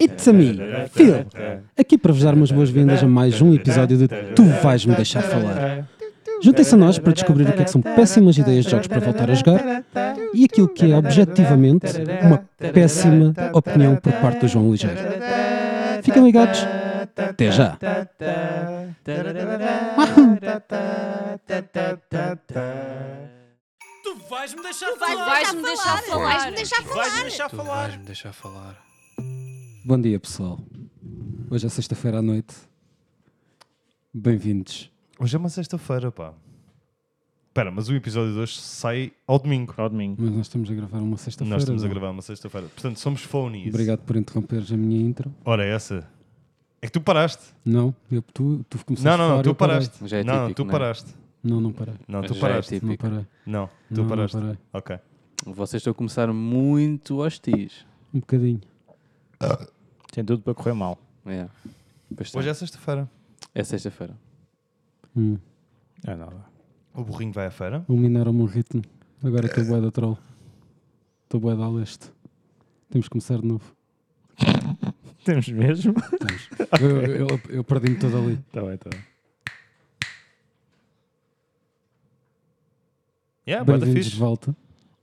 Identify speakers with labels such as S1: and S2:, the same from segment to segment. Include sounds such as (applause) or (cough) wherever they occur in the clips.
S1: It's a me, Phil, aqui para vos dar umas boas-vindas a mais um episódio de Tu Vais Me Deixar Falar. Juntem-se a nós para descobrir o que é que são péssimas ideias de jogos para voltar a jogar e aquilo que é objetivamente uma péssima opinião por parte do João Ligeiro. Fiquem ligados, até já!
S2: Tu vais me deixar
S3: Vais,
S2: falar.
S3: me deixar falar. Vais me deixar
S2: Tu vais me deixar falar.
S4: me deixar falar.
S1: Bom dia, pessoal. Hoje é sexta-feira à noite. Bem-vindos.
S4: (laughs) Hoje é uma sexta-feira, pá. Espera, mas o episódio de hoje sai ao domingo. Ao domingo.
S1: Mas nós estamos a gravar uma sexta-feira.
S4: Nós estamos a
S1: não? é?
S4: gravar uma sexta-feira. Portanto, somos phonies.
S1: Obrigado por interromperes a minha intro.
S4: Ora, essa. É que tu paraste.
S1: Não, eu, tu, tu começaste
S4: não,
S1: a
S4: não,
S1: falar,
S4: não, tu
S1: eu parei.
S4: paraste.
S5: Mas já é
S4: não, não,
S5: típico,
S4: tu
S5: não é?
S4: paraste.
S1: Não, não parei.
S4: Não, tu
S5: Já é
S4: paraste.
S5: típico.
S1: Não parei.
S4: Não,
S1: Não,
S4: tu
S1: não
S4: paraste.
S1: parei.
S4: Ok.
S5: Vocês estão a começar muito hostis.
S1: Um bocadinho.
S6: Tem tudo para correr mal.
S5: É. Pois
S4: Hoje
S5: é
S4: é sexta-feira.
S5: é sexta-feira.
S1: Hum.
S6: É nada.
S4: O burrinho vai à feira.
S1: Eliminaram-me o ritmo. Agora estou boa da troll. Estou boa da leste. Temos que começar de novo.
S6: (laughs) Temos mesmo?
S4: (laughs)
S1: Eu, eu, eu- eu perdi-me todo ali.
S5: Tá
S6: Está bem, está bem.
S4: Yeah, bota
S1: Bem-vindos de
S4: É fixe.
S1: volta.
S4: (laughs)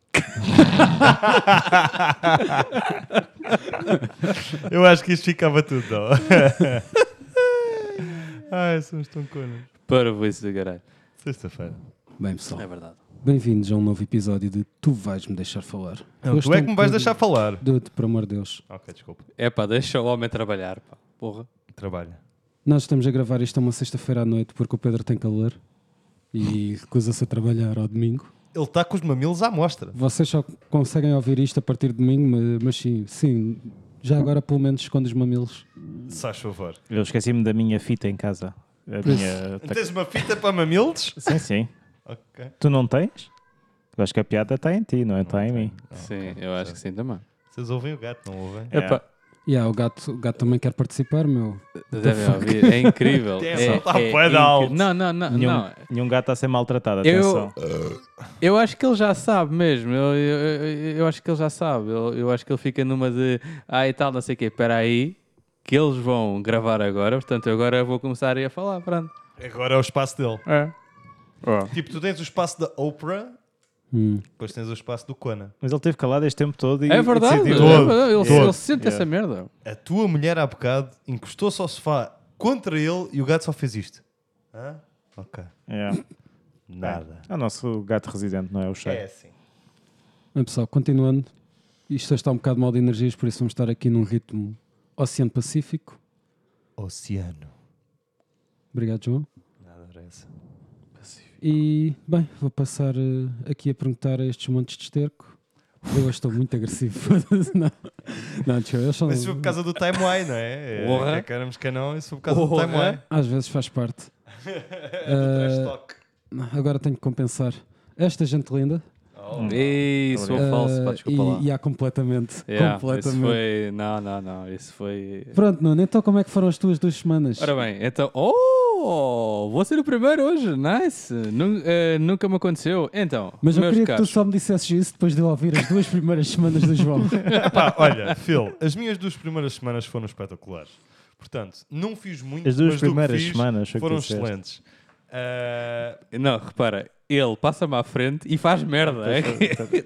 S4: Eu acho que isto ficava tudo. (laughs) não. Ai, somos tão conas.
S5: Para o isso da garagem.
S4: Sexta-feira.
S1: Bem, pessoal.
S5: É verdade.
S1: Bem-vindos a um novo episódio de Tu Vais-me Deixar Falar.
S4: Não,
S1: Hoje
S4: tu é
S1: tem
S4: que me vais
S1: tudo-
S4: deixar falar.
S1: Dude, por amor de Deus.
S4: Ok, desculpa.
S5: É pá, deixa o homem trabalhar, pá. Porra.
S4: Trabalha.
S1: Nós estamos a gravar isto a uma sexta-feira à noite porque o Pedro tem calor e recusa-se a trabalhar ao domingo.
S4: Ele está com os mamilos à mostra.
S1: Vocês só conseguem ouvir isto a partir de domingo, ma- mas sim, sim, já agora pelo menos esconde os mamilos.
S4: Se faz favor.
S6: Eu esqueci-me da minha fita em casa. A
S4: (laughs)
S6: minha. ta-
S4: Tens uma fita para mamilos?
S6: Sim, sim.
S4: Ok.
S6: Tu não tens? Eu acho que a piada está em ti, não é? está em mim.
S4: Ah,
S5: sim, eu acho que sim
S4: (laughs)
S5: também.
S4: Vocês ouvem o gato, não ouvem?
S6: É.
S5: É pá,
S1: E há o, gato, o gato também quer participar, meu.
S5: devem ouvir. É incrível.
S4: Tá (laughs) Tem
S5: é,
S4: essa- tá
S5: é
S4: bué de
S5: incri-
S4: alto.
S5: Não, não, não.
S6: É. Nenhum,
S5: não. é.
S6: nenhum gato está a ser maltratado,
S5: Eu-
S6: atenção.
S5: Eu acho que ele já sabe mesmo. Eu, eu, eu- eu acho que ele já sabe. Eu, eu acho que ele fica numa de. Ah, e tal, não sei o quê. Espera aí. Que eles vão gravar agora. Portanto, eu agora vou começar aí a falar. Pronto.
S4: Agora é o espaço dele.
S5: É.
S4: Tipo, tu tens o espaço da Oprah,
S1: Hum.
S4: depois tens o espaço do Conan.
S6: Mas ele teve calado este tempo todo e.
S5: É verdade,
S6: e
S5: é
S6: decidiu-
S4: Todo,
S5: verdade, ele,
S4: todo.
S5: ele sente essa merda.
S4: A tua mulher há bocado encostou-se ao sofá contra ele e o gato só fez isto. Hã? Ok.
S6: É.
S4: Nada.
S6: É o nosso gato residente, não é?
S4: (laughs)
S6: O cheiro.
S4: É assim.
S1: Bem, pessoal, continuando, isto hoje está um bocado mal de energias, por isso vamos estar aqui num ritmo Oceano Pacífico.
S4: Oceano.
S1: Obrigado, João.
S4: Nada parece.
S1: E, bem, vou passar eh, aqui a perguntar a estes montes de esterco. Eu hoje estou muito agressivo. (laughs) foda-se, não, não, tio, eu só
S4: Mas isso foi por causa do timeline, não é?
S5: Porra.
S4: É, Queremos que não, isso foi por causa do
S5: Porra. É
S4: timeline.
S1: Às vezes
S4: (laughs)
S1: faz parte.
S4: É Trash
S1: Eh,
S4: talk.
S1: agora tenho que compensar. Esta gente linda.
S5: Ei, sou falso, pá,
S1: eh,
S5: desculpa
S1: e,
S5: lá.
S1: e há completamente.
S5: Yeah, Isso
S1: completamente.
S5: foi. Não, não, não. Isso foi.
S1: Pronto, Nuno, então como é que foram as tuas duas semanas?
S5: Ora bem, então. Oh! Vou ser o primeiro hoje. Nice! Nu- eh, nunca me aconteceu. Então,
S1: Mas eu
S5: meus
S1: queria
S5: caros.
S1: que tu só me dissesses isso depois de eu ouvir as duas (laughs) primeiras semanas do João.
S5: (laughs)
S4: Epá, olha, Phil, as minhas duas primeiras semanas foram espetaculares. Portanto, não fiz muito,
S6: As duas
S4: mas do que
S6: primeiras
S4: fiz
S6: semanas, foi o que
S4: foram
S6: disseste.
S4: excelentes. Ah,
S5: Não, repara, ele passa-me à frente e faz
S4: Ah,
S5: merda. É?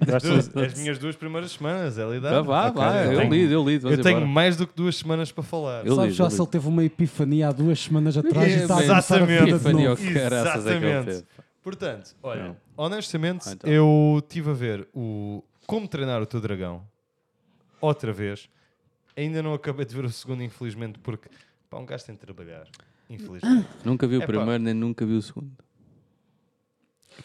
S6: Gostas-
S4: du- as minhas duas primeiras semanas, é
S5: Vá,
S4: lidar.
S5: vá, vá, eu
S4: tenho,
S5: lido, eu lido.
S4: eu tenho mais do que duas semanas para falar.
S5: Eu-
S1: Sabes,
S5: lido,
S1: João, se ele teve uma epifania há duas semanas atrás e
S4: É,
S1: está a começar a
S4: exatamente.
S1: vida de novo.
S4: Epifania.
S5: é
S4: Exatamente. Portanamente, olha,
S5: Não.
S4: honestamente,
S5: Ah, então.
S4: eu estive a ver o Como Treinar o Teu Dragão outra vez. Ainda não acabei de ver o segundo, infelizmente, porque pá, um gajo tem de trabalhar. Infelizmente.
S5: Nunca vi o
S4: Epá.
S5: primeiro, nem nunca vi o segundo.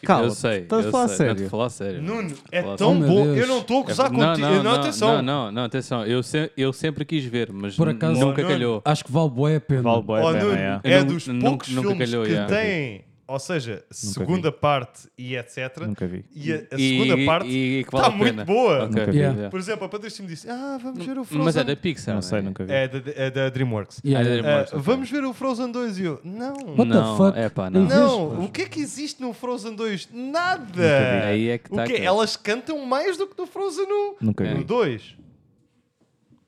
S6: Cala-te,
S5: eu sei,
S6: estás a
S5: eu
S6: falar
S5: sei,
S6: sério.
S5: Não, te falar sério.
S4: Nuno, é
S5: Olá,
S4: tão
S1: oh, meu
S4: bom.
S1: Deus.
S4: Eu não estou a gozar
S5: É Não,
S4: contigo.
S5: não,
S4: Não,
S5: não,
S4: atenção.
S5: não, não, não, atenção. Eu, se- eu sempre quis ver, mas
S1: Por
S5: n-
S1: acaso-
S5: nunca
S4: Oh,
S5: calhou.
S1: Acho que vale boa a pena.
S6: Vale, boa,
S4: Oh,
S6: é,
S4: Nuno,
S6: bem, é.
S4: é
S5: Eu
S4: dos
S5: nun-
S4: poucos
S5: nunca
S4: filmes
S5: calhou,
S4: que
S5: yeah.
S4: têm Ou seja, segunda parte e etc.
S6: Nunca vi.
S4: E a, a
S5: E-
S4: segunda
S5: e-
S4: parte
S5: e- e que vale
S4: está
S5: a
S4: muito
S5: pena.
S4: boa.
S5: Ok,
S1: Yeah.
S5: yeah.
S4: Por exemplo, a Patrícia me disse: Ah, vamos ver o Frozen.
S5: Mas é da Pixar.
S6: Não sei,
S5: é?
S6: nunca vi.
S4: É da, é da Dreamworks.
S1: Yeah,
S5: Ah,
S1: yeah.
S5: Dreamworks,
S4: Ah,
S5: ok.
S4: vamos ver o Frozen 2 e eu, não.
S1: What the
S5: Não,
S1: fuck?
S5: é pá,
S1: Nem
S5: não.
S1: vejo.
S4: Não, o que é que existe no Frozen 2?
S5: vi.
S4: Nada!
S5: Aí é que tá,
S4: o quê?
S5: cara.
S4: Elas cantam mais do que no Frozen 1?
S6: Nunca
S5: É.
S4: No
S6: vi.
S4: 2?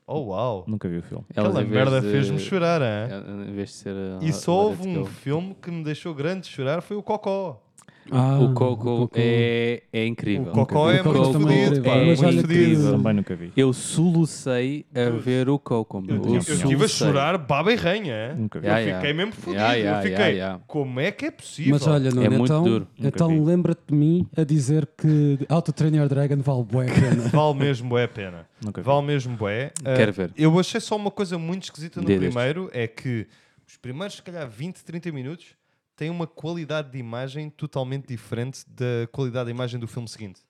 S4: Oh, uau!
S6: Nunca vi o filme.
S5: Elas,
S4: Aquela
S5: em vez
S4: merda
S5: de-
S4: fez-me chorar, hein?
S5: Em vez de ser. uh,
S4: E só
S5: Let
S4: houve
S5: It
S4: um
S5: Go.
S4: filme que me deixou grande chorar, foi o Cocó.
S1: Ah,
S5: O Coco é, é
S4: O
S5: incrível.
S4: Cocó é
S1: O Coco
S4: muito
S1: também é
S4: fodido, pá,
S1: incrível. Mas
S4: muito
S1: olha que-
S4: fodido.
S6: Também nunca vi.
S5: Eu solucei a ver o Coco. meu.
S4: Eu estive a
S5: solucei.
S4: chorar baba e ranha, hein?
S6: Nunca vi.
S4: Eu
S5: Yeah,
S4: fiquei
S5: yeah.
S4: mesmo fodido.
S5: Yeah, yeah,
S4: eu fiquei,
S5: yeah, yeah.
S4: como é que é possível?
S1: Mas olha, Nuno,
S5: É muito
S1: então,
S5: duro.
S6: Nunca
S1: então
S6: vi.
S1: lembra-te de mim a dizer que How to Train Your Dragon vale bué a pena.
S4: Vale mesmo bué a pena.
S6: Nunca vi.
S4: Vale mesmo bué. Ah,
S5: Quero ver.
S4: Eu achei só uma coisa muito esquisita no
S5: Dê destes.
S4: primeiro, é que os primeiros, se calhar, 20, 30 minutos têm uma qualidade de imagem totalmente diferente da qualidade de imagem do filme seguinte.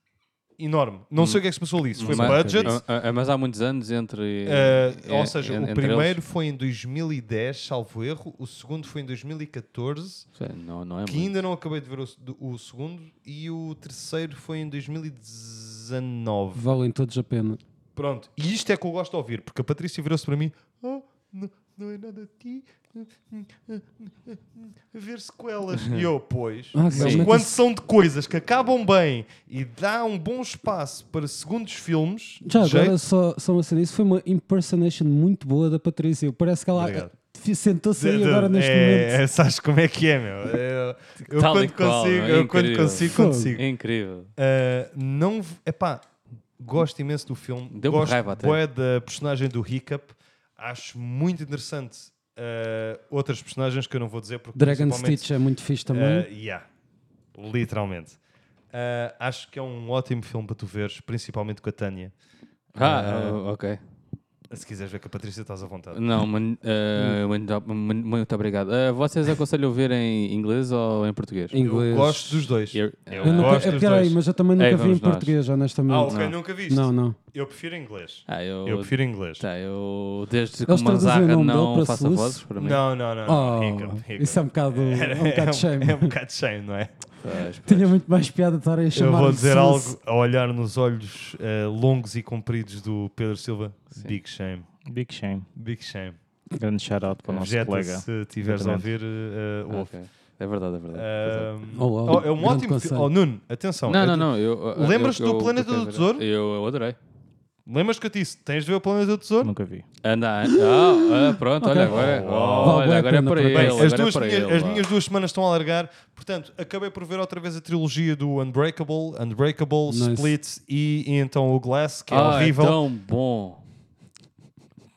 S4: Enorme. Não
S5: Hum.
S4: sei o que é que se passou ali. Se foi
S5: Mas-
S4: budget...
S5: Ah, ah, ah, Mas há muitos anos entre.
S4: ah,
S5: eh,
S4: ou seja,
S5: en-
S4: o
S5: entre
S4: primeiro foi em 2010, salvo erro, o segundo foi em 2014,
S5: eles. Não, não é
S4: que
S5: muito.
S4: ainda não acabei de ver o, do- o segundo, e o terceiro foi em 2019.
S1: (laughs) Valem todos a pena.
S4: Pronto, e isto é que eu gosto de ouvir, porque a Patrícia virou-se para mim: Oh, não, não é nada a ti. A ver sequelas. E eu, pois,
S1: Ah,
S4: mas
S1: realmente
S4: quando
S1: isso-
S4: são de coisas que acabam bem e dá um bom espaço para segundos filmes,
S1: Já
S4: de jeito,
S1: agora, só, só uma cena. Isso foi uma impersonation muito boa da Patrícia. Parece que ela
S4: Obrigado.
S1: fi- sentou-se aí
S4: de- de-
S1: agora neste
S4: é,
S1: momento.
S4: é, sabes como é que é, meu? Eu, eu
S5: Tal e
S4: quando
S5: qual,
S4: consigo,
S5: é
S4: eu quando
S5: incrível.
S4: consigo,
S1: Fogo.
S4: consigo.
S5: É incrível.
S4: Uh, não. v- Epá, gosto imenso do filme.
S5: Deu-me
S4: gosto
S5: raiva até.
S4: bué da personagem do Hiccup. Acho muito interessante uh, outras personagens que eu não vou dizer porque.
S1: Dragon
S4: principalmente,
S1: Stitch é muito fixe
S4: uh,
S1: também.
S4: yeah, literalmente. Uh, acho que é um ótimo filme para tu veres, principalmente com a Tânia. Eh.
S5: Ah, ok.
S4: Se quiseres ver com a Patrícia, estás à vontade.
S5: Não, man- eh, muito, muito- muito obrigado. Eh, vocês aconselham ver em inglês ou em português?
S1: Inglês.
S4: Eu gosto dos dois.
S5: Eu- eh,
S1: Eu nunca-
S4: gosto
S1: é,
S4: dos
S1: peraí,
S4: dois.
S1: mas eu também nunca
S5: Ei,
S1: vi em
S5: vamos nós.
S1: português, honestamente.
S4: Ah, ok,
S5: Não.
S4: nunca viste.
S1: Não, não.
S4: Eu prefiro inglês.
S5: Ah, eu,
S4: Eu prefiro inglês.
S5: tá, eu desde que o
S1: Eles traduzem o
S5: Manzarra
S1: nome dele
S5: não
S1: para
S5: faça
S1: Soluço?
S5: vozes para mim.
S4: Não, não, não. não.
S1: Oh,
S4: Hiccup, Hiccup.
S1: isso é um bocado, é um bocado shame.
S4: (laughs) É um bocado shame, não é?
S5: Pois, pois.
S1: Tinha muito mais piada de estar a chamar
S4: Eu vou dizer algo a olhar nos olhos eh, longos e compridos do Pedro Silva. Big shame.
S6: Big shame.
S4: Big shame.
S6: Grande shout-out para o nosso
S4: Jeta,
S6: colega.
S4: se tiveres a ouvir, eh,
S5: Ah,
S4: ouve.
S5: ok. É verdade, é verdade.
S4: Ah,
S1: Olá,
S4: oh, é um
S1: grande
S4: ótimo filme.
S1: conselho.
S4: Oh, Nuno, atenção.
S5: é. não,
S4: Eu
S5: não,
S4: te-
S5: não. eu- eu-
S4: Lembras-te
S5: eu-
S4: tipo, do
S5: eu-
S4: Planeta
S5: eu-
S4: do Tesouro?
S5: Eu, eu adorei.
S4: Lembras que eu te disse? Tens de ver o Planeta do Tesouro?
S6: Nunca vi.
S5: Anda, anda. Ah, ah, pronto,
S1: Ok.
S5: olha agora.
S4: Oh,
S5: Oh,
S1: vale
S5: olha,
S1: a
S5: agora é
S1: pena,
S5: para
S1: parabéns. Bem,
S5: ele.
S4: Bem,
S5: agora
S4: as,
S5: é
S4: duas
S5: para
S4: minhas,
S5: ele,
S4: as
S5: vá.
S4: minhas duas semanas estão a largar. Portanto, acabei por ver outra vez a trilogia do Unbreakable, Unbreakable,
S1: Nice.
S4: Split e, e então o Glass, que é
S5: Ah,
S4: horrível.
S5: é tão bom.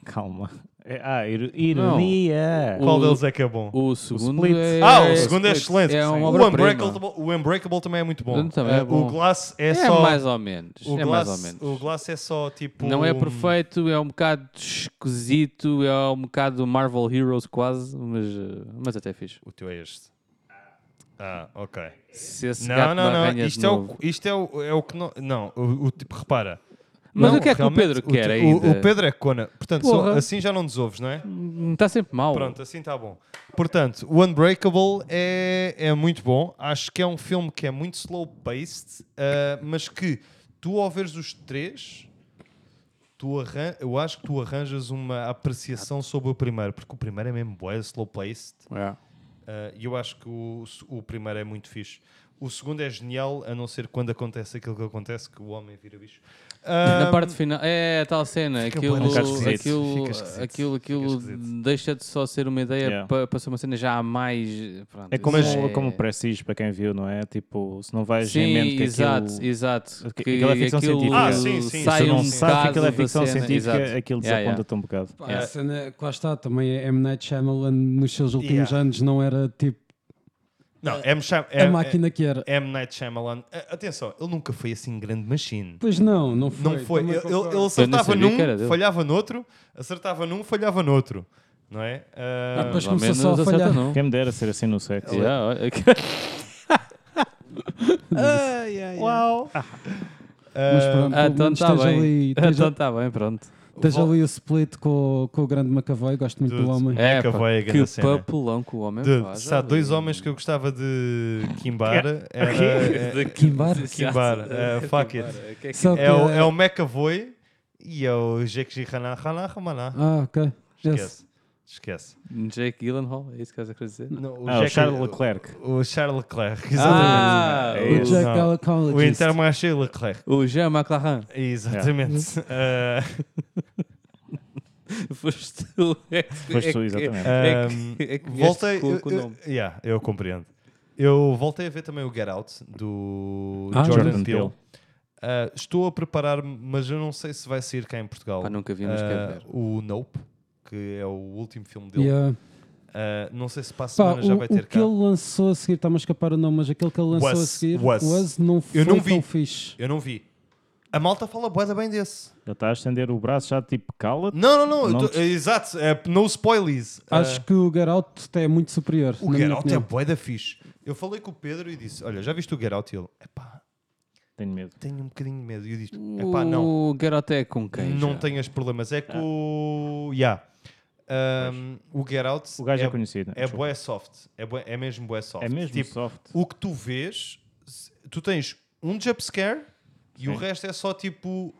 S6: Calma. É- ah, ir- ironia.
S5: O-
S4: Qual deles é que é bom?
S5: O segundo
S6: Split.
S5: é...
S4: Ah, o segundo é excelente.
S5: É uma
S4: o,
S5: obra-prima.
S4: Unbreakable, o Unbreakable também é muito bom.
S5: Também é
S4: Eh,
S5: bom.
S4: O Glass é,
S5: É,
S4: só.
S5: mais ou menos.
S4: o,
S5: é
S4: Glass,
S5: mais ou menos.
S4: o Glass é só tipo.
S5: Não é
S4: um-
S5: perfeito, é um bocado esquisito, é um bocado Marvel Heroes quase, mas, eh, mas até fixe.
S4: O teu é este. Ah, ok.
S5: Se esse
S4: Não,
S5: gato
S4: não, não.
S5: barranha de
S4: Isto, é
S5: novo-
S4: o, isto é, o, é o que. Não, não o, o tipo, repara.
S5: Mas
S4: Não,
S5: o que é que o
S4: realmente,
S5: Pedro quer
S4: ti-
S5: ainda?
S4: O, o Pedro é cona. Portanto, só-
S5: Porra.
S4: assim já não nos ouves, não é?
S5: Está Hum, tá sempre mal.
S4: Pronto, assim está bom. Portanto, o Unbreakable é, é muito bom. Acho que é um filme que é muito slow-paced, ah, mas que tu ao veres os três, tu arran eu acho que tu arranjas uma apreciação sobre o primeiro, porque o primeiro é mesmo bom, é slow-paced.
S5: É.
S4: ah, E eu acho que o, o primeiro é muito fixe. O segundo é genial, a não ser quando acontece aquilo que acontece, que o homem vira bicho.
S5: Na
S4: Ah,
S5: parte final, é a tal cena,
S4: fica
S5: aquilo,
S4: bué no
S6: caso esquisito,
S5: aquilo,
S4: fica esquisito,
S5: aquilo,
S4: fica
S5: aquilo
S4: esquisito.
S5: deixa de só ser uma ideia
S6: Yeah.
S5: para, para ser uma cena já mais. Pronto,
S6: É como,
S5: isso
S6: o-
S5: é-
S6: como o Prestige, para quem viu, não é? Tipo, se não vais em mente
S5: Sim,
S6: que
S5: exato,
S6: aquilo...
S5: exato.
S6: aqu- aquilo é ficção científica.
S4: Ah, sim, sim.
S5: Sai
S6: Se não
S5: um
S6: sabes que
S5: bocado
S6: aquilo é
S5: da
S6: ficção
S5: cena,
S6: científica,
S5: exato.
S6: aquilo
S5: Yeah, yeah.
S6: desaponta-te um bocado.
S4: É.
S1: Pá,
S5: Yeah.
S1: a cena, que lá está, também é M. Night Shyamalan nos seus últimos
S4: Yeah.
S1: anos não era tipo
S4: Não, é,
S1: a máquina que era.
S4: M. Night Shyamalan. A- Atenção, ele nunca foi assim grande machine.
S1: Pois não, não foi.
S4: Não foi.
S1: também
S4: Ele,
S1: concordo.
S4: ele- ele acertava
S5: sabia que era
S4: num,
S5: dele.
S4: falhava noutro, acertava num, falhava noutro. Não é? Ah,
S1: depois
S5: Mais ou
S1: começou só
S5: menos
S1: a falhar.
S5: acerta, não.
S6: Quem me dera ser assim no sexo.
S5: Yeah, (laughs) olha-
S4: Uau! Ah,
S1: Mas pronto, pelo
S5: Ah, então
S1: menos
S5: está
S1: tens
S5: bem.
S1: ali.
S5: Ah,
S4: (laughs)
S1: tens-
S5: Então está Então bem, pronto.
S1: Tens
S4: Vol-
S1: ali o split com, o- com o grande McAvoy, gosto muito
S4: Dude,
S1: do homem.
S5: É,
S4: que
S5: pá,
S4: vai a grande
S5: que
S4: cena.
S5: papelão que o homem
S4: Dude,
S5: faz.
S4: se há dois
S5: ali.
S4: homens que eu gostava de (laughs) quimbar, era,
S5: (laughs)
S4: é,
S1: Kimbar?
S4: Kimbar, eh, fuck it.
S1: Só que,
S4: é, o, é
S1: eh,
S4: o McAvoy e é o Jake Hanan Hanan Ramaná.
S1: Ah, ok. Esse.
S4: Esquece. Esquece.
S5: Jake Gyllenhaal, é isso que estás a querer dizer?
S4: Não,
S6: Ah, o Charles Leclerc.
S4: O Charles Leclerc,
S5: Ah,
S4: exatamente.
S5: o
S4: É
S1: O
S4: isso.
S1: Jack
S4: Não. O é
S1: Alcologist.
S4: Intermarché Leclerc.
S5: O Jean McLaren.
S4: (laughs) Exatamente. Eh,
S5: (laughs) Foste tu. É, que-
S6: Foste tu,
S5: é que-
S6: exatamente.
S5: É
S4: Ahm,
S5: que, é que vieste
S4: voltei.
S5: com,
S4: Eu,
S5: com o nome.
S4: eu- yeah, eu compreendo. Eu voltei a ver também o Get Out do
S1: Ah,
S4: Jordan,
S6: Jordan
S4: Peele.
S6: Peele.
S4: Ah, estou a preparar-me, mas eu não sei se vai sair cá em Portugal.
S5: Pá, nunca vi, mas quero
S4: Ah,
S5: ver.
S4: o Nope, que é o último filme dele.
S1: Yeah.
S4: Ah, não sei se para a
S1: Pá,
S4: semana já vai
S1: o, o
S4: ter
S1: que
S4: cá.
S1: ele lançou a seguir, está-me a escapar o nome, mas aquele que ele lançou a
S4: Was,
S1: seguir,
S4: was.
S1: Was, não foi
S4: Eu não vi.
S1: tão fixe.
S4: Eu não vi. A malta fala boeda bem desse.
S6: Ele está a estender o braço já tipo cala-te.
S4: Não, não, não. eu
S6: Não
S4: tô- exato. É, no spoilers. Ah,
S1: Acho que o Geralt até é muito superior.
S4: o
S1: na minha
S4: Get Out é
S1: opinião.
S4: boeda fixe. Eu falei com o Pedro e disse: Olha, já viste o Get Out? E ele: Epá,
S6: Tenho medo.
S4: tenho um bocadinho de medo. E eu disse: Epá, não.
S5: O Geralt é com quem?
S4: Não
S5: já? Tá.
S4: tenhas problemas. É que o. Yeah. Ahm, o Get Out
S6: O gajo é,
S4: é,
S6: conhecido.
S4: é
S6: Desculpa.
S4: bué soft. É, bué- é mesmo bué soft.
S6: É mesmo
S4: Tipo,
S6: soft.
S4: o que tu vês, se- tu tens um jumpscare e o
S6: Sim.
S4: resto é só tipo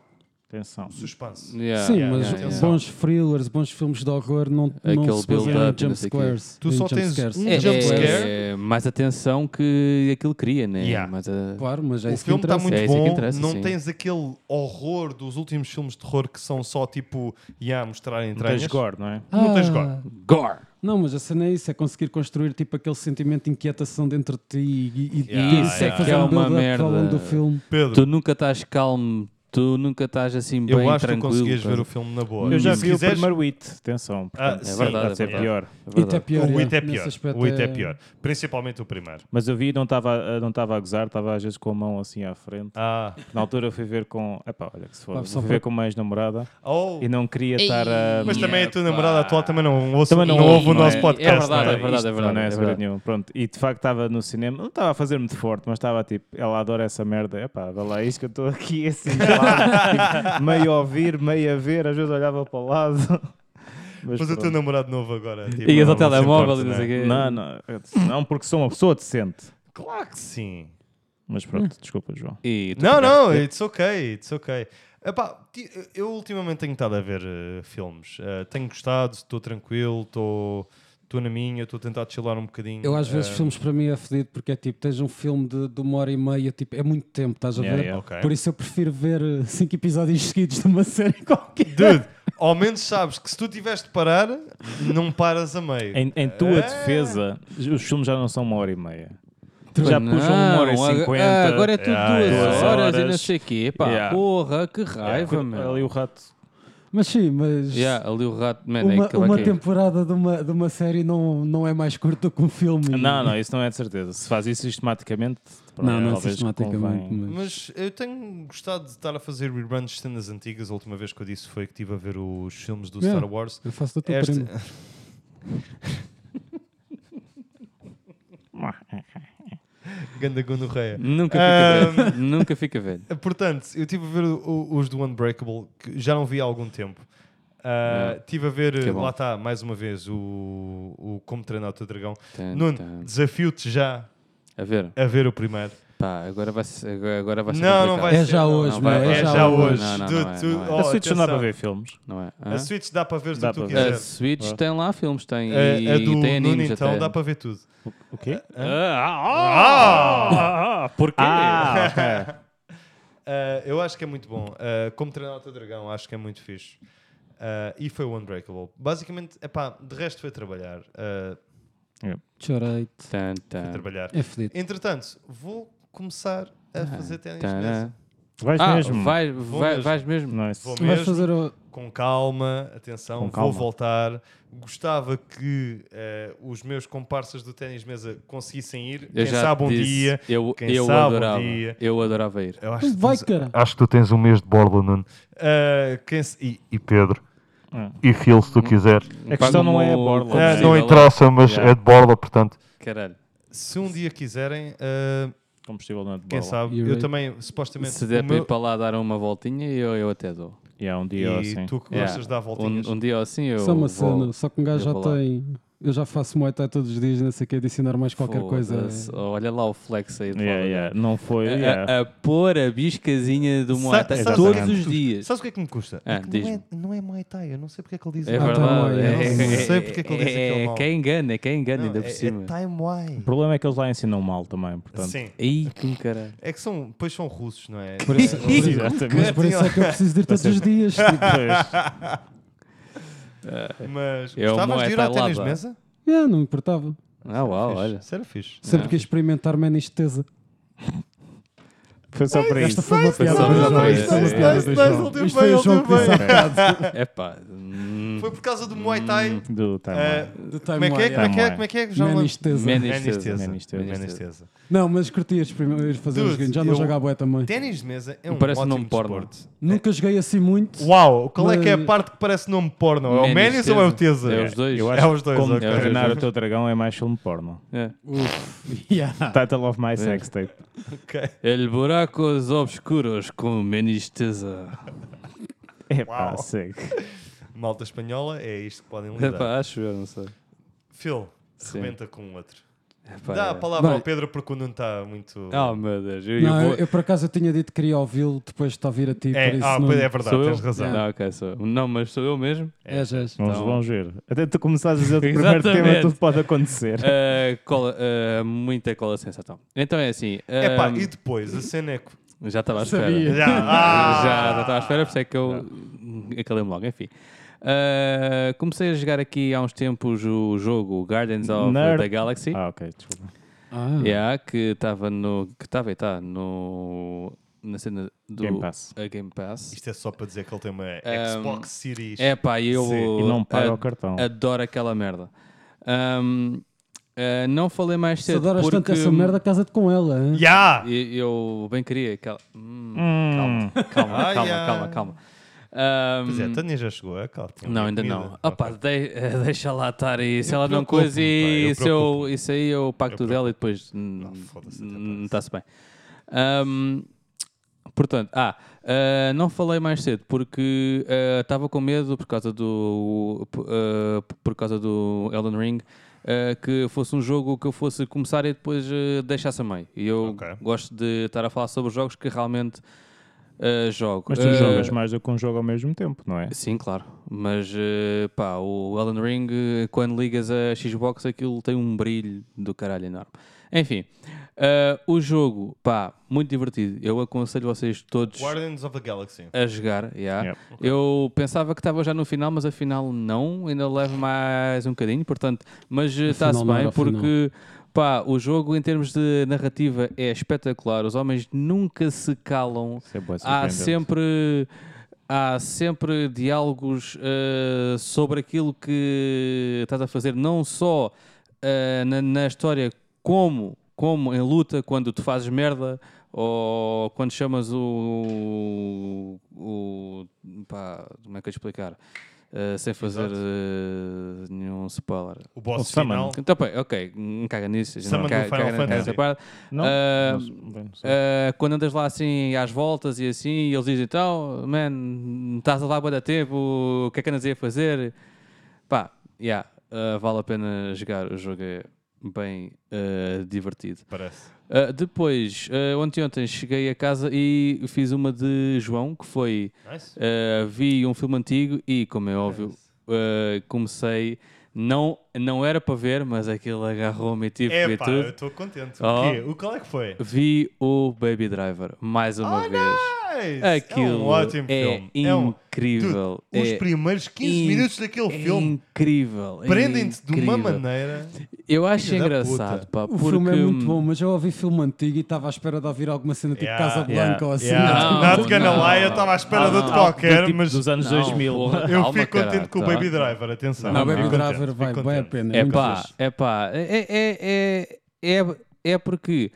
S6: Atenção.
S4: suspense.
S5: Yeah,
S1: Sim,
S5: yeah,
S1: mas
S5: yeah, yeah.
S1: bons thrillers, bons filmes de horror não, não
S5: Aquele
S1: se baseiam em
S5: build-up e não
S1: jump
S5: sei quê.
S1: squares.
S4: Tu
S1: em
S4: só
S1: jump
S4: tens
S1: scares.
S4: um
S5: É,
S4: jump
S5: é,
S4: scare.
S5: é, mais atenção que aquilo queria, né?
S4: Yeah.
S5: Mas, uh,
S1: Claro, mas é
S4: o
S1: isso que
S4: filme está
S1: interessa.
S4: muito
S5: É isso que
S4: bom,
S5: interessa,
S4: não
S5: sim.
S4: tens aquele horror dos últimos filmes de terror que são só tipo, yeah, mostrar
S6: Não tens
S4: entranhas.
S6: gore, não é?
S4: Não tens gore.
S1: Ah,
S5: gore!
S1: Não, mas a cena é isso, é conseguir construir tipo aquele sentimento de inquietação dentro de ti e, e,
S4: Yeah,
S1: e
S4: isso
S1: consegue
S4: é
S1: fazer
S4: que é
S1: um
S5: uma
S1: build-up
S5: merda. É
S1: ao longo do filme.
S4: Pedro,
S5: Tu nunca estás calmo, tu nunca estás assim bem
S4: eu acho que tu
S5: tranquilo.
S4: conseguias ver o
S5: estás-
S4: filme na boa.
S6: Eu já
S4: E se
S6: vi
S4: quiseres-
S6: o primeiro hit. Atenção.
S4: Ah,
S6: portanto,
S4: sim,
S5: verdade,
S6: Pode ser
S5: é verdade.
S6: pior.
S5: É
S1: It
S5: verdade.
S1: é pior.
S4: O
S1: yeah.
S4: It é
S1: Nesse
S4: pior.
S1: aspecto
S4: O It é pior. Principalmente o primeiro.
S6: Mas eu vi e não estava eh, não estava a gozar, estava às vezes com a mão assim à frente.
S4: Ah,
S6: Na altura eu fui ver com. Epá, olha que se for.
S1: Pá, só
S6: Fui
S1: para-
S6: ver com uma ex-namorada
S4: oh,
S6: e não queria estar a.
S4: Mas
S5: Yeah,
S4: também a tua
S5: pá.
S4: namorada atual também não ouve,
S6: Também
S4: não
S6: não
S4: ouve o
S6: ouve,
S4: nosso
S6: não é?
S4: podcast.
S5: É verdade,
S4: não
S5: é verdade, é
S6: Isto não
S5: verdade.
S6: é
S5: é
S6: segredo
S5: verdade.
S6: nenhum. Pronto, e de facto estava no cinema, não estava a fazer-me de forte, mas estava tipo, ela adora essa merda, epá, vá lá, isto que eu estou aqui assim, calado, tipo, meio a ouvir, meio a ver, às vezes olhava para o lado.
S4: Mas o
S6: pronto.
S4: teu namorado novo agora. Tipo,
S5: Ias ao
S4: não se
S5: telemóvel e
S4: importa,
S5: não sei o
S4: é?
S5: quê.
S6: Não, não, eu disse, não, porque sou uma pessoa decente.
S4: Claro que sim.
S6: Mas pronto, desculpa, João.
S5: E tu
S4: Não,
S5: pegaste-
S4: não, it's ok, it's ok. Epá, ti- eu ultimamente tenho estado a ver eh, filmes. Eh, tenho gostado, estou tranquilo, estou estou na minha, estou a tentar chilar um bocadinho.
S1: Eu às
S4: Eh,
S1: vezes filmes para mim é fedido porque é tipo, tens um filme de, de uma hora e meia, tipo, é muito tempo, estás a
S6: Yeah,
S1: ver?
S6: yeah.
S4: ok.
S1: Por isso eu prefiro ver eh, cinco episódios seguidos de uma (laughs) série qualquer.
S4: Dude, ao menos sabes que se tu tiveres de parar, não paras a meio.
S6: Em, em tua defesa, os filmes já não são uma hora e meia. Já
S5: Não,
S6: puxam uma hora e
S5: ag-
S6: cinquenta.
S5: ah, Agora é tudo
S4: Yeah,
S5: duas
S4: yeah.
S5: horas e não
S6: Horas.
S5: sei o quê. Pá,
S6: Yeah.
S5: porra, que
S6: É,
S5: raiva, meu.
S6: ali o rato.
S1: Mas sim, mas
S5: Yeah, ali o rato, man, é
S1: uma,
S5: aquilo
S1: uma
S5: aqui.
S1: temporada de uma, de uma série não, não é mais curta que um filme.
S6: Não, não, isso não é de certeza. Se faz isso sistematicamente, pronto,
S1: Não, não é
S6: talvez
S1: sistematicamente.
S6: convém.
S1: mas-
S4: Mas eu tenho gostado de estar a fazer reruns de cenas antigas. A última vez que eu disse foi que estive a ver os filmes do
S1: Yeah.
S5: É.
S4: Star Wars.
S1: Eu faço do teu
S4: Esta...
S1: primo.
S4: Ganda gonorreia. Eh,
S5: Nunca fica
S4: Um,
S5: velho. Nunca fica velho.
S4: Portanto, eu estive a ver o- os do Unbreakable, que já não vi há algum tempo. Ah, Estive a ver,
S5: Que bom.
S4: lá está, mais uma vez, o, o Como Treinar o Teu Dragão.
S5: Tan,
S4: Nuno,
S5: tan.
S4: desafio-te já
S5: A ver,
S4: a ver o primeiro.
S5: pá, agora vai ser. Agora, agora vai ser
S4: Não, não
S5: complicado.
S4: vai
S1: É
S4: ser.
S1: já
S4: não.
S1: hoje,
S5: não,
S1: meu,
S5: vai-
S1: é
S4: É já hoje.
S5: Não, não,
S4: Du-
S5: não é,
S4: tu-
S5: não é.
S4: oh,
S6: a Switch não dá para
S4: atenção.
S6: ver filmes.
S5: Não é? Hã?
S4: A Switch dá para ver o
S6: Dá
S4: que tu
S6: para ver.
S5: A
S4: quiseres.
S5: Switch
S1: É.
S6: Ah.
S5: tem lá filmes, tem,
S4: A, a
S5: e, É, e
S4: É, do
S5: tem
S4: Nuno,
S5: animes
S4: então,
S5: até.
S4: dá para ver tudo.
S6: O quê?
S4: Ah!
S6: porquê? Ah, ok.
S4: Ah, eu acho que é muito bom. Ah, como treinar o teu dragão, acho que é muito fixe. Ah, e foi o Unbreakable. Basicamente, epá, de resto foi trabalhar. Ah,
S1: Chorei.
S5: Tan, tan.
S4: foi trabalhar.
S1: É fedido.
S4: Entretanto, vou começar a fazer ténis de
S5: tá,
S4: mesa.
S6: Vais
S5: Ah,
S6: mesmo.
S5: vai,
S4: Vou
S5: vai,
S4: mesmo.
S5: vais mesmo.
S6: Nice.
S4: Vou
S1: Vais
S4: mesmo,
S1: fazer o.
S4: com calma, atenção,
S6: Com
S4: vou
S6: calma.
S4: voltar. Gostava que eh, os meus comparsas do ténis de mesa conseguissem ir. Quem sabe um
S5: disse,
S4: dia.
S5: eu,
S4: quem
S5: eu
S4: sabe um
S5: adorava,
S4: dia.
S5: Eu adorava ir.
S4: Eu acho que
S1: Vai,
S4: tens-
S1: cara.
S3: Acho que tu tens um mês de borla, Nuno.
S4: eh, quem se- e-
S3: E Pedro.
S6: Ah.
S3: E Phil, se tu quiser.
S6: A questão não é a borla.
S5: Como
S3: Eh,
S5: se
S3: não
S5: diz,
S3: interessa, mas
S6: Yeah.
S3: é de borla, portanto.
S5: Caralho.
S4: se um dia quiserem, eh,
S6: Combustível não é de
S4: quem
S6: bola.
S4: sabe,
S1: You're
S4: eu
S1: right.
S4: também, supostamente,
S5: Se
S4: o
S5: der para
S4: meu-
S5: ir para lá dar uma voltinha, eu, eu até dou.
S6: Yeah, um dia ou assim.
S4: E tu que gostas de dar voltinhas.
S5: Um, um dia ou assim eu.
S1: Só uma
S5: vou-
S1: cena, só que um gajo
S5: eu
S1: já
S5: vou lá.
S1: tem. Eu já faço muay thai todos os dias, não sei o que, de ensinar mais qualquer coisa.
S5: Foda-se, Olha lá o flex aí do
S6: Yeah,
S5: lado.
S6: yeah. Não foi.
S5: A-
S6: yeah.
S5: A, a pôr a biscazinha do Muay Thai
S6: sa-
S5: todos
S6: exatamente.
S5: os dias.
S4: Sabes o que é que me custa?
S5: Ah,
S4: É que não,
S5: diz-me.
S4: é, não é Muay Thai, eu não sei porque é que ele diz
S5: É
S1: Ah,
S4: Muay Thai.
S1: tá bem,
S5: verdade. é-
S1: eu não
S5: é-
S4: sei porque é que ele disse
S5: é-
S4: aquele mal.
S5: Quem engana, quem engana
S4: Não,
S5: ainda
S4: é,
S5: por
S4: é
S5: cima.
S4: Time Why.
S6: O problema é que eles lá ensinam mal também, portanto.
S4: Sim.
S5: Ih, que um
S4: (laughs)
S5: caralho.
S4: É que são, depois são russos, não
S5: (laughs)
S4: é?
S1: Por isso-
S6: Sim, exatamente.
S1: Mas (laughs) por isso é que eu preciso de ir todos os dias. tipo,
S4: (laughs)
S6: Pois.
S4: Mas
S5: É o
S4: gostavas de
S5: Muay
S4: ir ao
S5: Thai
S4: ténis de
S5: Lava.
S4: mesa?
S1: é, não me importava.
S5: Ah,
S4: (laughs)
S5: uau, olha.
S4: Isso era fixe.
S1: Sempre quis experimentar menesteza.
S6: Foi só É, para isso.
S1: Esta foi uma piada.
S5: só
S1: do
S5: para
S1: João,
S5: isso. é
S1: isto foi uma
S5: Nice,
S1: piada
S4: nice,
S1: do
S4: nice,
S1: João.
S4: ele deu
S1: Isto foi
S4: bem,
S1: o
S4: ele
S1: João que
S4: deu
S1: disse a
S4: bem.
S1: piada
S5: É pá. hum, tá
S4: Foi por causa do Muay Thai.
S6: Do time
S4: eh,
S6: out.
S1: do
S4: como é que é?
S1: Time
S4: Como é que é?
S6: Why.
S4: Como é que é?
S1: Wire.
S4: Já me-
S1: Menesteza.
S5: Man-
S4: Menisteza.
S6: Menisteza.
S4: Menisteza.
S1: Não, mas curti ir experim- ir fazer
S4: Dude,
S1: os games. Já não
S4: eu-
S1: jogava bué também.
S4: Ténis de mesa é um
S5: Parece
S4: ótimo
S5: nome porno.
S4: desporto.
S1: Nunca joguei assim muito.
S4: Uau, qual é que é a
S1: Mas-
S4: parte que parece nome porno? É o
S5: Man
S4: Menis ou é o Tesa?
S5: É os dois.
S4: Eu acho é os dois.
S6: Como
S4: ok.
S6: treinar o teu dragão é mais filme porno.
S5: É.
S4: Ah.
S1: Yeah.
S6: Title of my sex tape.
S5: El buracos obscuros com menisteza.
S6: É
S4: Uau.
S6: pá, segue.
S4: Malta espanhola, é isto que
S5: (laughs)
S4: podem
S5: É
S4: lidar.
S5: pá, acho eu, não sei.
S4: Phil,
S5: Sim.
S4: rebenta com um outro.
S5: Epá,
S4: Dá
S5: é.
S4: a palavra
S1: Bem.
S4: ao Pedro porque o Nuno está muito.
S5: Ah, meu Deus. Eu,
S1: Não,
S5: eu
S1: eu,
S5: vou...
S1: eu por acaso eu tinha dito que queria ouvi-lo depois de te ouvir a ti.
S4: é,
S1: por isso
S4: ah,
S1: não...
S4: pois é verdade,
S5: sou eu?
S4: tens razão.
S5: Não, ok, sou eu. Não, mas sou eu mesmo. (laughs)
S1: És, és.
S6: Vamos,
S5: Então-
S6: vamos ver. Até tu começares a dizer o teu primeiro tema,
S5: Exatamente.
S6: tudo pode acontecer.
S5: Ah, cola- ah, muita cola sensa, então. Então é assim.
S4: É pá,
S5: ah,
S4: e depois a cena é. que-
S5: Já estava à espera.
S1: Sabia.
S4: Já, ah!
S5: Já, já estava à espera, por isso é que eu acalei-me logo, enfim. Ah, comecei a jogar aqui há uns tempos o jogo Guardians of
S6: Nerd.
S5: the Galaxy,
S6: Ah, ok, desculpa.
S1: Ah,
S5: yeah, que estava no. que estava e está no. na cena do
S6: Game Pass.
S5: a Game Pass.
S4: Isto é só para dizer que ele tem uma
S5: Um,
S4: Xbox Series.
S5: É pá, e eu
S4: Sim.
S6: E não paga
S5: a-
S6: o cartão.
S5: adoro aquela merda. Ahm, ah, não falei mais
S1: se
S5: cedo.
S1: adoras
S5: porque...
S1: tanto essa merda, casa-te com ela. hein?
S4: Ya!
S5: E eu bem queria. Cal... Hum,
S6: (laughs) Hum.
S5: Calma, calma,
S4: Ai,
S5: calma,
S4: ai.
S5: calma, calma. Ahm,
S4: Pois é, a Tânia já chegou, é claro. tinha
S5: não,
S4: uma
S5: ainda
S4: comida.
S5: não. Opa, de- eh, (laughs) deixa lá estar aí. Se
S4: Eu
S5: ela não
S4: preocupo-me,
S5: coisa,
S4: pá, eu
S5: e isso, eu,
S4: preocupo-me.
S5: isso aí eu pacto
S4: Eu Ah,
S5: dela e depois.
S4: foda-se, até
S5: Não está-se bem. Ahm, portanto, ah, ah, não falei mais cedo porque ah, estava com medo por causa do. p- ah, por causa do Elden Ring. ah, que fosse um jogo que eu fosse começar e depois ah, deixasse a meio. E eu
S4: Ok.
S5: gosto de estar a falar sobre jogos que realmente ah, jogo.
S6: Mas tu
S5: Ah,
S6: jogas mais do que um jogo ao mesmo tempo, não é?
S5: Sim, claro. Mas eh, pá, o Elden Ring, eh, quando ligas a Xbox, aquilo tem um brilho do caralho enorme. Enfim, eh, o jogo, pá, muito divertido. Eu aconselho vocês todos
S4: Guardians of the Galaxy.
S5: a jogar. yeah.
S6: Yep.
S5: Eu pensava que estava já no final, mas afinal não. Ainda leva mais um bocadinho, portanto, mas está-se
S1: final não era
S5: bem
S1: o final.
S5: porque pá, o jogo em termos de narrativa é espetacular. Os homens nunca se calam
S6: Isso é bué
S5: há
S6: surpreendente.
S5: sempre há sempre diálogos eh, sobre aquilo que estás a fazer não só eh, na, na história como como em luta quando tu fazes merda ou quando chamas o, o pá, como é que eu ia explicar Eh, sem fazer eh, nenhum spoiler
S4: O
S6: O
S4: boss
S6: Summon.
S4: final.
S5: então, pá, ok, hum, caga nisso a gente
S4: Summon
S5: não
S4: do
S5: caga,
S4: Final
S5: caga nessa
S4: Fantasy.
S5: parte.
S6: Não?
S5: Ah,
S6: Mas, bem, não sei.
S5: Uh, quando andas lá assim às voltas e assim, e eles dizem então, man, estás lá há bué da tempo, o que é que andas aí a fazer? Pá, yeah, uh, vale a pena jogar, o jogo é bem uh, divertido.
S4: Parece.
S5: Uh, depois, uh, ontem ontem cheguei a casa e fiz uma de João, que foi,
S4: Nice.
S5: uh, vi um filme antigo e, como é óbvio, uh, comecei, não, não era para ver, mas aquilo agarrou-me e tive que
S4: É
S5: ver
S4: pá,
S5: tudo.
S4: eu estou contente.
S5: Oh.
S4: O quê? O qual é que foi?
S5: Vi o Baby Driver mais uma
S4: Oh,
S5: vez.
S4: Nice.
S5: Aquilo
S4: é um ótimo
S5: é
S4: filme. É um...
S5: incrível.
S4: Dude, os
S5: é
S4: primeiros 15
S5: in-
S4: minutos daquele
S5: é
S4: filme
S5: incrível. é
S4: prendem-te de uma
S5: incrível.
S4: maneira.
S5: Eu acho
S4: Filha da
S5: engraçado,
S4: puta.
S5: pá,
S1: O
S5: porque
S1: filme é muito bom, mas eu ouvi filme antigo e estava à espera de ouvir alguma cena tipo
S4: Yeah,
S1: Casa Blanca
S6: yeah,
S1: ou assim.
S4: Yeah.
S5: Não,
S4: Not gonna
S5: não.
S4: lie, eu estava à espera de outro
S6: Ah,
S4: qualquer,
S6: do tipo
S4: mas
S6: dos anos
S5: Não,
S6: 2000.
S5: porra,
S4: eu
S5: calma,
S4: fico contente
S5: caralho,
S4: com o
S5: tá?
S4: Baby Driver, atenção.
S1: Não, o
S4: Fico
S1: Baby
S4: contente,
S1: Driver
S4: fico
S1: vai bem a
S4: contente.
S1: pena.
S5: É
S1: nunca
S5: pá,
S1: fiz.
S5: é pá, é, é, é, é, é porque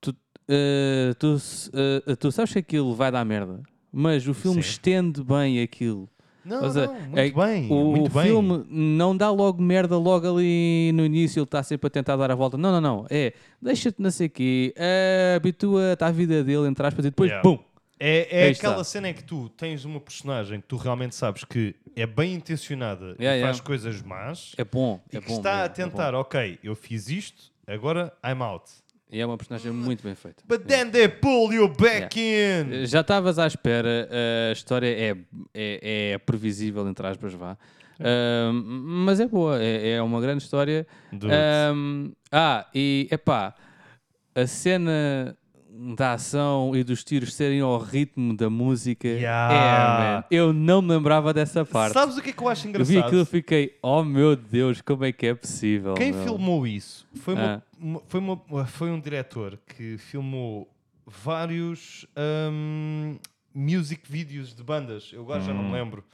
S5: tu, eh, tu, se- eh, tu sabes que aquilo vai dar merda, mas o filme
S4: Sim.
S5: estende bem aquilo.
S4: Não,
S5: Ou seja,
S4: não, muito
S5: é-
S4: bem,
S5: o
S4: muito bem.
S5: filme não dá logo merda logo ali no início, ele está sempre a tentar dar a volta. Não, não, não. É, deixa-te nascer aqui, habitua-te à vida dele, entre aspas, e depois,
S4: Yeah.
S5: pum,
S4: É, é
S5: Aí está.
S4: aquela cena em que tu tens uma personagem que tu realmente sabes que é bem intencionada e
S5: Yeah,
S4: faz
S5: yeah.
S4: coisas más
S5: É bom, é
S4: e que
S5: bom.
S4: está
S5: mesmo,
S4: a tentar, ok, eu fiz isto, agora I'm out.
S5: É bom. E é uma personagem muito bem feita.
S4: But then they pull you back in.
S5: Já estavas à espera, a história é, é, é previsível, entre aspas, vá.
S4: É.
S5: Ahm, mas é boa, é, é uma grande história.
S4: Dude.
S5: Ahm, ah, e epá, a cena da ação e dos tiros serem ao ritmo da música.
S4: Yeah.
S5: É, man, eu não me lembrava dessa parte.
S4: Sabes o que é que eu acho
S5: eu vi
S4: engraçado?
S5: aquilo e fiquei, oh meu Deus, como é que é possível?
S4: Quem
S5: meu?"
S4: filmou isso foi, uma-
S5: Ah.
S4: uma- foi, uma- foi um diretor que filmou vários ahm, music videos de bandas. Eu agora já não
S5: Hum.
S4: me lembro.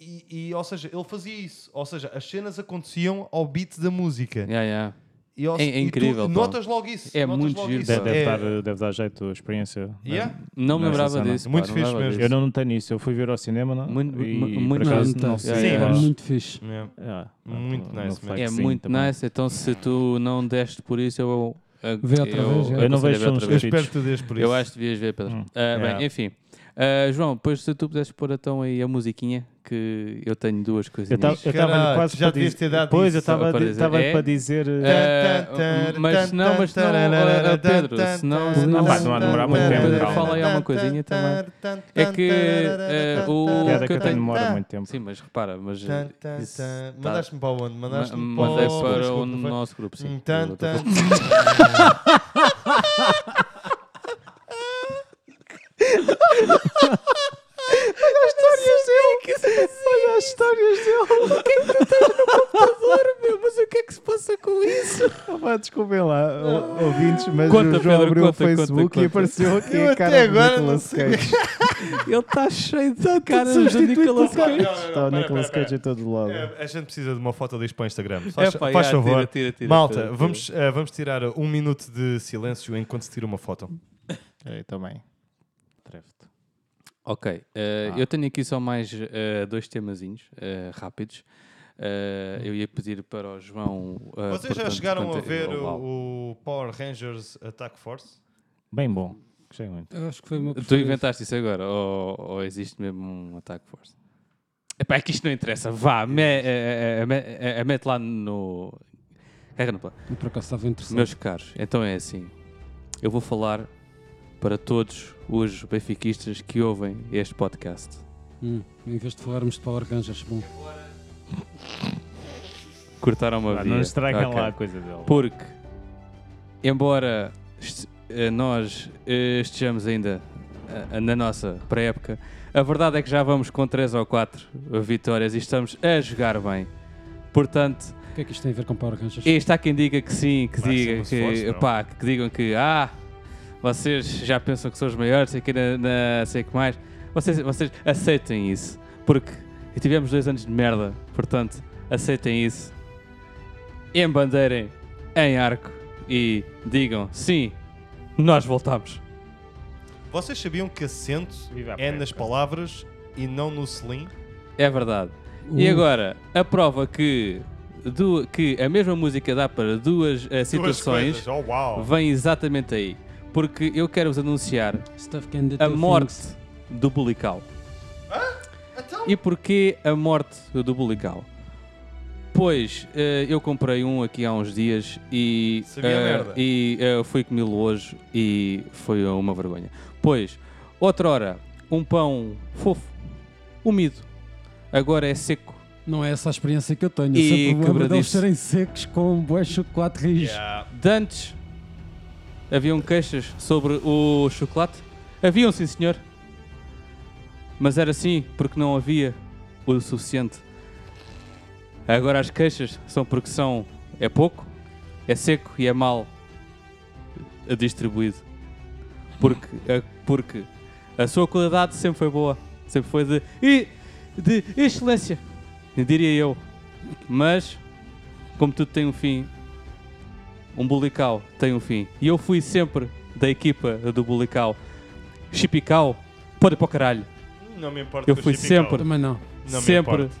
S4: E, e, ou seja, ele fazia isso. Ou seja, as cenas aconteciam ao beat da música.
S5: Yeah, yeah.
S4: E, ao-
S5: É- é
S4: e tu
S5: incrível, pá.
S4: notas logo isso.
S5: É
S4: notas
S5: muito
S4: logo
S5: giro,
S4: isso.
S5: pá.
S6: Deve, eh, deve
S4: É-
S6: dar, deve dar jeito a experiência. né?
S4: Yeah?
S5: Não me
S6: Não,
S5: lembrava
S6: sensacional.
S5: disso. pá,
S4: é Muito
S5: não
S4: fixe
S5: lembrava
S4: mesmo.
S5: disso.
S6: Eu não notei nisso. Eu fui ver ao cinema, não? é?
S5: Muito-
S6: e,
S5: mu- muito então.
S6: por acaso,
S5: nice.
S6: não
S5: Sim,
S6: sei. É.
S5: sim,
S6: mas-
S4: mas-
S1: é muito fixe.
S4: Yeah.
S6: É,
S4: Muito
S6: não-
S4: nice,
S6: não
S4: man.
S5: É
S6: flex, sim,
S5: muito
S6: também.
S5: nice, então se tu não deste por isso, eu. eu
S1: Vê outra vez, é.
S5: eu
S6: Eu
S5: aconselho
S6: não vejo
S5: a ver outra
S6: filmes
S4: Eu
S5: vez.
S4: espero que tu dês por isso.
S5: Eu acho que devias ver, Pedro.
S6: Hum.
S5: Ah, Bem,
S4: É.
S5: enfim. Ah, João, depois se tu pudesses pôr então aí a musiquinha, que eu tenho duas coisas.
S6: Eu estava
S4: Caralho,
S6: quase
S4: já
S6: para
S4: devias
S6: dizer-
S4: ter dado
S6: Pois,
S4: isso.
S6: eu estava
S5: Só para dizer- É?
S6: para dizer. eh,
S5: Ah, mas se não, mas se não, ah, ah, Pedro, se não, se não,
S6: Ah, pá, não há de demorar muito tempo,
S5: Pedro,
S6: calma.
S5: fala aí alguma coisinha também. É que, eh, o-
S6: Piada
S5: o
S6: que eu tenho demora muito tempo.
S5: Sim, mas repara, mas. eh,
S4: Tan, tan,
S5: isso
S4: tan. um
S5: tá-
S4: Mandaste-me para onde? Mandaste-me
S5: ma- mandei
S4: para,
S5: é para o
S4: grupo, não foi?
S5: nosso grupo, sim.
S4: Hum, tan,
S5: Eu- (laughs)
S4: tan,
S5: Olha as histórias dele. O que é que tu tens no computador, meu? Mas o que é que se passa com isso?
S6: Ah, pá, Desculpem lá, o- ouvintes, mas
S5: Conta,
S6: o João
S5: Pedro,
S6: abriu
S5: conta,
S6: o
S5: conta,
S6: Facebook
S5: conta.
S6: e
S4: (laughs)
S6: apareceu aqui
S4: Eu
S6: a
S4: até
S6: cara do
S4: agora não
S6: Nicolas
S4: sei.
S6: Cage.
S5: Ele está
S4: tá
S5: cheio de caras do
S6: substituto
S5: Nicolas
S4: Não,
S5: Cage.
S4: não, não,
S6: Está o
S4: pera,
S6: Nicolas
S4: pera,
S6: Cage em todo lado.
S4: É, A gente precisa de uma foto disto para o Instagram.
S5: É,
S4: Faz,
S5: pá,
S4: faz
S5: já,
S4: favor.
S5: tira, tira, tira,
S4: Malta,
S5: tira, tira.
S4: Vamos, eh, vamos tirar um minuto de silêncio enquanto se tira uma foto.
S6: Aí também. Treve-te.
S5: Ok, eh,
S4: Ah.
S5: eu tenho aqui só mais eh, dois temazinhos eh, rápidos. Eh, eu ia pedir para o João. eh,
S4: Vocês já
S5: portanto,
S4: chegaram a
S5: portanto, é
S4: ver
S5: eu- uau.
S4: o, o Power Rangers Attack Force?
S6: Bem bom. Gostei muito.
S1: Eu acho que foi uma
S5: Tu inventaste isso agora ou, ou existe mesmo um ataque force? Epá, é que isto não interessa. Vá, me, eh, eh, eh, me- eh, eh, mete lá no. Carrega no plano.
S1: Por acaso estava interessante.
S5: Meus caros, então é assim. Eu vou falar para todos os benfiquistas que ouvem este podcast.
S1: Hum, em vez de falarmos de Power Rangers, bom.
S5: Cortaram uma
S6: Ah,
S5: via.
S6: Não estraguem
S5: Ok.
S6: lá a coisa dele.
S5: Porque, embora est- eh, nós eh, estejamos ainda eh, na nossa pré-época, a verdade é que já vamos com 3 ou 4 vitórias e estamos a jogar bem. Portanto,
S1: O que é que isto tem a ver com Power Rangers?
S5: e está quem diga que sim, que,
S4: Máximo
S5: diga,
S4: esforço,
S5: que,
S4: não.
S5: pá, que digam que ah, vocês já pensam que são os maiores, sei que, na, na- sei que mais. Vocês, vocês aceitem isso, porque tivemos dois anos de merda, portanto, aceitem isso. Embandeirem em arco e digam sim, nós voltamos.
S4: Vocês sabiam que acento
S6: Viva a
S4: é nas
S6: pré-época.
S4: palavras e não no selim?
S5: É verdade. E
S1: Uh.
S5: agora, a prova que, du- que a mesma música dá para duas eh,
S4: Duas
S5: situações
S4: coisas. Oh, uau.
S5: vem exatamente aí. Porque eu quero vos anunciar
S1: Stuff can do
S5: a
S1: two
S5: morte
S1: things.
S5: do Bulical.
S4: Então?
S5: E porquê a morte do Bulical? Pois eh, eu comprei um aqui há uns dias e,
S4: Sabia
S5: eh,
S4: merda.
S5: e eh, fui comê-lo hoje e foi uma vergonha. Pois, outrora, um pão fofo, úmido, agora é seco.
S1: Não é essa a experiência que eu tenho.
S5: E
S1: Eu sempre me lembro deles
S5: quebradiço.
S1: serem secos com um bué chocolate rijo.
S4: Yeah.
S5: Dantes haviam queixas sobre o chocolate? Haviam, sim, senhor. Mas era assim porque não havia o suficiente. Agora as queixas são porque são é pouco, é seco e é mal distribuído. Porque a, porque a sua qualidade sempre foi boa, sempre foi de, e- de excelência, diria eu. Mas, como tudo tem um fim, um Bulical tem um fim. E eu fui sempre da equipa do Bulical. Chipical, pode ir para o caralho.
S4: Não me importa
S5: Eu
S4: com o
S5: fui
S4: Chippy
S5: sempre-
S4: Cow.
S1: Também não.
S4: Não me
S5: sempre
S4: importa.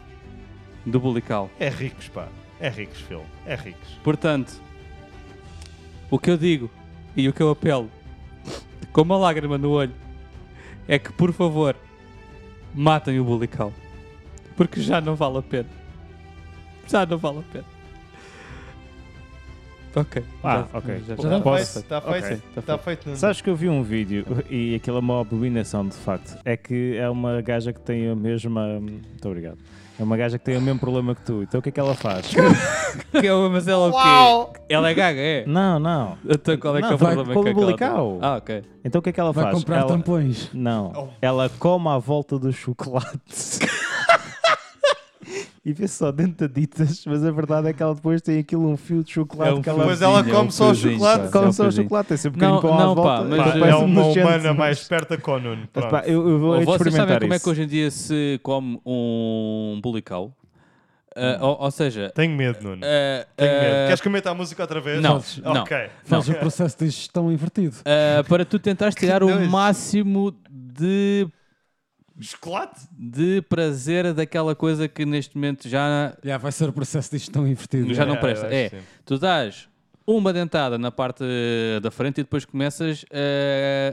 S5: do Bulical.
S4: É ricos, pá. É ricos, Phil. É ricos.
S5: Portanto, o que eu digo e o que eu apelo, com uma lágrima no olho, é que, por favor, matem o Bulical. Porque já não vale a pena. Já não vale a pena. Ok.
S6: Ah, ok.
S4: Está
S5: já- já-
S4: Tá feito,
S6: Posso?
S4: está
S6: Ok.
S4: feito.
S5: Tá
S4: Está feito. Nuno.
S6: Sabes que eu vi um vídeo e aquilo é uma abominação de facto. É que é uma gaja que tem a mesma. Muito obrigado. É uma gaja que tem o mesmo problema que tu. Então o que é que ela faz?
S5: Que é uma- mas ela o quê? Ela é gaga, é?
S6: não, não.
S5: Então qual é que é
S6: Não,
S5: o
S6: vai
S5: problema
S6: com o
S5: que aquela
S6: Bulical.
S5: tem? Ah, ok.
S6: Então o que é que ela
S1: Vai
S6: faz?
S1: comprar
S6: ela...
S1: tampões.
S6: Não.
S4: Oh.
S6: Ela come à volta do chocolate. e vê só dentaditas, mas a verdade é que ela depois tem aquilo um fio de chocolate
S5: É um
S6: que ela
S4: Depois ela
S5: Sim, é um
S4: come só o
S5: coisinho,
S4: chocolate.
S5: pá.
S6: come
S5: é um
S6: só o
S5: fiozinho.
S6: chocolate, é sempre um
S5: Não,
S6: bocadinho pão à
S5: não, pá,
S6: volta.
S5: mas-
S4: Pá,
S6: Pá,
S5: Mas
S4: É
S6: parece um
S4: uma
S6: nojento.
S4: humana mais esperta que o Nuno. Pronto.
S6: Pá, eu, eu vou
S5: Ou vocês
S6: experimentar
S5: sabem como é
S6: isso.
S5: que hoje em dia se come um bulical? Ah,
S6: Hum.
S5: ou, ou seja,
S4: Tenho medo, Nuno.
S5: ah,
S4: Tenho medo.
S5: ah,
S4: Queres comentar a música outra vez?
S5: Não, não.
S4: Ok.
S1: Faz o processo de gestão invertido.
S5: ah, para tu
S6: (laughs)
S5: tentares tirar o
S4: nojo.
S5: máximo de,
S4: Chocolate?
S5: de prazer daquela coisa que neste momento já,
S1: Já vai ser o processo de gestão invertido.
S5: já
S1: é.
S5: não
S4: eu
S5: presta.
S4: acho
S5: É,
S4: que sim.
S5: tu dás uma dentada na parte da frente e depois começas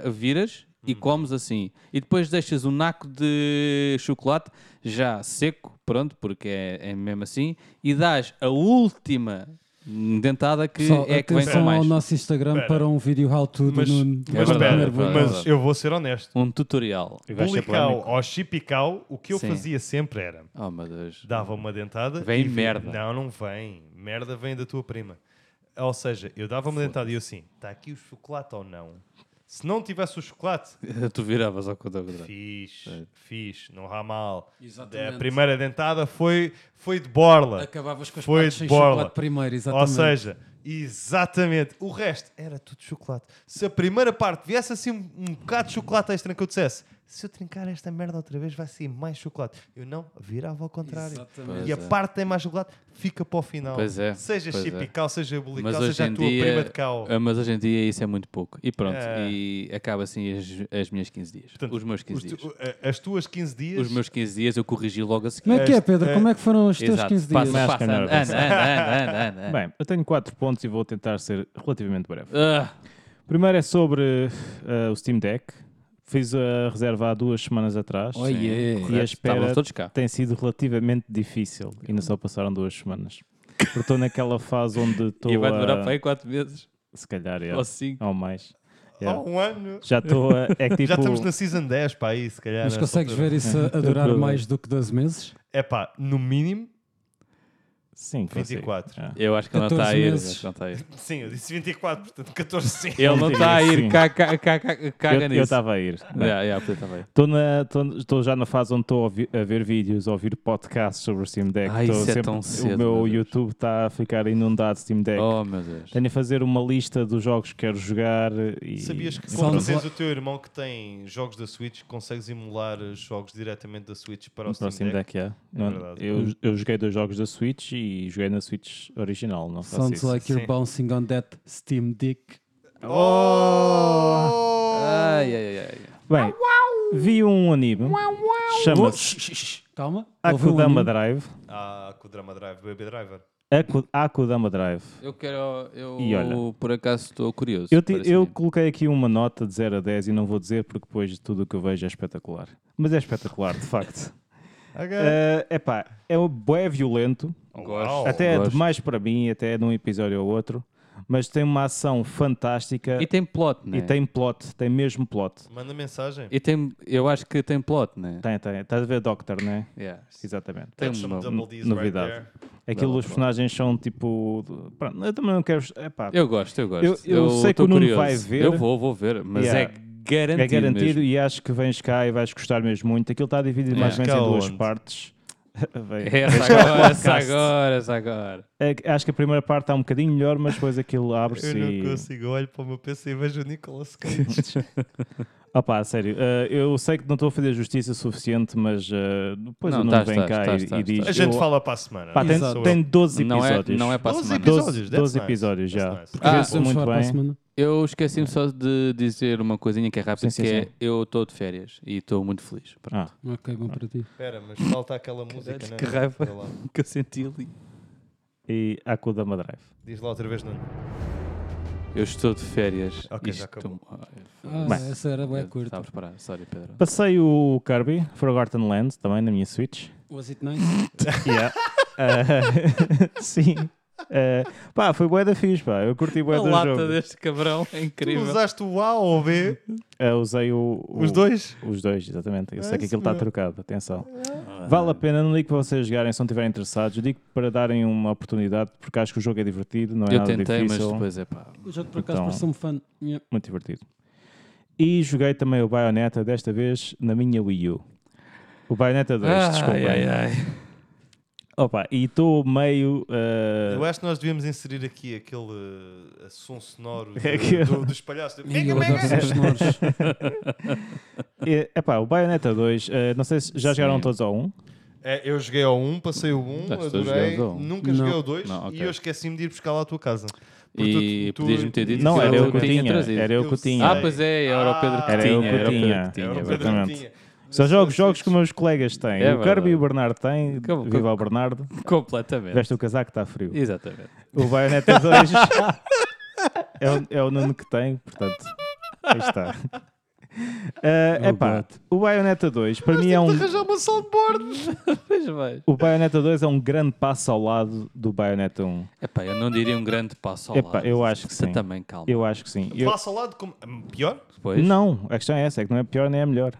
S5: a viras e
S4: Uhum.
S5: comes assim. E depois deixas um naco de chocolate já seco, pronto, porque é, é mesmo assim, e dás a última dentada que
S1: Pessoal,
S5: é que vem com
S1: atenção ao
S5: mais.
S1: nosso Instagram
S4: Espera.
S1: para um vídeo how to do
S4: Mas,
S1: Nuno.
S4: mas
S1: do
S5: verdade,
S4: espera,
S1: primeiro
S5: é
S1: banco.
S5: verdade.
S4: mas eu vou ser honesto.
S5: Um tutorial.
S6: E vais ser
S4: Bulical
S6: polémico.
S4: ou chipicau, o que eu
S5: Sim.
S4: fazia sempre era
S5: Oh meu Deus. (laughs)
S4: dava uma dentada.
S5: Vem
S4: e vi-
S5: merda.
S4: Não, não vem. Merda vem da tua prima. Ou seja, eu dava uma dentada e eu assim, está aqui o chocolate ou não? Se não tivesse o
S5: (laughs)
S4: chocolate,
S5: tu viravas ao conta quadrada.
S4: fiz, fiz, não há mal.
S1: Exatamente.
S4: A primeira dentada foi, foi de borla.
S1: Acabavas com as
S4: Foi
S1: partes
S4: de
S1: sem
S4: borla.
S1: chocolate primeiro, exatamente.
S4: Ou seja, exatamente. O resto era tudo chocolate. Se a primeira parte viesse assim um, um bocado de chocolate extra que eu dissesse, se eu trincar esta merda outra vez vai ser mais chocolate. Eu não virava ao contrário.
S1: Exatamente.
S4: E a
S5: Pois é.
S4: parte que tem mais chocolate fica para o final.
S5: Pois é,
S4: Seja
S5: pois é.
S4: chipical, seja bulical,
S5: Mas hoje,
S4: seja a
S5: em
S4: tua prima de
S5: dia,
S4: cal.
S5: ah, mas hoje em dia isso é muito pouco. E pronto,
S4: É.
S5: e acaba assim as, as minhas 15 dias.
S4: Portanto,
S5: os meus 15
S4: Os
S5: dias.
S4: tu- a- as tuas 15 dias.
S5: Os meus 15 dias eu corrigi logo a seguir.
S1: Como é que é, Pedro?
S4: É-
S1: Como é que foram os teus
S5: Exato.
S1: 15 dias?
S5: Passa, passa,
S6: Acho que é
S5: anda,
S6: melhor
S5: anda, anda, anda, anda, anda.
S6: Bem, eu tenho 4 pontos e vou tentar ser relativamente breve.
S5: Ah,
S6: Primeiro é sobre eh, o Steam Deck. Fiz a reserva há duas semanas atrás.
S1: Oh, yeah.
S5: correto.
S6: E a espera-
S5: Estávamos todos cá.
S6: Tem sido relativamente difícil. Ainda só passaram duas semanas. Porque estou naquela
S5: (laughs)
S6: fase onde estou.
S5: E vai
S6: a-
S5: demorar para aí 4 meses
S6: Se calhar, é.
S5: ou 5.
S6: Ou mais.
S4: Há
S6: Yeah.
S4: um ano.
S6: Já estou a.
S4: (laughs)
S6: É que tipo.
S4: Já estamos na season 10 para aí, se calhar. né?
S1: Mas
S4: nessa
S1: consegues
S4: altura.
S1: ver isso a durar mais do que 12 meses?
S4: É pá, no mínimo
S6: Sim, consigo. Ah.
S4: 24.
S6: Yeah.
S5: Eu acho que ele não está a
S1: 14
S5: ir.
S1: meses.
S5: acho que não está a ir.
S4: Sim, eu disse 24, portanto 14 sim.
S5: Ele não está a
S6: Sim.
S5: ir. Cá, cá, cá, cá,
S6: Eu-
S5: caga
S6: Eu
S5: nisso.
S6: estava a ir. Bem,
S5: Yeah, yeah, Pedro, estava aí.
S6: Estou na- estou- estou já na fase onde estou a, vi- a ver vídeos, a ouvir podcasts sobre o Steam Deck.
S5: Ai,
S6: Estou
S5: isso é
S6: sempre-
S5: tão cedo, meu
S6: O meu
S5: Deus.
S6: YouTube está a ficar inundado de Steam Deck.
S5: Oh meu Deus.
S6: Tenho a fazer uma lista dos jogos que quero jogar e.
S4: Sabias que se
S1: Sounds
S4: tens o teu irmão que tem jogos da Switch, consegues emular os jogos diretamente da Switch para o
S6: Para o Steam Deck, é. Não,
S4: verdade.
S6: eu, eu joguei dois jogos da Switch e joguei na Switch original, não faço
S1: Sounds
S6: isso.
S1: like
S4: Sim.
S1: you're bouncing on that Steam dick.
S4: Oh!
S5: Ai, ai, ai, ai.
S6: Bem, vi um anime, chama-se
S1: Calma. Houve um
S6: Akudama
S1: anime.
S6: Drive.
S4: Ah, com o Drama Drive, Baby Driver.
S6: Aku- Akudama Drive.
S5: Eu quero.
S6: E olha.
S5: Eu por acaso estou curioso.
S6: Eu, ti-
S5: para esse
S6: eu
S5: anime.
S6: coloquei aqui uma nota de 0 a 10 e não vou dizer porque depois tudo o que eu vejo é espetacular. Mas é espetacular, de
S5: (laughs)
S6: facto. É epá, é um bué violento,
S5: Gosto.
S6: até é
S5: Gosto.
S6: demais para mim, até é de um episódio ao outro, mas tem uma ação fantástica
S5: E tem plot, né?
S6: e tem plot, tem mesmo plot.
S4: Manda mensagem.
S5: E tem. Eu acho que tem plot, né?
S6: Tem, tem. Estás a ver Doctor, não é?
S5: Yeah.
S6: Exatamente.
S5: Tem
S4: That's some
S5: uma
S4: double Ds
S6: novidade.
S4: Right there.
S6: Aquilo,
S5: Bela
S6: os personagens são tipo. de- Pronto, eu também não quero. Epá,
S5: Eu gosto, eu gosto.
S6: Eu- eu sei que
S5: tô
S6: o Nuno
S5: curioso.
S6: vai ver.
S5: Eu vou, vou ver, mas
S6: Yeah.
S5: é garantido.
S6: é garantido
S5: mesmo.
S6: e acho que vens cá e vais gostar mesmo muito. Aquilo está dividido
S5: É.
S6: mais ou menos
S4: Cá
S6: em duas
S4: onde?
S6: partes. (laughs) Vem.
S5: É
S6: (laughs)
S5: Essa agora, essa agora, essa agora.
S6: É que Acho que a primeira parte está um bocadinho melhor, mas depois aquilo
S4: Eu
S6: abre-se
S4: não
S6: e.
S4: consigo, olho para o meu PC e vejo o Nicolas Cage.
S6: Opá, sério, eh, eu sei que não estou a fazer justiça suficiente, mas eh, depois
S5: Não,
S6: o Nuno
S5: estás,
S6: vem
S5: estás,
S6: cá
S5: estás,
S6: e-
S5: estás,
S6: e diz.
S4: A gente
S6: eu-
S4: fala para a semana.
S6: Pá, tem,
S1: Exato.
S6: tem 12
S5: Não é,
S6: episódios.
S5: não é para a
S4: 12
S5: semana.
S4: episódios.
S6: 12,
S4: that's
S6: 12
S4: nice.
S6: episódios já.
S4: That's nice.
S5: Ah,
S1: Vamos
S6: muito
S1: falar para a
S6: bem.
S1: semana.
S5: Eu esqueci-me só de dizer uma coisinha que é rápida,
S6: Sim, sim,
S5: que é
S6: sim.
S5: eu estou de férias e estou muito feliz. Pronto.
S6: Ah,
S1: Ok, bom para ti.
S4: Espera, mas falta aquela música,
S5: Caralho,
S4: não é?
S5: que raiva.
S4: Vê lá.
S5: Que eu senti ali.
S6: e Akudama Drive.
S4: Diz lá outra vez, Nuno.
S5: Eu estou de férias. é
S4: Ok, já acabou.
S1: Ah,
S6: Bem.
S1: essa era bem curta.
S5: Sabes parar. Tá Sorry, Pedro.
S6: Passei o Kirby Forgotten Lands também na minha Switch.
S1: Was it nice?
S4: (laughs)
S6: Yeah. Ah, (laughs) sim. Ah, pá, foi bué da fixe, pá. Eu curti bué
S5: A
S6: do
S5: lata
S6: jogo.
S5: deste cabrão é
S4: Tu
S5: incrível.
S4: usaste o A ou o B?
S6: Ah, usei o, o-
S4: Os dois?
S6: Os dois, exatamente. Eu sei que
S4: isso
S6: aquilo está
S4: mesmo.
S6: trocado, atenção. Vale a pena, não digo para vocês jogarem se não estiverem interessados. Eu digo para darem uma oportunidade, porque acho que o jogo é divertido, não é
S5: Eu
S6: nada
S5: tentei, mas
S6: difícil.
S5: depois é pá.
S1: O jogo por acaso
S6: Então.
S1: pareceu-me fã. Yeah.
S6: Muito divertido. E joguei também o Bayonetta, desta vez na minha Wii U. O Bayonetta 2,
S5: Ai,
S6: desculpa.
S5: ai, ai.
S6: Opa, e estou meio.
S5: É.
S6: ah,
S4: Eu acho que nós devíamos inserir aqui aquele eh, som
S5: (laughs)
S4: sonoro do-
S5: É
S6: Aquele-
S4: do- dos palhaços.
S1: E
S4: Mega,
S1: eu adoro
S4: mega!
S1: sons sonoros.
S6: (laughs) É, epá, o Bayonetta 2, eh, não sei se já jogaram
S5: Sim.
S6: todos ao 1.
S4: É, eu joguei ao 1, passei o 1,
S5: Estás todos
S4: adorei,
S5: jogados ao um.
S4: nunca
S1: Não.
S4: joguei ao 2
S5: Não, ok.
S4: e eu esqueci-me de ir buscar lá à tua casa.
S5: E podias-me ter dito
S6: Não,
S5: que
S6: era
S5: eu
S6: eu que
S5: tinha
S6: tinha.
S5: trazido.
S6: Era eu que
S4: Eu sei.
S6: tinha.
S5: Ah, pois é, era o Pedro que
S6: Era eu
S5: tinha.
S6: que
S5: Era o Pedro
S6: tinha.
S5: que tinha.
S4: Era o
S5: é
S4: Pedro
S5: verdade.
S6: exatamente.
S4: Tinha.
S6: Só
S4: Nesse
S6: jogo jogos
S4: Switch.
S6: que meus colegas têm.
S5: É
S6: o Kirby
S5: verdade. É.
S6: e o Bernardo têm.
S5: Como-
S6: Viva o Bernardo.
S5: Completamente.
S6: Veste o casaco, está frio.
S5: Exatamente.
S6: O Bayonetta 2 é, o, é o nome que tem, portanto. Aí está. Eh,
S1: Oh,
S6: epá, o Bayonetta 2 para mim é um.
S4: Arranjar uma soundboard!
S5: Pois vais.
S6: O Bayonetta 2 é um grande passo ao lado do Bayonetta 1.
S5: Epá, eu não diria um grande passo ao
S6: Epá,
S5: lado.
S6: eu acho que
S5: Você
S6: sim.
S5: também calma.
S6: Eu acho que sim. Eu-
S4: Passa ao lado como. Pior?
S5: Depois.
S6: Não, a questão é essa, é que não é pior nem é melhor.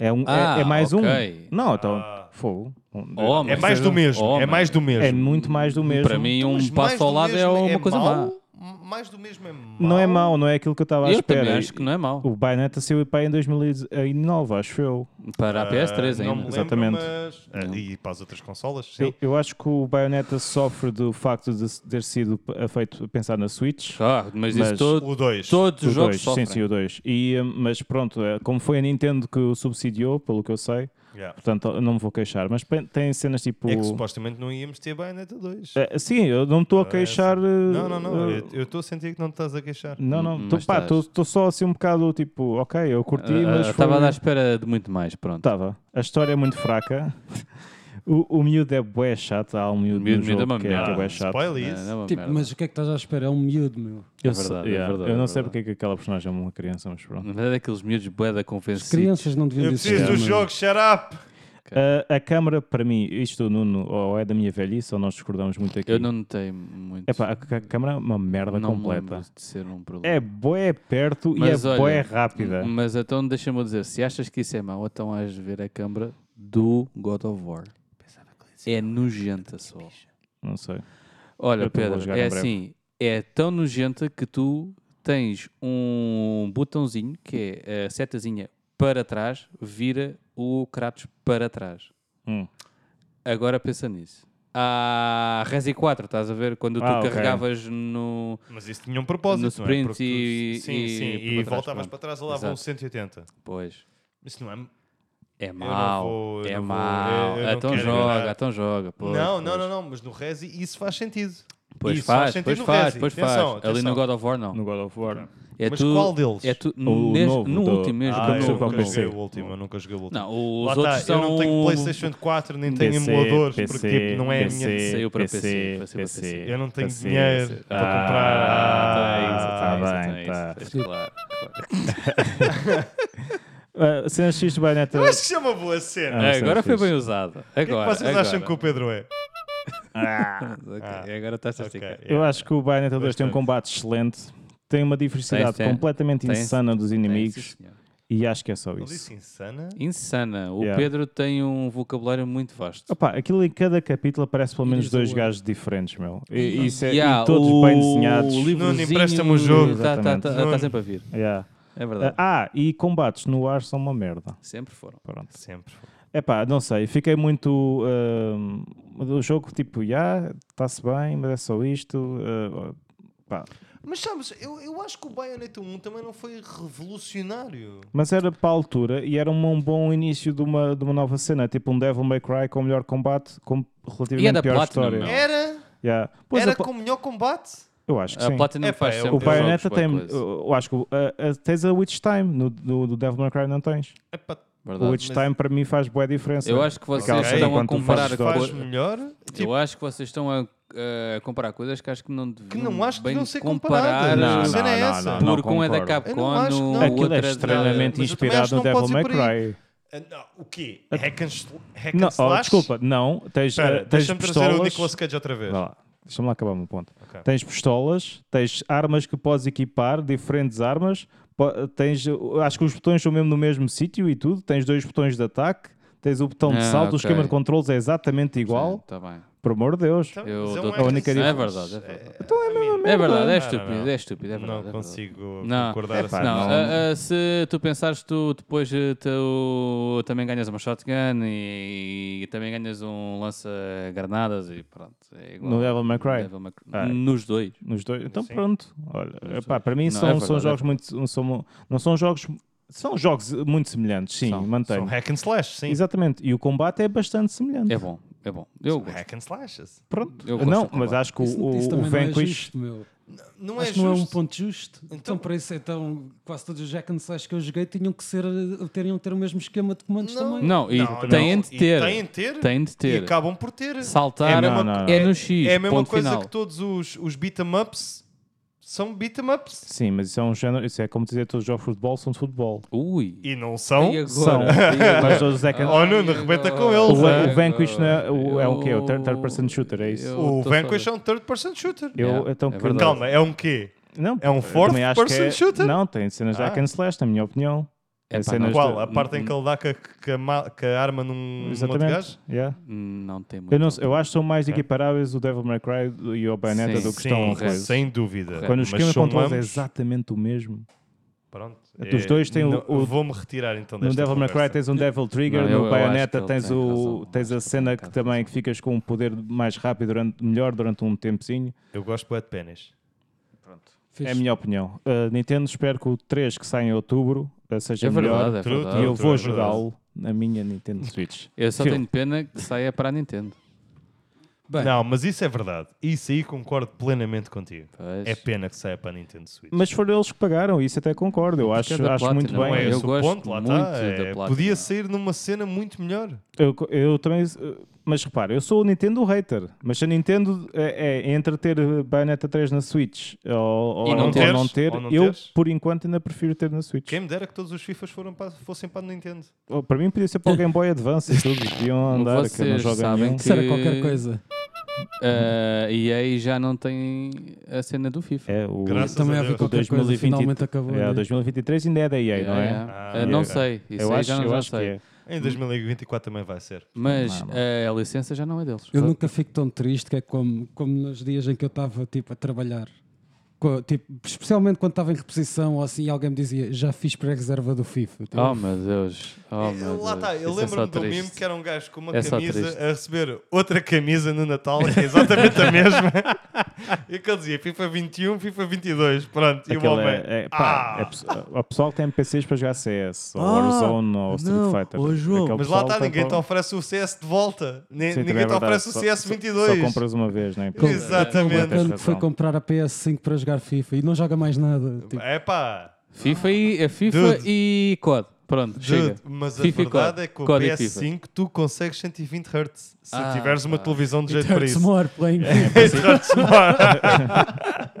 S6: É, um, é-
S5: Ah,
S6: é, mais
S5: ok.
S6: um. Não, então,
S4: Ah.
S6: fogo.
S5: Oh,
S4: É
S5: mas
S4: mais
S5: seja-
S4: do mesmo,
S5: Oh,
S4: é
S5: mas-
S4: mais do mesmo.
S6: É muito mais do mesmo.
S5: Para mim,
S4: Mas
S5: um
S4: mais
S5: passo
S4: do
S5: ao lado é
S4: mesmo
S5: uma coisa má.
S4: mau? Mais do mesmo é mau?
S6: Não é mau, não é aquilo que eu estava à
S5: Eu
S6: espera.
S5: também acho que não é mau.
S6: O Bayonetta saiu para aí em 2009, acho eu.
S5: Para a PS3
S4: Ah,
S5: ainda.
S4: Não me lembro,
S6: Exatamente.
S4: mas- Ah, E para as outras consolas, sim.
S6: eu. Eu acho que o Bayonetta sofre do facto de se- ter sido p- eh, feito a pensar na Switch.
S5: Ah, mas isso
S6: Mas
S5: todo,
S4: O 2.
S5: todos os
S6: o
S5: jogos
S6: dois,
S5: sofrem.
S6: Sim, sim, o 2. Mas pronto, eh, como foi a Nintendo que o subsidiou, pelo que eu sei, portanto eu não me vou queixar. Mas pe- tem cenas tipo.
S4: É que supostamente não íamos ter Bayonetta 2.
S5: É.
S6: Eh, sim, eu não
S5: Ah,
S6: estou a
S4: é
S6: queixar. eh,
S4: Não, não, não. eu- Eu estou a sentir que não te estás a queixar.
S6: Não, não,
S5: Hum,
S6: tô-
S5: mas
S6: pá,
S5: estás.
S6: estou só assim um bocado tipo, ok, eu curti,
S5: Ah,
S6: mas
S5: ah,
S6: foi-
S5: Estava à espera de muito mais, pronto.
S6: Tava. A história é muito fraca. (laughs) O, o miúdo é bué chato, há um miúdo,
S5: miúdo-
S6: no
S5: miúdo é
S6: jogo
S5: uma
S6: que, é, que é
S5: merda.
S6: bué chato.
S4: Spoiler
S5: Não,
S4: isso.
S5: não é uma
S1: Tipo,
S5: merda.
S1: mas o que é que estás à espera? É um miúdo, meu.
S6: Eu,
S5: É
S6: sei-
S5: verdade, é
S6: yeah,
S5: verdade,
S6: eu
S5: é
S6: não sei
S5: verdade.
S6: porque é que aquela personagem é uma criança, mas pronto.
S5: Na verdade, aqueles miúdos boeda
S1: As
S5: convencidos.
S1: crianças não
S4: Eu
S1: deviam dizer.
S5: é
S4: preciso do
S1: mano.
S4: jogo, shut up!
S6: A, a câmara, para mim, isto Nuno, ou é da minha velhice, ou nós discordamos muito aqui.
S5: Eu não notei muito.
S6: Epá, a, a câmara é uma merda
S5: não me
S6: completa.
S5: lembro de ser um problema.
S6: É bué perto
S5: Mas
S6: e é
S5: olha,
S6: bué rápida.
S5: Mas então deixa-me dizer, se achas que isso é mau, então has de ver a câmara do God of War. É nojenta só.
S6: Não sei.
S5: Olha,
S6: Eu também vou
S5: Pedro,
S6: jogar
S5: é
S6: em breve.
S5: assim, é tão nojenta que tu tens um botãozinho que é a setazinha para trás, vira o Kratos para trás.
S6: Hum.
S5: Agora pensa nisso. A Resi 4, estás a ver? Quando tu
S6: Ah, ok.
S5: carregavas no.
S4: Mas isso tinha um propósito,
S5: No
S4: não é?
S5: sprint
S4: Porque
S5: e-
S4: sim,
S5: e-
S4: sim,
S5: e
S4: e,
S5: para trás,
S4: voltavas
S5: pronto.
S4: para trás e lá vão
S5: Exato.
S4: 180.
S5: Pois.
S4: Isso não é...
S5: É
S4: não
S5: mau.
S4: vou- eu
S5: é
S4: não vou-
S5: mau.
S4: eu- eu não
S5: então
S4: quero
S5: joga,
S4: jogar.
S5: então joga. Pois,
S4: não, não,
S5: pois.
S4: não, não, mas no Rezi isso faz sentido.
S5: Pois
S4: Isso faz
S5: faz,
S4: sentido
S5: pois
S4: no
S5: faz,
S4: Resi.
S5: pois
S4: Atenção,
S5: faz. Ali
S4: atenção.
S5: no God of War não.
S6: No God of War.
S5: É
S4: Mas
S5: tu,
S4: qual deles?
S5: É tu,
S6: O
S5: neste-
S6: novo,
S5: no
S6: do-
S5: último mesmo.
S6: Ah,
S5: no
S6: eu
S5: novo.
S6: sou
S4: nunca
S6: PC.
S4: joguei é o último, eu nunca joguei o último.
S5: Não, os
S6: tá,
S4: Lá
S5: outros
S4: está,
S5: são...
S4: eu não tenho Playstation 4, nem tenho
S6: PC,
S4: emuladores, porque
S6: PC,
S4: tipo, não é a minha...
S6: PC,
S5: Saiu para
S6: PC,
S5: PC, saiu para
S6: PC.
S5: PC.
S4: Eu não tenho
S6: PC.
S4: dinheiro para
S6: Ah,
S4: comprar.
S6: tá
S5: Ah, tem isso,
S6: bem,
S5: tem isso,
S6: tá.
S5: tem isso, É, tem isso, claro, claro.
S6: Ah, cenas X do Bayonetta.
S4: Eu acho que (laughs) isso é uma boa cena.
S6: Ah, isso é
S5: Agora foi
S6: fixe.
S5: bem usado.
S4: o que é que
S5: Agora,
S4: vocês acham que o
S5: agora.
S4: Pedro é?
S5: Ok,
S4: Ah.
S5: Agora tá estás a
S4: Ok, é.
S5: esticar.
S6: Eu acho que o Bayonetta 2 tem um
S4: Bastante.
S6: combate excelente, tem uma diversidade
S5: Tem, tem.
S6: completamente
S5: Tem,
S6: insana dos
S5: Tem,
S6: inimigos
S5: sim, senhor.
S6: e acho que é só
S4: Ele
S6: isso.
S4: disse insana?
S5: Insana. O
S6: Yeah.
S5: Pedro tem um vocabulário muito vasto.
S6: Opa, aquilo em cada capítulo aparece pelo menos
S1: Diz o Uhum.
S6: dois
S1: outro.
S6: gajos diferentes, meu. E, isso é,
S5: Yeah,
S6: e todos
S5: o-
S6: bem desenhados.
S5: O livrozinho tá,
S4: Nuno, empresta-me o jogo.
S5: Está
S6: Exatamente.
S4: Nuno.
S5: tá sempre a vir.
S6: Yeah.
S5: É verdade.
S6: Ah, e combates no ar são uma merda.
S5: Sempre foram.
S6: Pronto.
S4: Sempre.
S6: Epá, não sei, fiquei muito. hum, do jogo, tipo, já, está-se bem, mas é só isto. ah, pá.
S4: Mas sabes, eu, eu acho que o Bayonetta 1 também não foi revolucionário.
S6: Mas era para a altura e era um, um bom início de uma, de uma nova cena, tipo um Devil May Cry com melhor combate, com
S5: E é da
S6: relativamente pior
S5: Platinum,
S6: história.
S5: Não.
S4: Era?
S6: Yeah. Pois é,
S4: era
S6: a pla-
S4: com o melhor combate?
S6: Eu acho que
S5: A
S6: sim.
S5: Platinum
S4: Epá,
S5: faz
S4: é o-
S5: sempre
S6: O
S4: Os
S6: Bayonetta
S5: jogos,
S6: tem.
S5: bué coisa.
S6: Eu eu acho que uh, uh, tens a Witch Time, no, do, do Devil May Cry não tens.
S4: Epá,
S5: Verdade.
S6: o Witch
S4: mas-
S6: Time para mim faz boa diferença.
S5: Eu acho que vocês
S4: Ok,
S5: estão a
S6: quando tu
S5: comparar
S6: fazes
S5: a
S4: faz
S5: coisa.
S4: melhor? tipo,
S5: Eu acho que vocês estão a eh, comparar coisas que acho que não
S4: Que
S5: deviam
S4: não acho que
S5: bem
S4: não ser
S5: comparar.
S4: comparar.
S6: Não,
S4: A
S6: não,
S4: cena é
S6: não,
S4: essa.
S6: não,
S5: Porque um é da
S6: concordo.
S5: Capcom,
S4: Eu não acho que não.
S5: o
S6: Aquilo
S5: outro
S6: é
S5: é da...
S4: mas
S6: extremamente
S4: eu
S6: inspirado no
S4: também acho
S6: Devil
S4: que não
S6: May
S4: pode ser por aí.
S6: Cry.
S4: Ah, não, o quê? Hack and, sl- hack
S6: É- Não,
S4: and
S6: oh,
S4: slash?
S6: desculpa, não. Tens,
S4: Espera,
S6: eh, tens
S4: deixa-me trazer o
S6: pistolas.
S4: Nicolas Cage outra vez.
S6: Vá lá, Deixa-me lá acabar o meu ponto.
S4: Ok.
S6: Tens pistolas, tens armas que podes equipar, diferentes armas. po- Tens, uh, acho que os botões são mesmo no mesmo sítio e tudo. Tens dois botões de ataque, tens o botão de
S5: Ah,
S6: salto. O
S5: ok.
S6: esquema de controles é exatamente igual. Tá
S5: Está tá bem.
S6: Por amor de Deus.
S4: Então,
S5: Eu
S4: mas é
S5: dou-
S4: um
S5: a
S4: hack and
S6: única
S4: slash.
S5: diferença- É verdade,
S4: I mean,
S5: É verdade, é
S4: não,
S5: estúpido,
S4: não.
S5: é estúpido, é verdade. é
S4: Não
S5: verdade.
S4: consigo
S5: Não.
S4: concordar assim.
S5: Não,
S6: não.
S5: ah, ah, se tu pensares tu depois eh, tu também ganhas uma shotgun e, e também ganhas um lança-granadas e pronto. É igual.
S6: No Devil May Cry.
S5: Devil May
S6: Ah.
S5: Nos dois.
S6: Nos dois. Então
S4: Sim.
S6: pronto. Olha, epá, para mim
S5: Não,
S6: são,
S5: é
S6: são
S5: verdade,
S6: jogos
S5: é
S6: muito. Não são, não são jogos. São jogos muito semelhantes, sim,
S5: São,
S6: mantenho.
S4: São hack and slash, sim.
S6: Exatamente. E o combate é bastante semelhante.
S5: É bom, é bom. Eu
S4: São
S5: gosto.
S4: hack and slashes.
S6: Pronto.
S5: Eu gosto
S6: não,
S5: do
S6: mas
S5: combate.
S6: acho que o,
S1: Isso não- isso
S6: o, o
S1: também não é
S6: Vanquish.
S1: justo, meu.
S4: Não é
S1: Acho que não é um
S4: justo.
S1: ponto justo. Então, por isso, então, quase todos os Jack and Slash que eu joguei tinham que ser, teriam que ter o mesmo esquema de comandos
S6: é-
S1: também.
S5: Não, e
S4: Não,
S5: têm
S4: não.
S5: de
S4: E
S5: ter.
S4: têm de ter.
S5: Têm de
S4: E
S5: ter.
S4: acabam por ter.
S5: Saltar
S4: É
S5: é,
S4: a mesma-
S6: não, não.
S5: no X.
S4: é a mesma
S5: ponto
S4: coisa
S5: final.
S4: que todos os, os beat-em-ups são beat-em-ups.
S6: Sim, mas isso é um género. Isso é como dizer todos os jogos de futebol são de futebol.
S5: Ui.
S4: E não
S5: E
S4: são.
S5: agora?
S6: São.
S5: (laughs) E agora?
S6: (laughs) Mas todos os Zack and-
S4: Oh, Nuno, arrebenta com eles,
S6: O,
S4: Pois
S6: Va-
S4: é.
S6: o Vanquish não é, o, é o quê? O third, third person shooter, é isso?
S5: Eu-
S4: O
S5: tô
S4: Vanquish é
S5: fora.
S4: um third-person shooter.
S6: Eu,
S5: Yeah,
S6: então,
S5: é
S6: que-
S5: verdade.
S4: Calma, é um quê?
S6: Não,
S4: É um
S6: eu
S4: fourth
S6: também acho que
S4: person
S6: é-
S4: shooter?
S6: Não, tem cenas de
S4: Ah.
S6: hack and slash, na minha opinião.
S5: É
S6: Tem
S5: pá,
S6: cenas
S5: não.
S6: de-
S4: Qual? A parte em que ele dá com a, com a ma- com a arma num num outro
S6: Exatamente.
S4: gajo?
S6: yeah.
S5: Não tem muito.
S6: Eu, não, sei, eu acho que são mais equiparáveis o Devil May Cry e o Bayonetta
S5: Sim.
S6: do que estão ao coisa.
S4: sem dúvida.
S6: Quando o
S4: Mas
S6: esquema de
S4: são
S6: controles é
S4: ambos-
S6: exatamente o mesmo.
S4: Pronto.
S6: É,
S4: é,
S6: Dos dois tem o-
S4: não-
S6: o-
S4: Vou-me retirar então
S6: No
S4: desta
S6: Devil May Cry
S4: conversa.
S6: tens um Devil Trigger,
S5: Não, eu-
S6: no
S5: eu
S6: Bayonetta
S5: acho que ele
S6: tens,
S5: tem
S6: o,
S5: razão,
S6: tens a
S5: acho que
S6: cena
S5: ele
S6: que
S5: tem
S6: também
S5: razão.
S6: que ficas com um poder mais rápido, durante, melhor durante um tempozinho.
S4: Eu gosto bué de pênis.
S6: É a minha opinião. Uh, Nintendo, espero que o 3 que sai em outubro uh, seja
S5: É
S6: melhor.
S5: verdade, é
S4: True,
S6: E
S5: verdade.
S6: eu
S4: Outro,
S6: vou
S4: é verdade.
S6: jogá-lo na minha Nintendo Switch.
S5: Eu só
S6: Phil.
S5: tenho pena que saia para a Nintendo.
S1: Bem.
S4: Não, mas isso é verdade. Isso aí concordo plenamente contigo.
S5: Pois.
S4: É pena que saia para a Nintendo Switch.
S6: Mas foram eles que pagaram, isso até concordo. Eu acho,
S5: é da
S6: acho muito
S5: Platinum,
S6: bem.
S4: não é
S5: eu
S4: esse o
S5: gosto
S4: ponto, lá
S5: muito
S4: está.
S5: da
S4: É,
S5: Platinum.
S4: podia sair numa cena muito melhor.
S6: Eu, eu também. uh, Mas repara, eu sou o Nintendo hater. Mas a Nintendo é, é entre ter uh, Bayonetta 3 na Switch ou, ou
S5: E não
S6: ou
S5: teres,
S6: não ter,
S4: ou não
S6: eu
S4: teres.
S6: por enquanto ainda prefiro ter na Switch.
S4: Quem me dera que todos os FIFAs foram para- fossem para a Nintendo.
S6: Ou, Para mim podia ser para o Game Boy Advance e tudo. Podiam
S5: Como
S6: andar, que eu não
S5: vocês
S6: joga
S5: sabem
S6: nenhum.
S5: que-
S1: Isso era qualquer coisa.
S5: Ah, e aí já não tem a cena do FIFA.
S6: É, o,
S4: Graças
S1: Também
S4: a
S1: havia
S4: Deus.
S1: qualquer
S6: 2020
S1: coisa, finalmente acabou.
S6: é,
S1: né?
S6: o 2023 ainda é da EA, não é?
S5: Ah,
S4: Ah,
S5: não
S4: ok.
S5: sei. Isso
S6: Eu
S5: aí
S6: acho,
S5: já não
S6: eu
S5: já
S6: acho que
S5: sei.
S6: é.
S5: Hum.
S4: Em 2024 também vai ser.
S5: Mas
S6: Não,
S5: eh, a licença já não é deles.
S1: Eu nunca fico tão triste que é como, como nos dias em que eu estava tipo, a trabalhar. Co- Tipo, especialmente quando estava em reposição ou assim, e alguém me dizia já fiz pré-reserva do FIFA. Tipo,
S5: Oh meu Deus. Oh, meu
S4: lá
S5: Deus.
S4: está, eu
S5: Isso é
S4: lembro-me
S5: só
S4: do
S5: triste.
S4: mimo que era um gajo com uma
S5: É só
S4: camisa
S5: triste.
S4: a receber outra camisa no Natal, que é exatamente a mesma. e que ele dizia FIFA 21, FIFA 22. Pronto, e o
S6: Aquele
S4: homem.
S6: é, é, pá,
S4: Ah!
S6: é pes- o pessoal que tem PCs para jogar CS, ou
S1: Ah,
S6: Warzone, ou Street
S1: não,
S6: Fighter.
S1: ô, João.
S6: Aquele
S4: Mas lá
S6: pessoal
S4: está,
S6: tem
S4: ninguém te
S6: pro-
S4: oferece o CS de volta. Ni-
S6: Sim, também
S4: ninguém
S6: é
S4: te
S6: verdade.
S4: oferece o
S6: Só-
S4: CS
S6: só-
S4: 22.
S6: Só compras uma vez, não é?
S4: Exatamente.
S1: Quando foi
S6: razão.
S1: comprar a PS5 para jogar FIFA e não joga mais nada. (laughs) Tipo,
S4: É pá.
S5: FIFA e, a FIFA
S4: Dude.
S5: e COD. Pronto, chega.
S4: Dude, mas a
S5: FIFA e
S4: verdade
S5: COD.
S4: é que o
S5: COD e
S4: PS5 tu consegues 120 Hz se
S5: Ah,
S4: tiveres uma
S5: pá.
S4: televisão de
S1: it
S4: jeito para
S1: hurts
S4: é isso. É,
S1: more playing FIFA.
S4: It hurts more.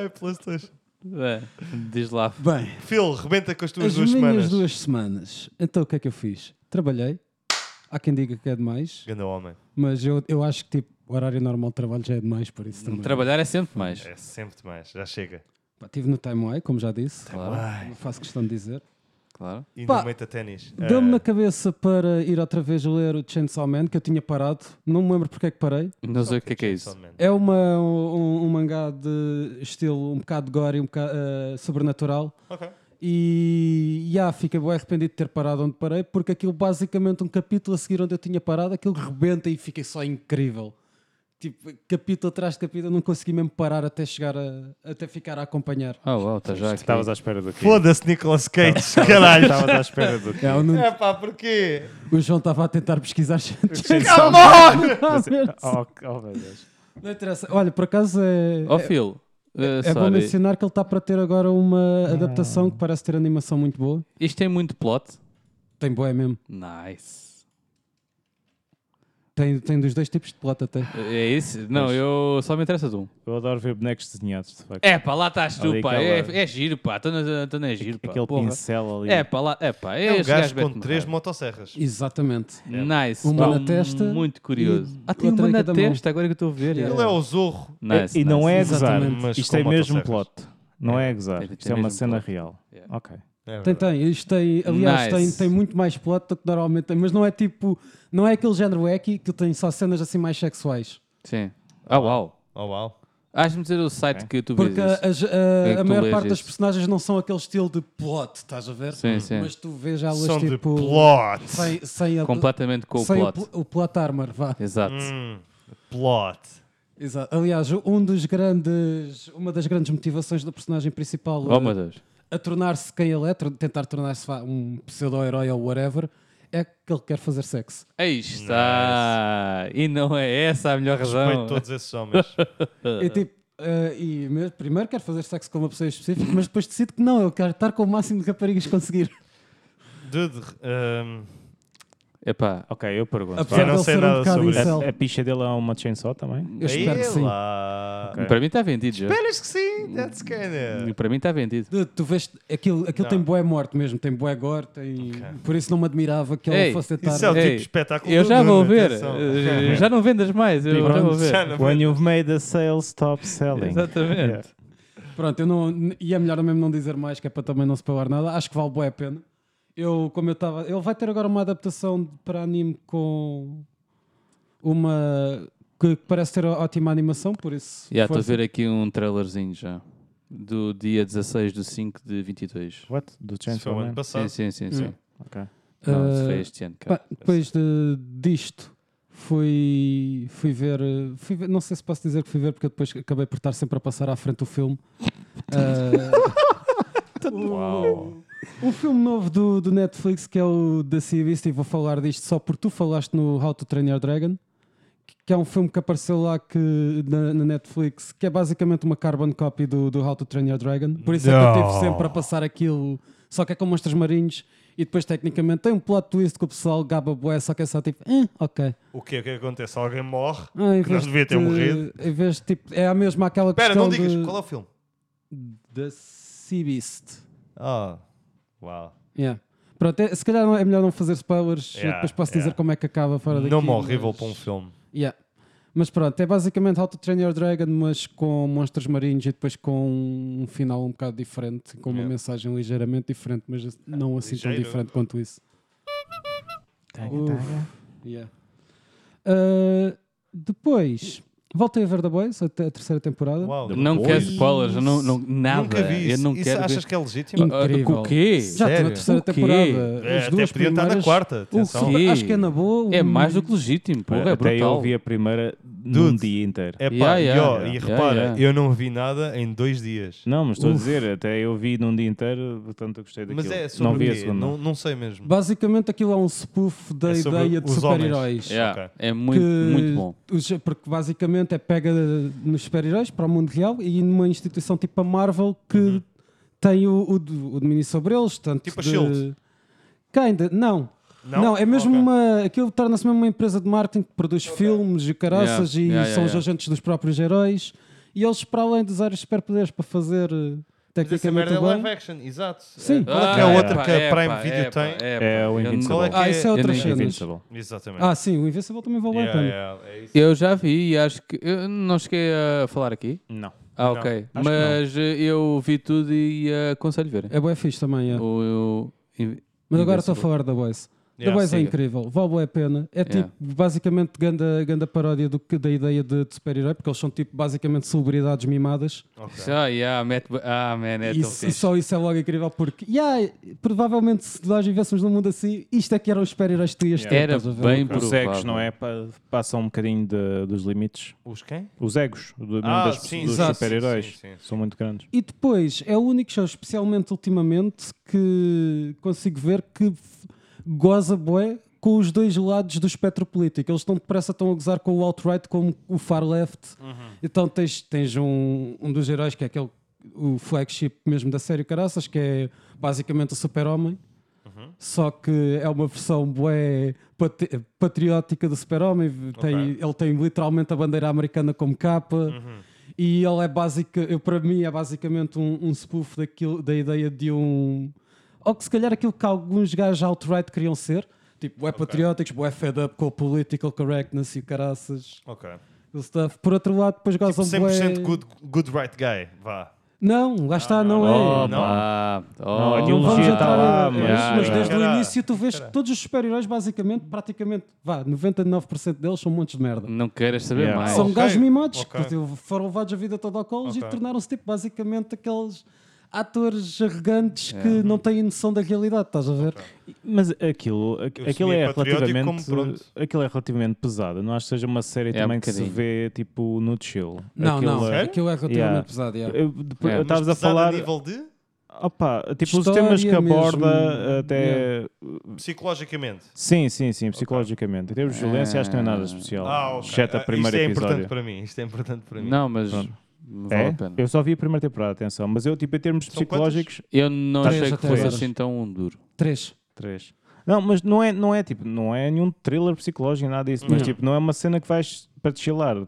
S4: Ai, PlayStation.
S5: É, diz lá.
S1: (laughs) Bem,
S4: Phil, rebenta com as tuas
S1: as
S4: duas
S1: minhas
S4: semanas.
S1: duas semanas. Então o que é que eu fiz? Trabalhei. Há quem diga que é demais,
S4: Ganda homem.
S1: mas eu, eu acho que tipo, o horário normal de trabalho já é demais por isso também.
S5: Trabalhar é sempre mais.
S4: É sempre demais. Já chega.
S1: Pá, Estive no Timeway, como já disse.
S5: Claro.
S1: Não faço questão de dizer.
S5: Claro.
S4: E
S1: Pá,
S4: no meio da ténis.
S1: Deu-me
S4: Ah,
S1: na cabeça para ir outra vez ler o Chainsaw Man, que eu tinha parado, não me lembro porque é que parei.
S5: Não sei o que é que é isso.
S4: somente.
S1: É uma, um, um mangá de estilo um bocado gore, um bocado eh, sobrenatural.
S4: Ok.
S1: E já fiquei bem arrependido de ter parado onde parei, porque aquilo basicamente um capítulo a seguir onde eu tinha parado, aquilo rebenta e fica só incrível. Tipo, capítulo atrás de capítulo, eu não consegui mesmo parar até chegar a, até ficar a acompanhar.
S5: Oh, wow, está já aqui.
S6: Estavas à espera do quê?
S4: Foda-se, Nicolas Cage. Caralho.
S6: Estavas à espera do
S1: (laughs)
S6: quê?
S1: É, o, Nuno-
S4: É pá, porquê?
S1: o João estava a tentar pesquisar.
S4: Come on!
S6: (laughs) Oh, oh, meu Deus.
S1: Não interessa. Olha, por acaso é,
S5: Oh, Phil. eh,
S1: É bom
S5: sorry.
S1: mencionar que ele está para ter agora uma
S4: Ah.
S1: adaptação que parece ter animação muito boa.
S5: é
S1: é
S5: Isto tem muito plot.
S1: Tem boé mesmo.
S5: Nice.
S1: Tem, tem dos dois tipos de plot até.
S5: É isso? Não, eu só me interessa de um.
S6: Eu adoro ver bonecos desenhados, de facto.
S5: É pá, lá estás tu,
S6: Ali
S5: pá.
S6: aquela-
S5: É, é giro, pá. Então não então não é giro, pá.
S6: Aquele
S5: Porra.
S6: pincel ali.
S5: É pá, lá. É pá,
S4: É um
S5: este
S4: gajo
S5: mete-me
S4: com três
S5: raiva.
S4: motosserras.
S1: Exatamente.
S5: Nice.
S1: Uma na
S5: Estou
S1: testa
S5: Muito curioso.
S1: e
S5: Ah, tem
S1: outra
S5: uma
S1: em
S5: na
S1: cada mão.
S5: testa, agora que eu estou a ver.
S1: Yeah.
S4: Ele é o Zorro.
S6: E-
S5: Nice,
S6: e não
S5: nice.
S6: é a gozar.
S1: Exatamente.
S4: Mas
S6: Isto
S4: com
S6: é mesmo
S4: motosserras.
S6: plot. Não é a gozar.
S5: Tem- tem
S6: Isto é uma
S5: mesmo
S6: cena
S5: plot.
S6: real.
S5: Yeah.
S6: Ok.
S4: É
S1: Tem,
S4: verdade.
S1: tem. Isto tem, aliás,
S5: Nice.
S1: tem, tem muito mais plot do que normalmente tem, mas não é tipo, não é aquele género wacky que tem só cenas assim mais sexuais.
S5: Sim. Ah, uau.
S4: Oh, uau.
S5: Acho-me dizer o site que tu vês.
S1: Porque eh,
S5: isso.
S1: as- a,
S5: É que
S1: a
S5: tu
S1: maior
S5: lês
S1: parte das
S5: isso.
S1: personagens não são aquele estilo de plot, estás a ver?
S5: Sim, sim.
S1: Mas tu vês elas
S4: São de
S1: tipo.
S4: plot.
S1: Sem, sem a-
S5: Completamente com o
S1: sem
S5: plot.
S1: pl- o plot armor, vá.
S5: Exato.
S4: Hum. Plot.
S1: Exato. Aliás, um dos grandes, uma das grandes motivações do personagem principal
S5: Oh,
S1: eh,
S5: meu Deus.
S1: a tornar-se quem ele é, tr- tentar tornar-se vá, um pseudo-herói ou whatever, é que ele quer fazer sexo.
S5: Aí está. E não é essa a melhor
S4: Respeito
S5: razão.
S4: todos esses
S5: (laughs)
S4: homens.
S5: Ah.
S1: E tipo, eh, e me- primeiro quero fazer sexo com uma pessoa específica, mas depois decido que não, eu quero estar com o máximo de raparigas que conseguir.
S4: (laughs) Dude, ehm,
S5: Epá.
S6: Ok, eu pergunto.
S1: Apesar
S4: Eu não
S1: de ele
S4: sei
S1: ser um
S4: nada
S1: bocado
S4: sobre isso.
S1: incel.
S6: A, a picha dele é uma chainsaw também?
S5: é
S1: Eu espero que
S4: ei
S1: sim.
S4: lá.
S6: Ok.
S5: Para mim está vendido já.
S4: Esperas que sim, that's kinda.
S5: Para mim está vendido.
S1: Tu, tu vês, aquilo, aquilo
S4: Não.
S1: tem boé morte mesmo, tem boé gore, tem... por isso não me admirava que ele
S5: Ei,
S1: fosse tentar...
S4: Isso é o tipo
S5: Ei,
S4: de espetáculo
S5: Eu
S4: do
S5: já vou
S4: Nuno,
S5: ver.
S4: atenção.
S5: Eh, Já não vendas mais. Eu já vou ver.
S4: Já não
S6: When you've made a sale, stop selling.
S5: Exatamente.
S1: Pronto, eu não, e é melhor mesmo não dizer mais, que é para também não se pagar nada. Acho que vale boa a pena. Eu, como eu estava. Ele vai ter agora uma adaptação para anime com uma. que parece ter ótima animação, por isso.
S5: Já estou a
S1: força.
S5: ver aqui um trailerzinho já. Do dia 16 de 5 de 22.
S6: What? Do
S4: Isso foi
S6: chainsaw
S4: o ano
S1: né?
S6: man?
S5: Sim,
S4: passado.
S5: sim, sim. sim.
S6: Ok.
S5: Não,
S1: Hum. Eh,
S5: isso foi este ano, cara.
S1: Pá, depois de, disto, fui, fui, ver, eh, fui ver- Não sei se posso dizer que fui ver, porque eu depois acabei por estar sempre a passar à frente o filme. Ah, Eh, o, o Um filme novo do, do Netflix que é o The Sea Beast, e vou falar disto só porque tu falaste no How to Train Your Dragon, que- que é um filme que apareceu lá que, na, na Netflix, que é basicamente uma carbon copy do, do How to Train Your Dragon. Por isso é que eu tive sempre a passar aquilo, só que é com monstros marinhos. E depois, tecnicamente, tem um plot twist que o pessoal gaba bué, só que é só tipo, eh, ok.
S4: O que é que acontece? Alguém morre.
S1: Ah, em
S4: Que nós
S1: vez
S4: devia ter
S1: de-
S4: morrido.
S1: Em vez de, tipo, é a mesma aquela
S4: Espera,
S1: questão
S4: não digas.
S1: de-
S4: Qual é o filme?
S1: The Sea Beast.
S4: Ah, uau.
S1: Yeah. Pronto, é- se calhar não- é melhor não fazer spoilers, eu
S4: Yeah,
S1: depois posso
S4: yeah.
S1: dizer como é que acaba fora daqui.
S4: Nome horrível
S1: mas-
S4: para um filme.
S1: Yeah. Mas pronto, é basicamente How to Train Your Dragon, mas com monstros marinhos e depois com um final um bocado diferente, com uma
S4: Yeah. Ah,
S1: mensagem ligeiramente diferente, mas não assim
S4: ligeiro.
S1: tão diferente quanto isso.
S6: Tanga,
S1: Uf,
S6: tanga.
S1: yeah. Uh, depois, voltei a ver The Boys, a, te- a terceira temporada.
S4: Uau.
S5: Não
S4: Boys.
S5: quero spoilers, eu não, não, nada.
S4: Nunca vi
S5: Eu
S4: isso.
S5: não
S4: Isso
S5: quero
S4: achas
S5: ver.
S4: que é legítimo?
S5: Ah, ah,
S1: Incrível.
S5: O quê?
S1: Já estou na
S4: Sério?
S1: terceira
S5: O quê?
S1: temporada.
S4: É,
S1: As
S4: até
S1: duas
S4: podia estar na
S1: primeiras-
S4: quarta.
S1: O
S4: Atenção.
S5: quê?
S1: Acho que é na boa. um-
S5: É mais do que legítimo, porra, é
S6: Até eu
S5: brutal.
S6: vi a primeira num
S4: Dude.
S6: dia inteiro.
S4: É pá,
S5: Yeah,
S4: e,
S5: yeah,
S4: ó,
S5: yeah.
S4: e
S5: Yeah,
S4: repara,
S5: yeah.
S4: eu não vi nada em dois dias.
S6: Não, mas estou a dizer, até eu vi num dia inteiro, portanto eu gostei daquilo.
S4: Mas é sobre
S6: não vi
S4: o
S6: a
S4: quê?
S6: segunda.
S4: Não, não sei mesmo.
S1: Basicamente aquilo é um spoof da
S4: É sobre
S1: ideia de
S4: os homens.
S1: super-heróis.
S5: Yeah,
S4: Ok.
S5: É muito,
S1: que
S5: muito bom.
S1: os- porque basicamente é pega nos super-heróis para o mundo real e numa instituição tipo a Marvel que tem o, o do- o domínio sobre eles. Tanto
S4: Uhum. Tipo a
S1: de...
S4: Shield.
S1: Kinda, não.
S4: Não?
S1: Não, é mesmo
S4: Ok.
S1: uma. Aquilo torna-se mesmo uma empresa de marketing que produz filmes e caraças
S5: Yeah,
S1: e
S5: yeah, yeah,
S1: são os
S5: yeah.
S1: agentes dos próprios heróis. E eles, para além de usar os superpoderes para fazer eh,
S4: Mas essa merda
S1: tecnicamente
S4: é
S1: o bem.
S4: live action, exato.
S1: Sim.
S4: Qual é que é a
S5: Ah,
S4: outra que a
S5: epá,
S4: Prime Video
S5: epá,
S4: tem?
S5: epá.
S6: É o
S5: Eu não-
S6: Invincible.
S4: Qual é
S1: Ah, isso é
S5: Eu
S1: outras
S5: nem-
S1: cenas.
S6: Invincible.
S4: Exatamente.
S1: Ah, sim, o Invincible também vale a
S4: Yeah,
S1: pena.
S4: yeah, é isso.
S5: Eu já vi e acho que. eu não cheguei a falar aqui.
S6: Não.
S5: Ah,
S4: Não,
S5: ok.
S6: não.
S5: Mas eh, eu vi tudo e eh, aconselho verem.
S1: É boa fixe também, é.
S5: O- o- in-
S1: Mas agora estou a
S5: Invincible.
S1: falar da Boys.
S4: Yeah,
S1: da Boys é
S4: siga.
S1: incrível, vale bué a pena. É
S5: Yeah.
S1: tipo, basicamente, ganda, ganda paródia do que, da ideia de, de super-herói, porque eles são tipo, basicamente, celebridades mimadas.
S4: Ok.
S5: Ah, yeah, mete- ah, man, é
S1: e
S5: tão
S1: se-
S5: fixe.
S1: só isso é logo incrível, porque, yeah, provavelmente, se nós vivêssemos num mundo assim, isto é que eram os super-heróis que tu ias ter.
S5: Era
S1: estás a ver?
S5: bem
S6: Os
S5: provável.
S6: egos, não é? Pa- Passam um bocadinho de- dos limites.
S4: Os quem?
S6: Os egos do-
S4: Ah,
S6: das-
S4: sim,
S6: dos
S4: exato. Sim,
S6: super-heróis
S4: sim, sim.
S6: são muito grandes.
S1: E depois, é o único show, especialmente ultimamente, que consigo ver que f- goza bué com os dois lados do espectro político. Eles tão depressa estão a gozar com o alt-right como o far left. Então tens, tens um, um dos heróis que é aquele o flagship mesmo da série Caraças, que é basicamente o super-homem. Só que é uma versão bué pat- patriótica do Super-Homem. Tem- Ele tem literalmente a bandeira americana como capa. E ele é básica, eu, para mim é basicamente um, um spoof daquilo, da ideia de um. Ou que se calhar aquilo que alguns gajos outright queriam ser. Tipo, é patrióticos, é fed up com a political correctness e o caraças.
S4: Ok.
S1: o stuff. Por outro lado, depois gozam tipo
S4: 100% good, Ah, good right guy, vá.
S1: Não, lá está, não, é.
S5: Oh,
S4: Não.
S5: pá.
S6: Não,
S5: Oh,
S6: aquilo
S1: Não vamos
S6: Sim,
S1: entrar
S6: tá lá,
S1: a-
S6: mas-
S1: mas, mas
S5: Yeah,
S1: desde o
S4: yeah.
S1: início tu vês que todos os super-heróis, basicamente, praticamente, vá, 99% deles são montes de merda.
S5: Não queiras saber
S6: Yeah.
S5: mais.
S1: São
S4: ok,
S1: gajos mimados
S4: ok.
S1: que foram levados a vida toda ao college
S4: Ok.
S1: e tornaram-se, tipo, basicamente aqueles atores arrogantes que não têm noção da realidade, estás a ver?
S6: Mas aquilo, aqu-
S4: Eu
S6: aquilo,
S4: assumi
S6: é
S4: patriótico
S6: relativamente,
S4: como pronto.
S6: aquilo é relativamente pesado. Não acho que seja uma série
S5: É,
S6: também
S5: um
S6: que se
S5: bocadinho.
S6: vê tipo no chill.
S1: Não,
S6: aquilo
S1: não,
S6: é-
S1: aquilo é relativamente
S6: Yeah.
S1: pesado. yeah.
S6: Eu depois-
S5: É,
S6: eu
S5: mas
S6: Estavas a
S4: Pesado
S6: falar.
S4: nível de
S6: Opa, tipo, os
S1: História
S6: temas que
S1: mesmo.
S6: aborda até.
S4: psicologicamente.
S6: Sim, sim, sim, psicologicamente. Em termos de violência, acho que não é nada especial.
S4: Ah, ok.
S6: Exceto a
S4: Ah,
S6: primeira
S4: Isto é
S6: episódio.
S4: importante para mim. Isto é importante para mim.
S5: Não, mas
S6: Pronto.
S5: vale a pena.
S6: É? Eu só vi a primeira temporada, atenção. Mas eu, tipo, em termos psicológicos.
S5: Eu não
S1: Três
S5: achei
S1: a
S5: que fosse
S1: três.
S5: assim tão um duro.
S1: Três.
S6: Três. Não, mas não é, não é tipo, não é nenhum thriller psicológico, nada disso.
S4: Uhum.
S6: Mas,
S1: Não.
S6: tipo, não é uma cena que vais para te chilar.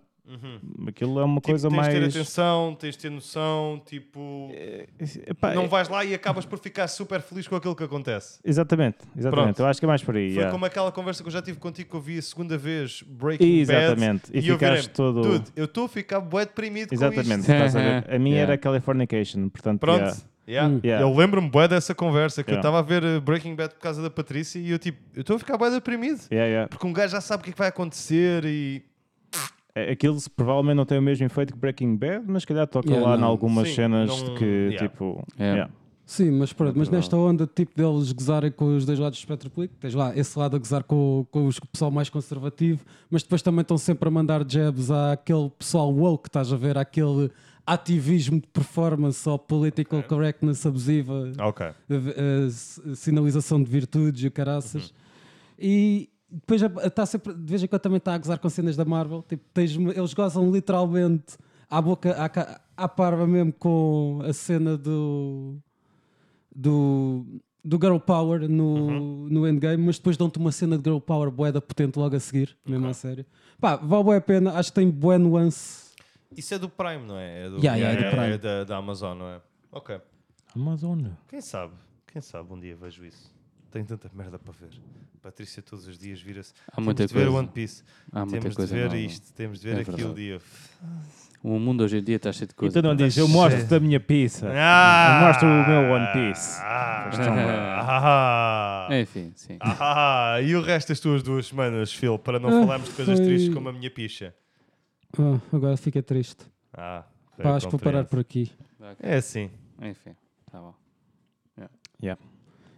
S6: Aquilo é uma
S4: Tipo,
S6: coisa
S4: tens de ter
S6: mais.
S4: atenção, tens de ter noção, tipo...
S6: Eh, Epá,
S4: não
S6: é-
S4: vais lá e acabas por ficar super feliz com aquilo que acontece.
S6: Exatamente, exatamente.
S4: Pronto.
S6: Eu acho que é mais por aí.
S4: Foi
S6: yeah.
S4: como aquela conversa que eu já tive contigo que eu vi a segunda vez, Breaking
S6: Exatamente.
S4: Bad.
S6: E
S4: eu
S6: ficaste
S4: virei-me,
S6: todo-
S4: Dude, eu estou a ficar bué deprimido com
S6: Exatamente.
S4: isto.
S6: estás a ver?
S4: (laughs)
S6: A minha
S5: Yeah.
S6: era Californication, portanto.
S4: Pronto.
S6: yeah.
S4: yeah.
S6: Yeah.
S4: Eu lembro-me bué dessa conversa, que
S6: Yeah.
S4: eu estava a ver eh, Breaking Bad por causa da Patrícia e eu tipo, eu estou a ficar bué deprimido.
S6: Yeah, yeah.
S4: Porque um gajo já sabe o que é que vai acontecer e...
S6: É- Aquilo se- provavelmente não tem o mesmo efeito que Breaking Bad, mas se calhar toca
S1: Yeah,
S6: lá em
S1: não.
S6: algumas
S4: Sim,
S6: cenas
S4: não-
S6: de que
S4: yeah.
S6: tipo.
S5: Yeah.
S6: yeah.
S1: Sim, mas pronto, mas nesta onda tipo deles gozarem com os dois lados do espectro político, tens lá esse lado a gozar com, com os- o pessoal mais conservativo, mas depois também estão sempre a mandar jabs àquele pessoal woke, estás a ver, àquele ativismo de performance ou political correctness abusiva,
S4: Ok.
S1: a- a s- sinalização de virtudes e o caraças. E depois a- a- tá sempre, de vez em quando também está a gozar com cenas da Marvel. Tipo, tens- eles gozam literalmente à boca, à, ca- à parva mesmo com a cena do. do. do Girl Power no, no Endgame, mas depois dão-te uma cena de Girl Power boeda potente logo a seguir, mesmo a sério. Pá, vale bué a pena, acho que tem boa nuance.
S4: Isso é do Prime, não é? É do,
S1: Yeah, yeah, é do Prime.
S4: da, da Amazon, não é? Ok.
S6: Amazon.
S4: Quem sabe? Quem sabe um dia vejo isso. Tenho tanta merda para ver. Patrícia todos os dias vira-se.
S5: Há muita
S4: temos de ver
S5: coisa.
S4: One Piece.
S5: Há muita
S4: temos
S5: coisa
S4: de ver
S5: nova.
S4: isto. Temos de ver
S5: É
S4: aquilo
S5: verdade.
S4: dia.
S5: O mundo hoje em dia está cheio de
S6: E
S5: coisas.
S6: tu não dizes, então eu mostro-te a minha
S5: É.
S6: pizza.
S4: Ah!
S6: Eu mostro o meu One Piece.
S4: Ah! Ah!
S5: Então, Enfim, sim.
S4: Ah! E o resto das tuas duas semanas, Phil, para não
S1: Ah,
S4: falarmos de coisas
S1: foi-
S4: tristes como a minha picha.
S1: Ah, agora fica triste.
S4: Ah, eu
S1: Pá, acho que vou parar
S4: compreendo.
S1: por aqui.
S4: É assim.
S5: Enfim, tá bom.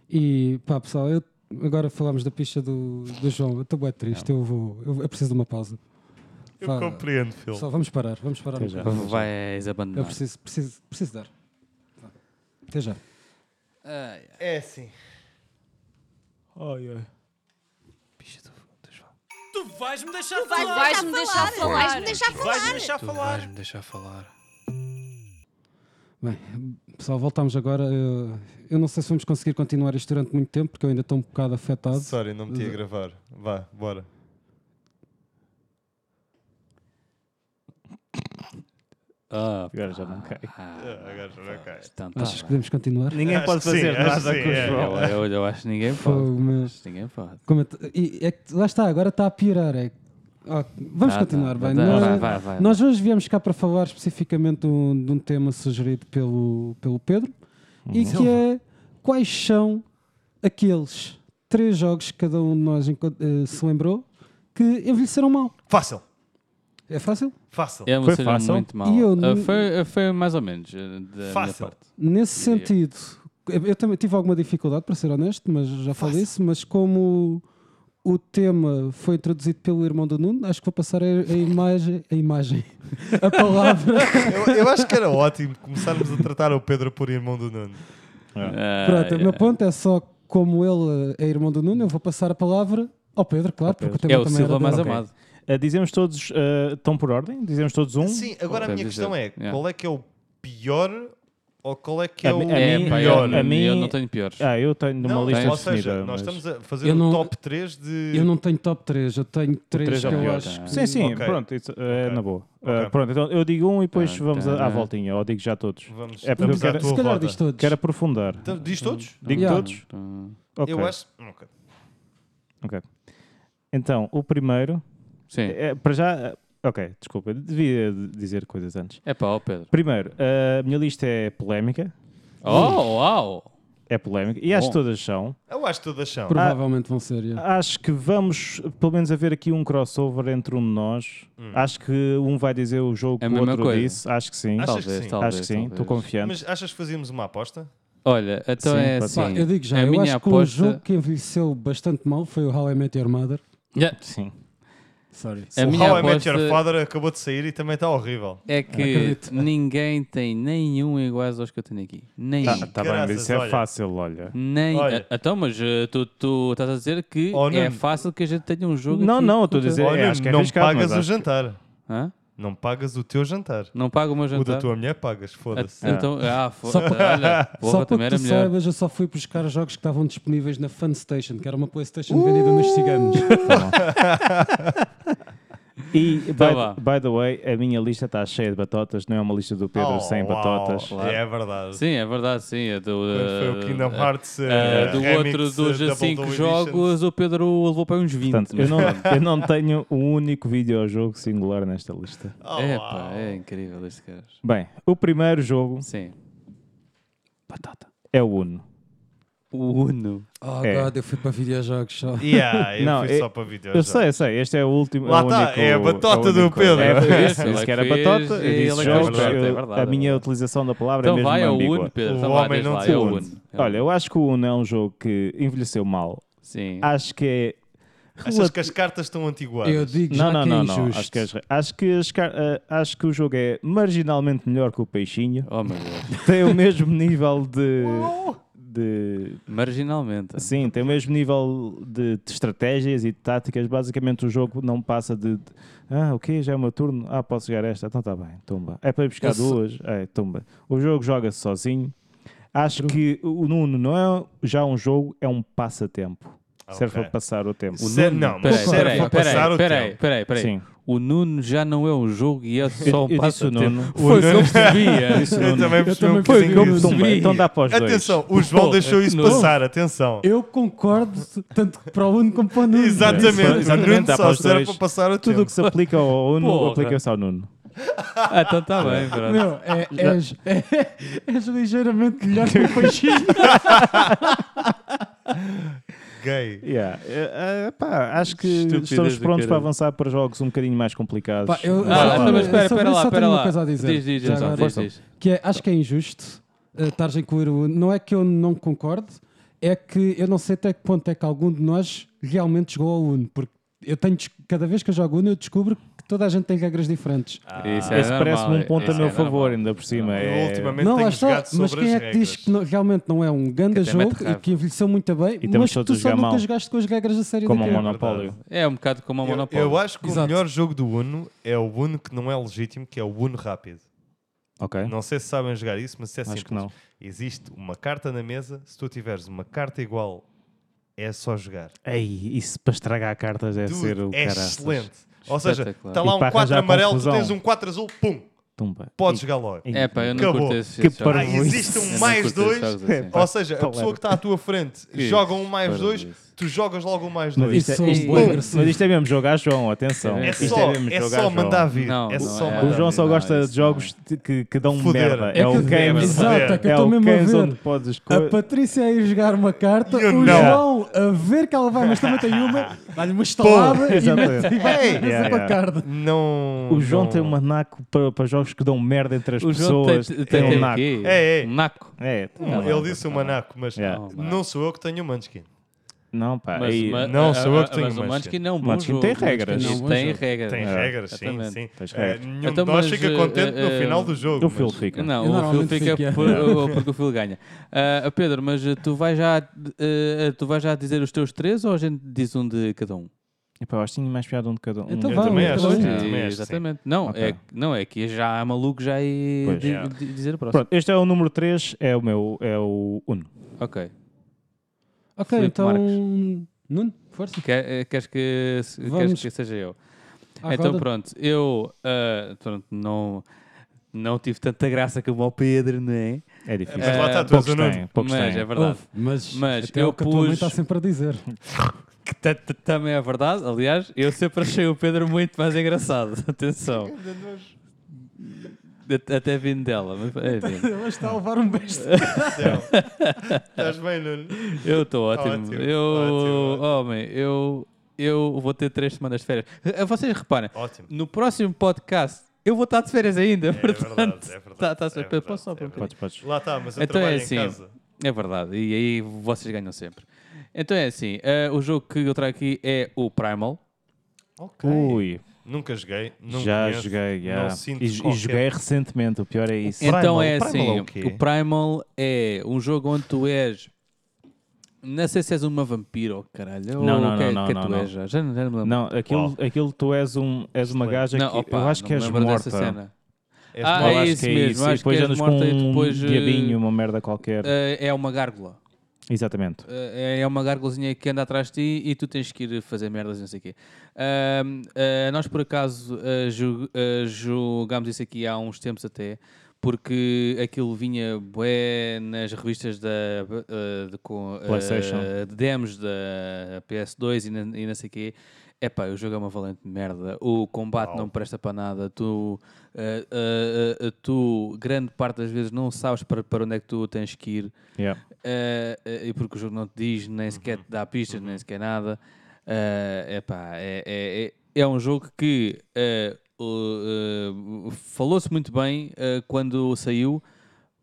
S1: E pá, pessoal, eu, agora falámos da pista do, do João. Eu estou bem triste, eu vou. Eu, eu preciso de uma pausa.
S4: Eu
S1: Vá,
S4: compreendo, Phil.
S1: Pessoal, vamos parar, vamos parar. um
S6: já.
S1: bocadinho.
S5: Vais abandonar.
S1: Eu preciso, preciso, preciso dar. Vá. Até já.
S5: Ai, ai.
S4: É assim.
S2: Tu vais-me deixar
S7: Vais-
S2: falar.
S7: Vais-me deixar falar. Vais-me deixar
S2: Vais-me deixar falar.
S5: me deixar falar.
S1: Bem, pessoal, voltamos agora. Eu, eu não sei se vamos conseguir continuar isto durante muito tempo, porque eu ainda estou um bocado afetado.
S4: Sorry, não me tinha a gravar. Vá, bora.
S5: Ah,
S6: Agora já não cai.
S4: Ah, Agora já não cai.
S5: então tá.
S1: Achas que podemos continuar?
S6: Ninguém
S4: Acho
S6: pode
S4: que sim,
S6: fazer
S4: acho que
S6: nada
S4: sim,
S6: com o
S4: é.
S6: João.
S5: Eu, eu acho que ninguém pode.
S1: Fogo, mas-
S5: Acho que ninguém pode.
S1: como eu t- e é que lá está, agora está a piorar. é que- ó, vamos
S5: Tá,
S1: continuar é?
S5: tá,
S1: bem.
S5: tá,
S1: nós,
S5: vai, vai, vai.
S1: nós hoje viemos cá para falar especificamente de um, de um tema sugerido pelo, pelo Pedro e que é quais são aqueles três jogos que cada um de nós enco- eh, se lembrou que envelheceram mal.
S4: Fácil,
S1: É fácil?
S4: fácil.
S5: Eu
S6: Foi
S5: me fácil?
S6: fácil?
S5: muito mal.
S1: E eu
S5: Ah,
S1: não-
S5: foi, ah, foi mais ou menos ah, da
S4: Fácil.
S5: minha parte.
S1: Nesse
S5: Diria.
S1: sentido, eu eu também tive alguma dificuldade, para ser honesto, mas já falei isso. Mas como o tema foi introduzido pelo irmão do Nuno, acho que vou passar a, a imagem, a imagem, (laughs) a palavra.
S4: Eu, eu acho que (laughs) era ótimo começarmos a tratar o Pedro por irmão do Nuno.
S5: Ah,
S1: Pronto, o meu
S5: é.
S1: ponto é só como ele é irmão do Nuno, eu vou passar a palavra ao Pedro, claro, porque o tema
S5: É o
S1: também era
S5: Silva mais
S1: dele.
S6: Ok.
S5: amado.
S6: Ah, dizemos todos,
S4: Hum?
S6: ah, estão por ordem? Dizemos todos um?
S4: Sim, agora
S5: Quer
S4: a minha
S5: dizer,
S4: questão é:
S5: yeah.
S4: qual é que é o pior Ou qual é que é
S6: A
S4: o
S6: mi- a
S5: É,
S6: mim-
S5: pá,
S4: melhor?
S5: eu,
S6: a mim-
S5: eu não tenho piores.
S6: Ah, eu tenho numa
S4: Não,
S6: lista
S4: ou seja,
S6: definida.
S4: nós
S6: mas-
S4: estamos a fazer
S1: Eu
S4: um
S1: não-
S4: top 3 de.
S1: Eu não tenho top 3, eu tenho 3,
S6: três é
S1: que
S6: o
S1: eu
S6: pior,
S1: acho
S6: tá?
S1: que...
S6: Sim, sim,
S4: Ok.
S6: pronto, isso, é na boa.
S4: Ok.
S6: Uh, pronto, então eu digo um e depois
S5: Tá,
S6: vamos
S5: tá,
S6: a- à
S5: tá.
S6: voltinha, ou digo já todos.
S4: Vamos,
S6: É,
S4: vamos
S6: porque
S4: à
S6: era-
S4: tua
S1: Se calhar
S4: roda.
S1: diz todos.
S6: Quero aprofundar.
S4: Então, Diz todos?
S6: Digo
S1: Yeah.
S6: todos? Hum. Ok.
S4: Eu acho. ok.
S6: ok. Então, o primeiro,
S5: Sim.
S6: é, para já, eh, ok, desculpa, devia de- dizer coisas antes.
S5: É pá, ó Pedro.
S6: Primeiro, eh, a minha lista é polémica,
S5: Oh, uau!
S6: é polémica, e acho que
S5: Bom.
S6: todas são.
S4: Eu acho todas são.
S1: Provavelmente vão ser,
S5: Ah,
S1: yeah.
S6: Acho que vamos, pelo menos, haver aqui um crossover entre um de nós.
S4: Hum.
S6: Acho que um vai dizer o jogo
S5: É a
S6: que o
S5: mesma
S6: outro
S5: coisa.
S6: disse, acho que sim.
S4: Achas
S5: Talvez,
S4: que sim?
S5: talvez.
S6: acho que sim, estou
S5: talvez.
S6: confiante.
S4: Mas achas que fazíamos uma aposta?
S5: Olha, então
S6: Sim,
S5: é
S6: pode
S5: assim.
S6: ser.
S1: Pá, eu digo já,
S5: a
S1: eu
S5: minha
S1: acho que um
S5: aposta-
S1: jogo que envelheceu bastante mal foi o How I Met Your Mother.
S5: Yeah.
S6: Sim.
S1: Sorry.
S5: A
S4: o
S5: minha
S4: How I Met Your
S5: aposta
S4: Father acabou de sair e também está horrível.
S5: é que
S6: (laughs)
S1: Acredito.
S5: ninguém tem nenhum iguais aos que eu tenho aqui. Nenhum.
S6: Tá, tá bem, mas
S4: Graças,
S6: isso é
S4: olha.
S6: fácil, olha.
S5: Nem.
S4: Olha.
S5: Ah, Então, mas ah, tu, tu estás a dizer que
S4: Oh,
S5: é
S4: Nuno.
S5: fácil que a gente tenha um jogo.
S6: Não,
S5: aqui.
S6: não, eu estou a dizer,
S4: Olha,
S6: é, acho que é
S4: não
S6: arriscado,
S4: pagas
S6: mas
S4: o
S6: acho que-
S4: jantar.
S5: Hã?
S4: Não pagas o teu jantar.
S5: Não pago o meu
S4: O da
S5: jantar.
S4: tua mulher pagas, foda-se.
S5: Ah, Então,
S4: É.
S5: ah, foda
S1: Só para-
S6: (laughs)
S5: olha, porra,
S1: só para
S5: também
S1: que
S5: era
S1: tu
S5: melhor.
S1: saibas, eu só fui buscar jogos que estavam disponíveis na Funstation, que era uma Playstation vendida nos
S6: (laughs)
S1: ciganos.
S6: E,
S5: Então
S6: by,
S5: vá.
S6: by the way, a minha lista está cheia de batotas, não é uma lista do Pedro
S4: Oh,
S6: sem
S4: uau.
S6: batotas.
S4: É verdade.
S5: Sim, é verdade, sim. é do,
S4: Quando foi o
S5: ah,
S4: Kingdom
S5: ah,
S4: Hearts
S5: ah,
S4: eh,
S5: do
S4: Remix,
S5: outro dos
S4: eh, Double
S5: 5
S4: Door
S5: jogos, o Pedro o levou para uns 20.
S6: Portanto, eu
S5: mas
S6: não,
S4: (laughs)
S5: pronto.
S6: eu não tenho um único videojogo singular nesta lista.
S4: Edition. Oh,
S5: é,
S4: uau.
S5: pá, (laughs) é incrível este gajo.
S6: Bem, o primeiro jogo
S5: Sim. Batata.
S6: é o Uno.
S5: O Uno.
S1: Oh
S6: É.
S1: god, eu fui para videojogos só.
S4: Yeah, eu
S6: Não,
S4: fui
S6: é-
S4: só para vídeo.
S6: Eu sei, eu sei, este é o último.
S4: Lá
S6: é o
S4: tá,
S6: único-
S4: é a batota
S6: é o
S4: do
S6: único-
S4: Pedro.
S6: É,
S5: Ele é que
S6: isso, eu disse que era
S5: fez
S6: batota,
S5: e
S6: eu
S5: ele
S6: disse
S5: é que
S6: jogos,
S5: fez, é
S6: eu-
S5: verdade,
S6: a
S5: é
S6: minha
S5: verdade.
S6: utilização da palavra
S5: Então
S6: é mesmo
S5: vai ao
S6: ambígua.
S5: Uno, Pedro.
S4: O
S5: Então vá,
S4: homem
S5: diz
S4: não
S5: lá,
S4: tem
S5: é o
S4: Uno.
S5: Uno. É o
S6: Olha, eu
S5: Uno.
S6: acho que o Uno é um jogo que envelheceu mal.
S5: Sim.
S6: Acho que é
S4: Achas que as cartas estão antiguadas?
S1: Eu digo já
S6: Não, não,
S1: que é
S6: não, não.
S1: injusto.
S6: Acho que, as- acho, que as car- ah, acho que o jogo é marginalmente melhor que o Peixinho.
S5: Oh, meu Deus.
S6: Tem o mesmo nível de. de
S5: Marginalmente.
S6: sim, tem o mesmo nível de, de estratégias e de táticas. Basicamente, o jogo não passa de. de, ah, o quê? Já é o meu turno? Ah, posso jogar esta? Então tá bem, tumba. É para ir buscar
S1: Eu só-
S6: duas? É, tumba. O jogo joga-se sozinho. Acho que o Nuno não é já um jogo, é um passatempo.
S4: Ok.
S6: Serve para passar o tempo.
S4: Se- não, mas
S5: Peraí,
S4: serve
S5: peraí,
S4: para passar
S5: peraí,
S4: o
S5: peraí,
S4: tempo.
S5: peraí, peraí.
S6: Sim.
S5: O Nuno já não é um jogo e é
S6: Eu-
S5: só
S6: eu disse
S5: um
S6: o
S5: passatempo.
S6: Nuno.
S5: Foi
S4: O
S5: o que eu
S4: Nuno-
S5: percebi.
S6: (laughs) Eu
S5: é.
S6: disse o Nuno.
S4: também percebi um
S1: também
S4: bocadinho
S5: percebi.
S4: disso.
S6: Tumba.
S5: percebi.
S6: Então dá para os dois.
S4: Atenção, o João
S5: Porra,
S4: deixou isso
S5: que nojo.
S4: passar, atenção.
S1: Eu concordo tanto para o Uno como para o Nuno. é?
S4: Exatamente,
S6: Exatamente,
S4: Nuno
S6: dá
S4: só
S6: para os
S4: serve
S6: dois.
S4: para passar o
S6: Tudo o
S4: tempo.
S6: que se aplica ao Uno
S5: Porra.
S6: aplica-se ao Nuno.
S5: Ah, então está bem, pronto.
S1: Meu, é, és, (laughs) é- és ligeiramente melhor que
S4: (laughs)
S1: o Peixinho.
S4: Gay.
S6: Yeah. Eh, eh, pá, acho que
S5: Estupidez
S6: estamos
S5: do
S6: prontos para
S5: caralho.
S6: avançar para jogos um bocadinho mais complicados.
S1: Pá, eu-
S6: Vamos
S5: Ah,
S6: lá.
S1: Sobre-
S5: mas espera,
S1: sobre
S5: espera
S1: isso
S5: lá,
S1: só
S5: espera
S1: tenho uma
S5: lá.
S1: coisa a dizer.
S5: Diz, diz,
S1: Já
S5: diz,
S1: agora.
S5: diz, diz.
S1: Que é, acho que é injusto eh, estares a incluir o Uno. Não é que eu não concordo, é que eu não sei até que ponto é que algum de nós realmente jogou ao Uno. Porque eu tenho, des- cada vez que eu jogo Uno, eu descubro que toda a gente tem regras diferentes.
S4: Ah,
S5: Isso é
S6: Esse
S5: normal,
S6: parece-me um ponto a
S5: isso é
S6: meu favor,
S5: normal.
S6: ainda por cima.
S4: Eu
S6: É...
S4: ultimamente
S1: não, lá
S4: tenho
S1: está.
S4: jogado
S1: Mas
S4: sobre
S1: quem
S4: as
S1: é que diz
S4: regras.
S1: que não- realmente não é um grande
S5: Que até mete
S1: jogo e
S5: raiva.
S1: que envelheceu muito bem,
S6: estamos
S1: mas
S6: todos
S1: tu
S6: a
S1: só
S6: jogar
S1: nunca
S6: mal.
S1: jogaste com as regras da série
S6: Como um
S1: daquela.
S6: monopólio.
S5: É um bocado como a
S4: Eu,
S5: Monopólio.
S4: eu acho que
S1: Exato.
S4: o melhor jogo do Uno é o Uno que não é legítimo, que é o Uno rápido.
S6: Ok.
S4: Não sei se sabem jogar isso, mas é
S6: É? Acho
S4: simples.
S6: que não.
S4: Existe uma carta na mesa, se tu tiveres uma carta igual, é só jogar.
S6: Ei, isso para estragar cartas deve
S4: Dude,
S6: ser o
S4: é
S6: caraças.
S4: excelente. Ou seja,
S5: Espetacular.
S4: está
S6: E
S4: lá
S6: para
S4: um 4
S6: arranjar
S4: amarelo, tu tens
S6: confusão.
S4: um 4 azul, pum,
S6: Tumba.
S4: podes
S6: Ei,
S4: jogar logo.
S6: ei,
S5: É pá, eu não
S4: Acabou.
S5: curto esses
S6: Que
S5: esses jogos.
S6: parvo.
S4: Ah, existe
S5: Eu não
S4: um mais
S5: curto
S4: dois.
S5: esses jogos assim.
S4: Ou seja, a
S6: Palavra.
S4: pessoa que está à tua frente
S5: Que
S4: joga um mais
S5: parvo
S4: dois,
S5: isso.
S4: tu jogas logo um mais
S6: Mas
S4: dois.
S6: isto,
S1: Isso é
S6: é,
S1: um
S6: isto,
S1: bom agressivo.
S6: mas isto é mesmo jogo à João, atenção.
S5: É
S4: É
S6: Isto
S4: só,
S6: mesmo
S4: é
S6: jogo à
S4: só
S6: João.
S4: mandar vir.
S5: Não,
S4: é
S5: não,
S4: só
S5: é-
S4: mandar
S6: O João
S4: vir.
S6: só
S5: Não,
S6: gosta
S5: isso
S6: de jogos de- que, que dão
S4: Foder.
S6: merda.
S4: É
S6: É, o
S1: que-
S6: game.
S1: Exato, é que eu
S6: é
S1: estou
S6: o
S1: mesmo a
S6: games
S1: ver.
S6: onde podes
S1: A
S6: co-
S1: Patrícia a ir jogar uma carta,
S4: You
S1: o
S4: know.
S1: João a ver que ela vai, mas também tem uma, dá-lhe uma estalada e
S6: Exatamente.
S1: mete e vai
S4: Ei,
S1: para a mesa
S6: yeah,
S1: com a
S6: yeah.
S1: carta.
S4: Não.
S6: O João
S4: não-
S6: tem uma naco para, para jogos que dão merda entre as
S5: O João tem,
S6: pessoas.
S5: tem, tem
S6: um
S5: o
S6: naco.
S5: quê?
S4: É, é.
S5: Um naco.
S6: É,
S4: Hum,
S5: Tá
S4: Ele
S5: bem,
S4: disse
S5: tá
S4: o
S5: bem.
S4: Manaco, mas
S6: Yeah.
S5: Oh, mano.
S4: não sou eu que tenho o Munchkin.
S6: não, pá.
S5: Mas,
S6: aí-
S5: mas,
S4: Não, sou eu que
S5: ah, ah,
S4: tenho
S5: Mas o
S4: Munchkin.
S5: Munchkin não é um bom
S6: Munchkin
S5: jogo.
S6: tem regras.
S1: Não, é um bom
S5: Tem
S1: jogo.
S5: regras.
S4: Tem regras, sim,
S5: exatamente.
S4: sim.
S6: Tens
S4: Eh,
S6: regras.
S4: nenhum
S5: Então,
S4: de nós
S5: mas,
S4: fica
S5: eh,
S4: contente
S5: eh,
S4: no final do jogo.
S6: o Phil
S4: mas-
S6: fica.
S1: Eu
S5: Não, o Phil
S1: normalmente
S5: fica
S1: fico, é.
S5: por- (laughs) o- porque o Phil ganha. Ah, Pedro, ah, mas eh, tu vais, já, eh, tu vais já dizer os teus três ou a gente diz um de cada um?
S6: Epá, eu acho que tinha mais piada um de cada um.
S1: Então
S4: Eu
S1: vá,
S4: também
S1: um de
S4: acho,
S1: cada um.
S4: sim.
S5: Sim,
S4: também acho que
S5: exatamente. Não,
S6: Ok.
S5: é, que- não, é que já há maluco já e
S6: Pois,
S5: di-
S4: yeah.
S5: di- dizer o próximo.
S6: Pronto, este é o número 3, é o meu, é o Uno.
S5: Ok.
S1: Ok,
S5: Filipe
S1: então.
S5: Marques.
S1: Nuno, força.
S5: Quer- eh, queres, que, se-
S1: Vamos.
S5: queres que seja eu?
S1: À
S5: então
S1: roda.
S5: pronto, eu ah, pronto, não, não tive tanta graça como o Pedro, não é?
S6: É difícil.
S4: Mas tipo, lá está, tu és
S6: poucos
S4: o Nuno.
S6: têm, poucos
S5: Mas
S6: têm.
S5: é verdade.
S1: Ouve, mas,
S5: Mas
S1: até
S5: eu
S1: é o que a tua mãe
S5: pus-
S1: está sempre a dizer.
S5: Que ta- ta- também é verdade. Aliás, eu sempre achei o Pedro muito mais engraçado. (laughs) Atenção. At- Até vindo dela. mas, é
S4: Então,
S5: enfim.
S1: Ela está a levar um beijo.
S4: (laughs) Estás bem,
S6: (laughs)
S4: Nuno?
S5: Eu estou ótimo.
S4: tá Ótimo, tá
S5: Eu,
S4: ótimo, ótimo.
S5: homem, eu, eu vou ter três semanas de férias. Eh, Vocês reparem,
S4: Ótimo.
S5: no próximo podcast eu vou estar de férias ainda.
S4: É
S5: portanto,
S4: verdade, é verdade.
S5: tá- tá-
S4: é
S5: posso
S4: verdade,
S5: só
S4: é
S5: para um
S4: verdade.
S6: Podes, podes.
S4: Lá está, mas eu
S5: Então é
S4: trabalho
S5: assim.
S4: em casa.
S5: É verdade, e aí vocês ganham sempre. Então é assim, eh, o jogo que eu trago aqui é o Primal.
S4: Ok.
S6: Ui,
S4: Nunca joguei. Não
S6: já
S4: conheço,
S6: joguei, já.
S4: Não sinto
S6: e, e
S4: qualquer-
S6: joguei recentemente, o pior é isso.
S4: Primal,
S5: então é
S4: Primal
S5: assim,
S4: é o quê?
S5: o Primal é um jogo onde tu és... Não sei se és uma vampira ou caralho.
S6: Não,
S5: ou
S6: não,
S5: o que é-
S6: não,
S5: que é
S6: não,
S5: tu
S6: não.
S5: és, já, já não já não me lembro.
S6: Não, aquilo,
S4: Uau.
S6: aquilo tu és, um, és uma gaja
S5: Não,
S6: que
S5: opa,
S6: eu acho que
S5: não
S6: és
S5: me lembro dessa
S6: morta.
S5: cena.
S4: És
S5: Ah,
S6: Eu
S5: é
S4: maluco.
S6: acho
S5: isso
S6: que
S5: mesmo,
S6: e
S5: acho que
S6: depois
S5: és
S6: andas
S5: morta
S6: com
S5: e depois,
S6: um
S5: eh,
S6: diabinho, uma merda qualquer.
S5: Eh, é uma gárgula.
S6: Exatamente.
S5: Eh, é uma gárgulazinha que anda atrás de ti e tu tens que ir fazer merdas e não sei o quê. Ahm, eh, nós, por acaso, eh, ju- eh, jogámos isso aqui há uns tempos até, porque aquilo vinha bué nas revistas da eh, de, com, eh,
S6: PlayStation.
S5: de demos da PS2 e, na- e não sei o quê. Epá, o jogo é uma valente merda. O combate não presta para nada. Tu, eh, eh, eh, tu, grande parte das vezes, não sabes para, para onde é que tu tens que ir.
S6: Yeah.
S5: Eh, eh, e porque o jogo não te diz, nem sequer te dá pistas, nem sequer nada. Eh, epá, é, é, é, é um jogo que eh, o- eh, falou-se muito bem eh, quando saiu,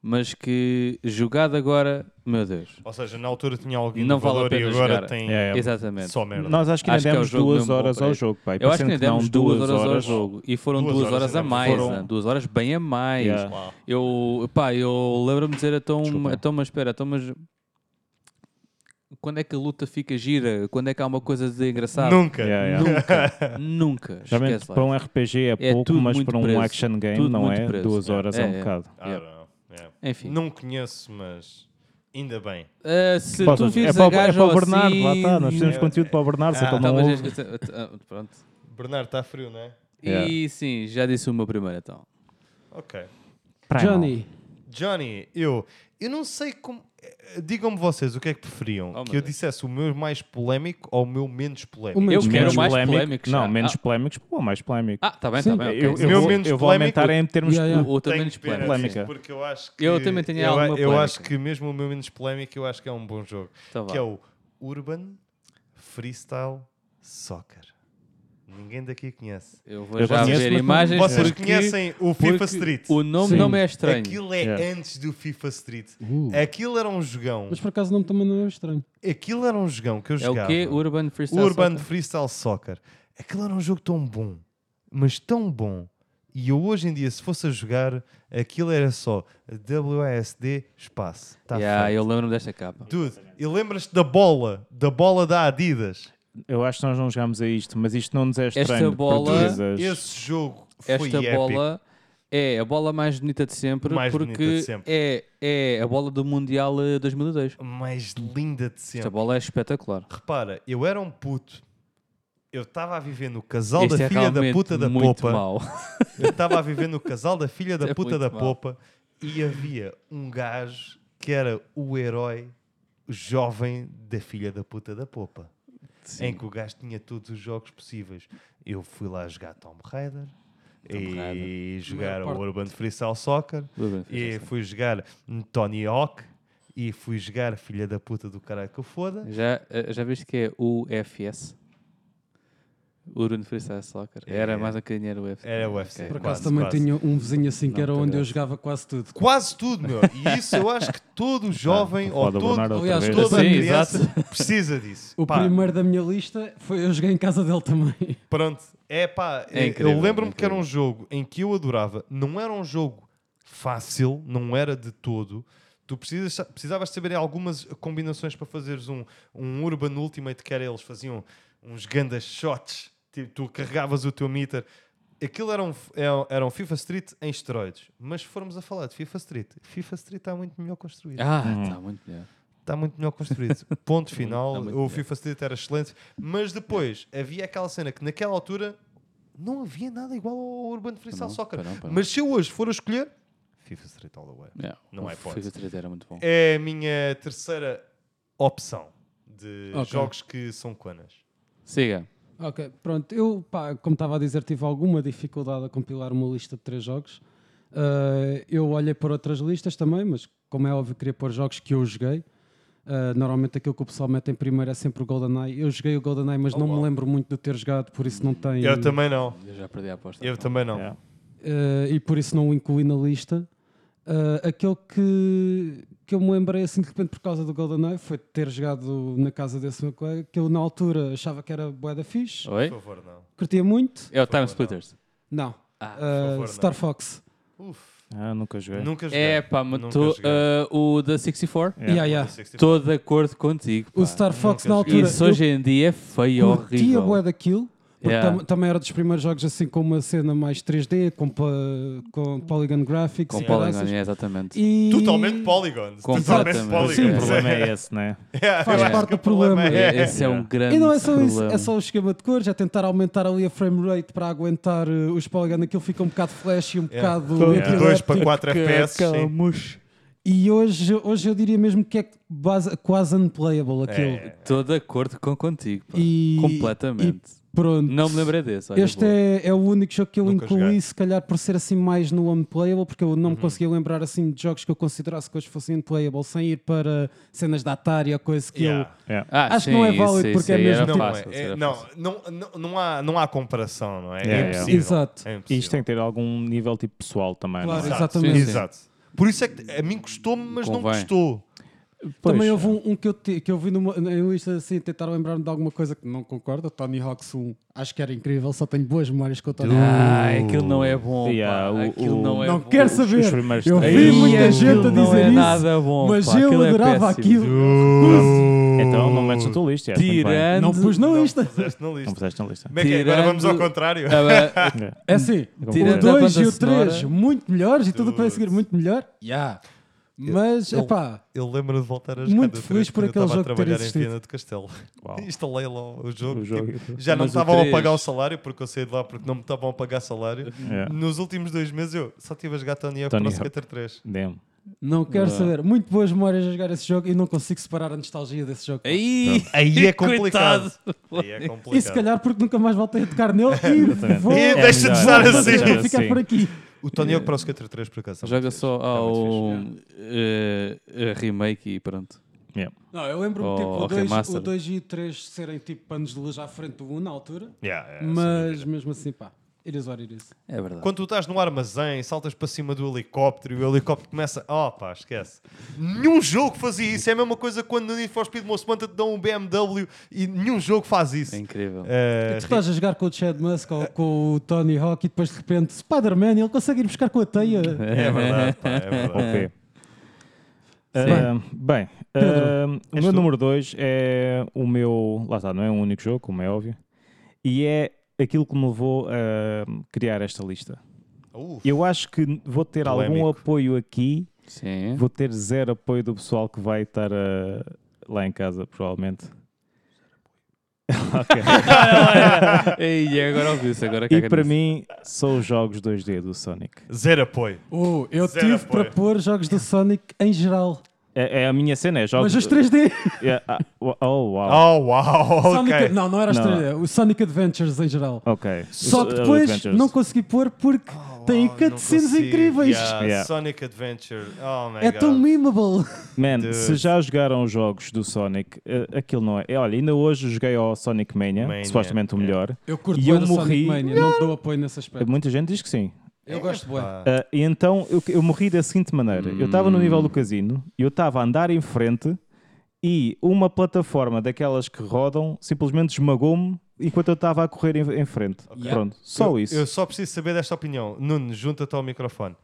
S5: mas que jogado agora, meu Deus,
S4: Ou seja, na altura tinha alguém
S5: Não
S4: no
S5: vale a
S4: valor e
S5: pena
S4: agora
S5: jogar.
S4: tem
S6: É, é.
S5: exatamente.
S4: um só merda.
S6: Nós acho que ainda
S5: Acho que é o
S6: demos
S5: jogo
S6: duas
S5: mesmo bom
S6: horas
S5: para
S6: ao
S5: isso.
S6: jogo, pá. E
S5: Eu acho que
S6: parecendo
S5: ainda
S6: não,
S5: demos duas horas ao jogo e foram
S4: Duas
S5: duas,
S4: horas
S5: horas, a
S4: ainda
S5: mais,
S6: foram.
S5: né? duas horas bem a mais.
S6: Yeah.
S4: Uau.
S5: Eu, pá, eu lembro-me de dizer, então,
S6: Desculpa.
S5: então mas espera, então, mas quando é que a luta fica gira? Quando é que há uma coisa de engraçado?
S4: Nunca.
S6: Yeah, yeah. (laughs)
S5: Nunca, nunca.
S6: Geralmente
S5: Esquece lá.
S6: para um RPG é,
S5: É
S6: pouco,
S5: tudo
S6: mas
S5: muito
S6: para um
S5: preso.
S6: action game
S5: Tudo
S6: não
S5: muito
S6: é?
S5: preso.
S6: Duas horas é, um
S5: É, é.
S6: bocado.
S4: I
S5: Yeah.
S4: don't know, Ah, yeah.
S5: Enfim,
S4: Não conheço, mas ainda bem.
S5: Ah, se
S6: Posso-
S5: tu vires
S6: é para,
S5: a
S6: o- é
S5: gaja
S6: para o
S5: ou
S6: Bernardo, lá
S5: assim-
S6: está. Nós temos conteúdo para o Bernardo, só que
S4: Ah,
S6: ele
S5: Tá,
S6: não
S5: mas
S6: ouve.
S5: este- este- ah,
S6: (laughs)
S5: pronto.
S4: Bernardo, está frio, não é?
S5: E sim, já disse o meu primeiro então.
S4: Ok.
S6: Primal.
S1: Johnny,
S4: Johnny, eu, eu não sei como. eh, Digam-me vocês o que é que preferiam?
S5: Oh, meu
S4: que eu
S5: Deus.
S4: disse o meu mais polémico ou o meu menos polémico?
S1: O meu-
S5: Eu
S1: Menos
S5: quero o mais
S6: polémico-
S5: polémico. já.
S6: Não, menos polémicos, pô, mais polémico.
S5: Ah, está bem,
S1: Sim.
S5: está bem. ok.
S6: eu,
S5: Sim,
S6: eu
S4: Meu
S6: vou,
S4: menos
S6: eu vou
S4: polémico-
S6: aumentar em termos
S1: Yeah, yeah.
S5: O teu menos
S4: Tenho pena
S5: polémico.
S6: polémico.
S4: disso, Porque eu acho que.
S5: Eu também tenho
S4: eu,
S5: alguma
S4: eu acho
S5: polémica.
S4: que mesmo o meu menos polémico, eu acho que é um bom jogo.
S5: Tá vá.
S4: que é o Urban Freestyle Soccer. Ninguém daqui conhece.
S5: Eu vou
S6: Eu
S5: já
S6: conheço,
S5: ver
S6: mas não-
S5: imagens.
S4: Vocês
S5: porque-
S4: conhecem o
S5: porque
S4: FIFA Street?
S5: O nome
S1: Sim.
S5: não me é estranho.
S4: Aquilo é
S6: Yeah.
S4: antes do FIFA Street.
S1: Uh.
S4: Aquilo era um jogão.
S1: mas por acaso o nome também não é estranho.
S4: Aquilo era um jogão que eu
S5: É o
S4: jogava.
S5: quê? Urban Freestyle
S4: Urban
S5: Soccer?
S4: Freestyle Soccer. Aquilo era um jogo tão bom, mas tão bom. E eu hoje em dia, se fosse a jogar, aquilo era só WASD espaço. Tá
S5: Yeah,
S4: feito.
S5: eu lembro-me desta capa.
S4: Dude, e lembras-te da bola? Da bola da Adidas?
S6: Eu acho que nós não jogámos a isto, mas isto não nos é estranho. porque
S5: bola-
S6: tu dizes-
S4: Esse jogo foi
S5: Esta
S4: épico.
S5: bola é a bola mais bonita de sempre
S4: Mais bonita
S5: porque
S4: de sempre.
S5: É, é a bola do Mundial eh, 2002.
S4: mais linda de
S5: Esta
S4: sempre.
S5: bola é espetacular.
S4: Repara, eu era um puto. Eu estava a viver no casal
S5: Este
S4: da
S5: é
S4: filha da
S5: realmente
S4: puta da
S5: muito
S4: popa. (laughs)
S5: mau.
S4: Eu estava a viver no casal da filha da
S5: É
S4: puta
S5: muito
S4: da
S5: mau.
S4: popa e havia um gajo que era o herói jovem da filha da puta da popa. Em que o gajo tinha todos os jogos possíveis. Eu fui lá jogar Tomb Raider e jogar o Urban Freestyle Soccer
S5: Urban Freestyle
S4: e fui jogar Tony Hawk e fui jogar filha da puta do caralho que eu foda.
S5: Já, eh, já viste que é UFS? Urban Freestyle Soccer. Era
S4: É.
S5: mais um bocadinho era UFC.
S4: Era UFC.
S1: Por
S5: Ok.
S1: acaso
S4: Quase,
S1: também
S4: quase.
S1: tinha um vizinho assim que
S5: Não,
S1: era
S5: tá
S1: onde
S5: bem.
S1: eu jogava quase tudo.
S4: Quase tudo, meu. E isso eu acho que todo jovem
S6: Vou
S4: ou
S6: falar do
S4: todo,
S6: Bernardo outra
S5: aliás,
S6: vez.
S5: todo-
S4: toda
S5: Sim,
S4: criança precisa disso.
S1: O
S4: Pá,
S1: primeiro da minha lista foi eu joguei em casa dele também.
S4: Pronto. É pá,
S5: É
S4: eu-
S5: incrível,
S4: eu lembro-me
S5: é
S4: que era um jogo em que eu adorava. Não era um jogo fácil, não era de todo. Tu precisas, precisavas saber algumas combinações para fazeres um, um Urban Ultimate, que era eles faziam uns grandes shots. Tipo, tu carregavas o teu meter. Aquilo era um, é- era um FIFA Street em esteroides. Mas se formos a falar de FIFA Street, FIFA Street está muito melhor construído.
S5: Ah, está muito melhor.
S4: Está muito melhor construído. Ponto final.
S5: muito
S4: o
S5: melhor.
S4: FIFA Street era excelente. Mas depois havia aquela cena que naquela altura não havia nada igual ao Urbano Freestyle
S5: não,
S4: Soccer.
S5: pois não, pois não.
S4: Mas se eu hoje for a escolher, FIFA Street all the way.
S5: Yeah.
S4: Não
S5: O
S4: é hipótese.
S5: FIFA 3 era muito bom.
S4: É a minha terceira opção de
S1: Ok.
S4: jogos que são conas.
S5: Siga.
S1: Ok, pronto. Eu, pá, como estava a dizer, tive alguma dificuldade a compilar uma lista de três jogos. Uh, eu olhei para outras listas também, mas como é óbvio, queria pôr jogos que eu joguei. Uh, normalmente aquilo que o pessoal mete em primeiro é sempre o GoldenEye. Eu joguei o GoldenEye, mas não
S4: wow.
S1: me lembro muito de ter jogado, por isso não tem.
S4: Oh, Eu também não.
S5: Eu já perdi a aposta.
S4: Eu também não.
S6: Yeah.
S1: Uh, e por isso não o incluí na lista. Uh, aquele que, que eu me lembrei assim de repente por causa do GoldenEye foi de ter jogado na casa desse meu colega, que eu na altura achava que era bué da fixe,
S5: Oi?
S4: Por favor, não.
S1: curtia muito.
S5: É o Time Splitters.
S1: Não.
S5: Ah,
S1: Uh,
S4: favor, não.
S1: Star Fox.
S4: Uf,
S6: Ah, nunca joguei.
S4: nunca joguei.
S5: É pá, mas
S4: Nunca
S5: tu,
S4: joguei. É,
S5: ah, o da 64,
S1: Yeah,
S6: Yeah.
S1: yeah.
S5: estou de acordo contigo.
S1: O
S5: pá.
S1: Star Fox
S4: nunca
S1: na
S4: joguei.
S1: altura.
S5: Isso hoje em dia é feio,
S1: eu curtia
S5: horrível.
S1: bué daquilo. Porque
S5: Yeah.
S1: tam- também era dos primeiros jogos assim com uma cena mais 3D, com, pa- com Polygon Graphics
S5: Com
S1: e
S5: Polygon,
S1: caraças.
S5: é, exatamente.
S1: E
S4: Totalmente Polygons. Totalmente
S5: Completamente. Sim,
S6: O
S4: Polygons.
S6: problema
S4: (laughs)
S6: é esse, né?
S4: Yeah,
S1: Faz
S4: eu acho
S1: parte
S4: que
S1: do problema.
S5: É, Esse é um
S6: Yeah.
S5: grande
S1: E não é só isso,
S5: problema.
S1: é só o esquema de cores, é tentar aumentar ali a frame rate para aguentar eh, os Polygon. Aquilo fica um bocado flash e um
S4: Yeah.
S1: bocado.
S4: De 2 para 4
S5: Que-
S4: FPS.
S5: que-
S4: sim.
S1: E hoje, hoje eu diria mesmo que é base- quase unplayable aquilo.
S4: É.
S5: Estou de acordo com contigo, pá.
S1: E-
S5: completamente.
S1: Pronto.
S5: Não me lembrei desse. olha,
S1: Este
S5: boa.
S1: é, é o único jogo que eu
S4: Nunca
S1: incluí,
S4: joguei.
S1: se calhar por ser assim mais no unplayable, porque eu não me conseguia lembrar assim de jogos que eu considerasse que hoje fossem unplayable, sem ir para cenas da Atari ou coisa que
S4: Yeah.
S6: Yeah.
S5: Ah,
S1: Acho que não é
S5: sim,
S1: válido,
S5: isso-
S1: porque
S5: isso
S1: é
S5: aí
S1: mesmo
S5: era
S4: Não,
S5: fácil,
S4: é-
S5: isso era
S4: não,
S5: fácil.
S4: não, não, não, há, não há comparação, não é? é
S6: Yeah, yeah.
S1: eu.
S4: impossível.
S1: Exato.
S4: É
S6: E
S4: impossível.
S6: isto tem que ter algum nível tipo pessoal também,
S1: Claro,
S6: não é?
S1: exato. exatamente.
S5: Sim, sim.
S4: Exato. Por isso é que a mim custou-me, mas não
S5: Convém.
S4: custou.
S6: Pois,
S1: Também houve um, um que, eu te- que eu vi numa, na lista assim, tentar lembrar-me de alguma coisa que não concordo. Tony Hawk's 1, acho que era incrível, só tenho boas memórias com o Tony Hawk's.
S5: Ai, aquilo não é bom. pá.
S6: Yeah, o-
S5: Aquilo
S6: o-
S5: não é
S1: Não
S5: bom.
S1: quero
S6: os
S1: saber,
S6: primeiros
S1: eu
S6: três.
S1: vi
S5: Ai,
S1: muita
S5: aquilo
S1: gente a
S5: não
S1: dizer
S5: é
S1: isso,
S5: nada bom.
S1: mas
S5: pá.
S1: eu
S5: Aquilo é
S1: adorava
S5: péssimo.
S1: aquilo.
S6: Então não metes na tua lista. é, muito bem.
S5: Tirando.
S1: Não pus na lista.
S4: Puseste na
S6: Não
S4: lista.
S6: puseste na lista.
S4: Como é que é? Agora
S5: Tirando-
S4: vamos ao contrário.
S5: Ah, ah,
S6: Yeah.
S1: É assim,
S5: Tirando
S1: o
S5: a
S1: 2 e
S5: banda
S1: o 3
S5: sonora.
S1: muito melhores e tudo o que vai seguir
S4: Tudo.
S1: muito melhor. Mas,
S4: eu-
S1: epá,
S4: Eu lembro de voltar a
S1: Muito
S4: jogar no três
S1: feliz por
S4: quando eu
S1: aquele
S4: estava
S1: jogo ter
S4: a trabalhar em
S1: existido.
S4: Viena de Castelo. (laughs)
S6: Uau.
S4: Instalei lá o jogo.
S6: O jogo.
S4: tipo, já não me
S5: Mas o
S4: estavam a
S5: três-
S4: pagar o salário porque eu saí de lá porque não me estavam a pagar salário.
S6: Yeah.
S4: Nos últimos dois meses eu só tive a jogar Tony Hawk
S6: Tony
S4: para o
S6: Hawk.
S4: Skater 3.
S6: Damn.
S1: Não quero saber. Muito boas memórias a jogar esse jogo e não consigo separar a nostalgia desse jogo.
S5: Aí,
S4: Aí é complicado.
S5: coitado.
S4: Aí é complicado.
S1: E se calhar porque nunca mais voltei a tocar nele e vou
S4: E
S6: É
S4: (laughs) deixa de
S6: melhor,
S4: estar
S6: é
S1: vou
S4: assim.
S6: melhor
S1: ficar por aqui.
S4: O Tony Hawk para o Skater 3 por acaso. é muito
S5: Joga
S4: fixe.
S5: só
S4: É muito
S5: ao
S4: fixe.
S5: eh, eh, remake e pronto.
S1: Não, eu lembro-me
S4: Oh,
S5: Ou- ou
S1: tipo,
S5: remaster.
S1: o 2 e o 3 serem tipo panos de luz à frente do 1 na altura,
S4: Yeah, yeah, sem
S1: mas
S4: dúvida.
S1: mesmo assim, pá, it is what it is.
S5: É verdade.
S4: Quando tu estás no armazém, saltas para cima do helicóptero e o helicóptero começa. Oh pá, esquece. Nenhum jogo fazia isso. É a mesma coisa quando no Need for Speed Most Wanted te dão um BMW e nenhum jogo faz isso.
S5: É incrível.
S4: É,
S1: Tu estás a jogar com o Chad Musk ou com o Tony Hawk e depois de repente Spider-Man ele consegue ir buscar com
S4: (laughs)
S1: a teia.
S4: é verdade, pá, é
S1: (laughs)
S4: verdade.
S6: Ok. Ah, bem, ah, o
S4: és
S6: meu
S4: tu.
S6: número 2 é o meu. Lá está, não é um único jogo, como é óbvio. E é aquilo que me levou a criar esta lista.
S4: Uf,
S6: Eu acho que vou ter algum
S4: Polémico.
S6: apoio aqui,
S5: (laughs) Sim.
S6: vou ter zero apoio do pessoal que vai estar ah, lá em casa, provavelmente. (laughs) Ok.
S4: (laughs)
S5: e agora ouviu-se. Agora é
S6: E
S5: caga
S6: para
S5: nisso.
S6: mim, são os jogos 2D do Sonic.
S4: Zero apoio.
S1: Oh, eu
S4: Zero
S1: tive
S4: apoio.
S1: para pôr jogos do Sonic em geral,
S6: É, é a minha cena, é jogos.
S1: mas os 3D.
S6: É, ah, oh, uau.
S4: Oh, uau!
S1: (laughs) Sonic-
S4: ok.
S1: não, não era os
S6: Não.
S1: 3D, o Sonic Adventures em geral.
S6: Ok.
S1: Oh. Só
S5: é
S6: Os,
S1: que
S6: uh,
S1: depois
S6: Adventures.
S1: não consegui pôr porque tem
S4: Oh,
S1: cutscenes
S4: não consigo.
S1: incríveis.
S4: Yeah,
S6: Yeah.
S4: Sonic Adventure. Oh my
S1: É
S4: God.
S1: tão memeable.
S6: Man,
S4: Dude.
S6: se já jogaram os jogos do Sonic, eh, aquilo não é. eh, Olha, ainda hoje joguei ao Sonic Mania,
S4: Mania, é.
S6: supostamente o
S4: yeah.
S6: melhor.
S1: Eu curto
S6: E
S1: bué
S6: eu
S1: do
S6: morri.
S1: Sonic Mania, não te dou apoio nesse aspecto.
S6: Muita gente diz que sim.
S4: É
S1: Eu gosto bué.
S4: Pá.
S6: Ah, e então eu, eu morri da seguinte maneira: eu estava no
S4: Hum.
S6: nível do casino, eu estava a andar em frente e uma plataforma daquelas que rodam simplesmente esmagou-me enquanto eu estava a correr em, em frente. Pronto, só
S4: Eu-
S6: isso.
S4: Eu só preciso saber desta opinião. Nuno, junta-te ao microfone.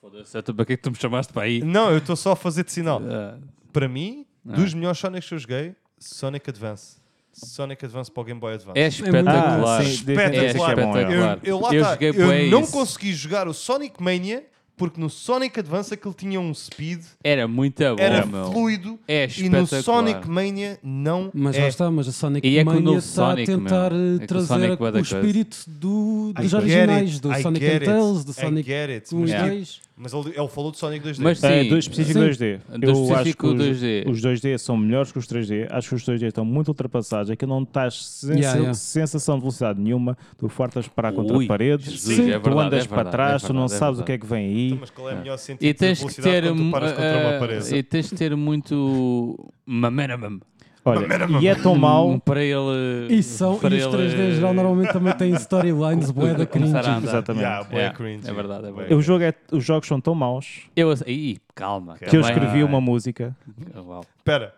S5: Foda-se, tu- para que é que tu me chamaste para aí?
S4: Não, eu estou só a fazer de sinal.
S5: Ah,
S4: Para mim, dos melhores Sonics que eu joguei, Sonic Advance. Sonic Advance para o Game Boy Advance.
S5: É espetacular.
S6: Ah, sim, dizem
S4: Espetacular.
S6: que
S5: é
S6: esse é bom, é bom.
S5: espetacular.
S4: Eu, eu lá
S5: Eu
S4: tá,
S5: joguei
S4: eu
S5: bué
S4: não
S5: isso.
S4: consegui jogar o Sonic Mania porque no Sonic Advance aquilo tinha um speed,
S5: Era muito bom,
S4: era
S5: meu.
S4: fluido
S5: É
S4: e no
S5: espetacular.
S4: Sonic Mania não
S1: Mas lá
S4: é.
S1: está, mas a Sonic
S5: E é com o
S1: Mania
S5: novo
S1: está a
S5: Sonic, meu.
S1: tentar eh,
S5: É que o
S1: trazer
S5: Sonic
S1: a-
S5: bué
S1: o
S5: da coisa.
S1: espírito do-
S4: I
S1: dos
S4: get
S1: originais,
S4: it,
S1: do
S4: I
S1: Sonic
S4: get
S1: and
S4: it,
S1: Tails, do
S4: I
S1: Sonic
S4: get it,
S1: 1 e
S4: mas- é.
S1: 2.
S4: Mas ele, ele falou de Sonic 2D.
S5: Mas sim,
S6: É, do específico
S1: Sim.
S6: 2D.
S5: Do
S6: eu acho que
S5: específico
S6: os,
S5: 2D.
S6: os 2D são melhores que os 3D. Acho que os 3D estão muito ultrapassados. Aqui não estás sem
S1: Yeah, yeah.
S6: sensação de velocidade nenhuma. Tu fartas para
S5: Ui,
S6: contra paredes.
S5: Jesus,
S1: Sim.
S5: é
S6: Tu
S5: verdade,
S6: andas
S5: é
S6: para
S5: verdade,
S6: trás,
S5: é
S6: tu não
S5: verdade, é
S6: sabes o que
S5: verdade.
S6: é que vem aí.
S4: mas qual é o melhor sentido
S5: E
S4: de
S5: tens que
S4: velocidade
S5: ter.
S4: quando tu
S5: mu-
S4: paras contra uma
S5: eh,
S4: parede?
S5: e tens de ter muito. Mamanamam.
S6: Olha, e é tão mau.
S5: Para ele.
S1: E, são,
S5: para
S1: e os
S5: ele- eh,
S1: 3D em geral normalmente também
S5: (laughs)
S1: têm storylines bué da cringe.
S5: começar a andar.
S6: Exatamente.
S4: Yeah, bué
S5: Yeah,
S4: cringe.
S5: é verdade, é
S4: Bué
S5: verdade.
S6: O jogo é- os jogos são tão maus
S5: Eu. assim, Ih, calma.
S6: que eu
S5: também-
S6: escrevi uma música
S5: Ah, uau.
S4: Espera,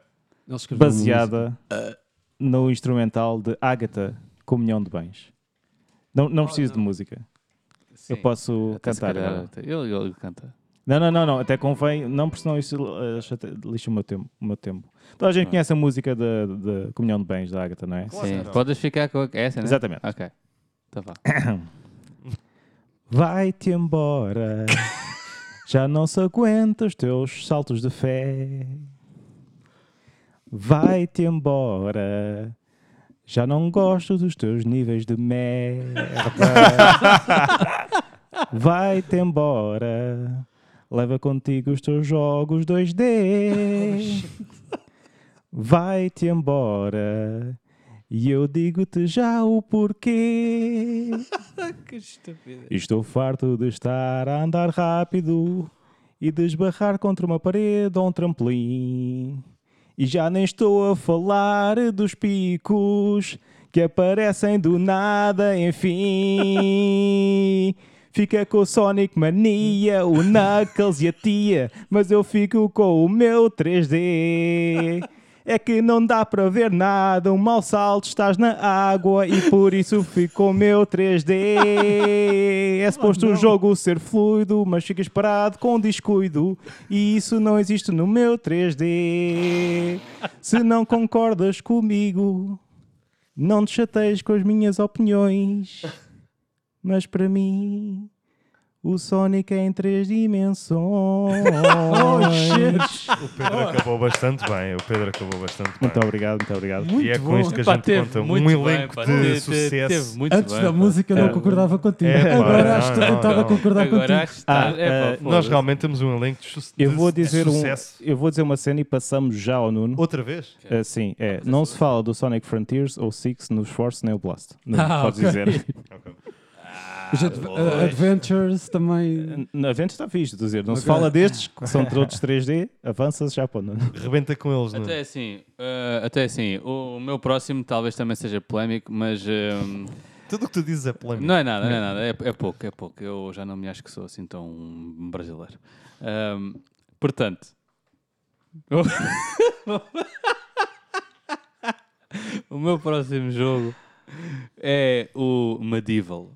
S1: Ele escreveu uma
S6: baseada no instrumental de Ágata, Comunhão de Bens. Não, não preciso de música.
S5: Sim.
S6: Eu posso
S5: Até se
S6: cantar.
S5: calhar,
S6: agora.
S5: até- Ele ele canta.
S6: Não, não, não, não, até convém, não, porque senão isso eh, chate- lixa o meu tempo. O meu tempo. Toda a gente conhece a música da da Comunhão de Bens da Ágata, não é?
S4: Claro que
S5: Sim.
S4: não.
S5: Podes ficar com essa, né?
S6: Exatamente.
S5: Ok. Então vá.
S6: Vai-te embora, já não se aguenta os teus saltos de fé. Vai-te embora, já não gosto dos teus níveis de merda. Vai-te embora, leva contigo os teus jogos 2D. Vai-te embora, e eu digo-te já o porquê. Estou farto de estar a andar rápido e de esbarrar contra uma parede ou um trampolim. E já nem estou a falar dos picos que aparecem do nada, enfim. Fica com o Sonic Mania, o Knuckles e a tia, mas eu fico com o meu 3D. É que não dá para ver nada, um mau salto, estás na água e por isso ficou o meu 3D. É suposto o jogo ser fluido, mas ficas parado com descuido e isso não existe no meu 3D. Se não concordas comigo, não te chateias com as minhas opiniões, mas para mim o Sonic é em três dimensões.
S4: o Pedro acabou bastante bem. O Pedro acabou bastante bem.
S6: Muito obrigado, muito obrigado.
S4: e é
S1: Muito
S4: com
S1: bom.
S4: isto que a
S5: Pá,
S4: gente
S5: teve
S4: conta um
S5: muito bem,
S4: elenco
S5: pá,
S4: de
S5: teve- teve-
S4: sucesso.
S5: teve muito
S1: Antes
S5: bem,
S1: da
S5: pá.
S1: música não
S6: É.
S1: concordava contigo.
S4: É, pá,
S1: Agora
S4: não,
S1: acho que
S4: não,
S1: tentava
S4: não.
S1: concordar
S5: Agora
S1: contigo.
S5: acho que está.
S6: Ah,
S5: é,
S6: eh,
S5: pá,
S4: Nós
S5: foda-se.
S4: realmente temos um elenco de, su-
S6: Eu
S4: de-
S6: vou
S4: de
S6: dizer um,
S4: sucesso.
S6: eu vou dizer uma cena e passamos já ao Nuno.
S4: Outra vez?
S6: Ah, sim, é. Não se fala do Sonic Frontiers ou Six nos Force nem o Blast. Não
S1: Ah,
S6: podes
S1: ok.
S6: dizer.
S1: Os adve- uh, Adventures também.
S6: Na Vento está fixe de dizer. Não se
S1: Ok.
S6: fala destes, que são todos 3D. Avança-se já para o Nuno.
S4: Rebenta com eles, não
S5: Até assim, eh, até assim, o, o meu próximo talvez também seja polémico, mas ehm,
S4: Tudo o que tu dizes é polémico.
S5: não é nada, não é nada, é, é pouco, é pouco. Eu já não me acho que sou assim tão brasileiro. Ehm, portanto, (laughs) o meu próximo jogo é o Medieval.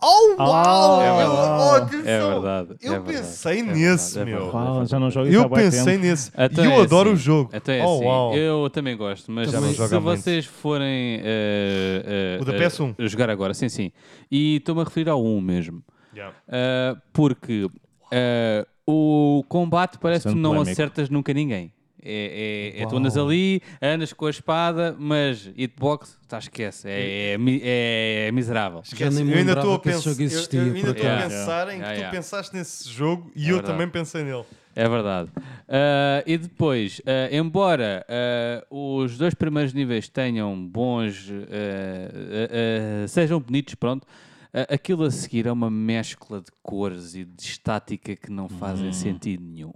S4: Oh, uau!
S5: É
S4: Eu- oh,
S5: verdade,
S4: atenção!
S5: é verdade.
S4: Eu
S5: é verdade,
S4: pensei
S5: é
S4: nesse,
S5: verdade, é
S4: meu.
S5: verdade, é
S6: Fala,
S5: verdade.
S6: já não jogas há
S4: Eu
S6: bué
S4: pensei
S6: tempo.
S4: nesse.
S5: Então
S4: e eu
S5: é
S4: adoro
S5: assim,
S4: o jogo.
S5: então é
S4: oh,
S5: assim,
S4: uau.
S5: Eu também gosto, mas
S4: Também
S5: se
S4: joga muito.
S5: vocês forem eh, eh,
S4: O da
S5: eh,
S4: PS1.
S5: jogar agora, sim, sim. E estou-me a referir ao 1 mesmo.
S4: Yeah.
S5: Eh, porque eh, o combate parece que
S6: Bastante
S5: não
S6: polémico.
S5: acertas nunca ninguém. É, é, é tu andas ali, andas com a espada, mas hitbox, tá, esquece. É, é, mi- é miserável.
S1: Já nem me
S4: eu ainda
S1: lembrava
S4: estou a
S1: que esse
S4: pensar.
S1: jogo existia,
S4: eu, eu ainda
S1: por
S4: estou a
S5: acaso.
S4: pensar em que
S5: Yeah, yeah.
S4: tu pensaste nesse jogo e
S5: É
S4: eu
S5: verdade.
S4: também pensei nele.
S5: É verdade. Ah, e depois, ah, embora ah, os dois primeiros níveis tenham bons, ah, ah, ah, sejam bonitos, pronto, ah, aquilo a seguir é uma mescla de cores e de estática que não
S4: Uhum.
S5: fazem sentido nenhum.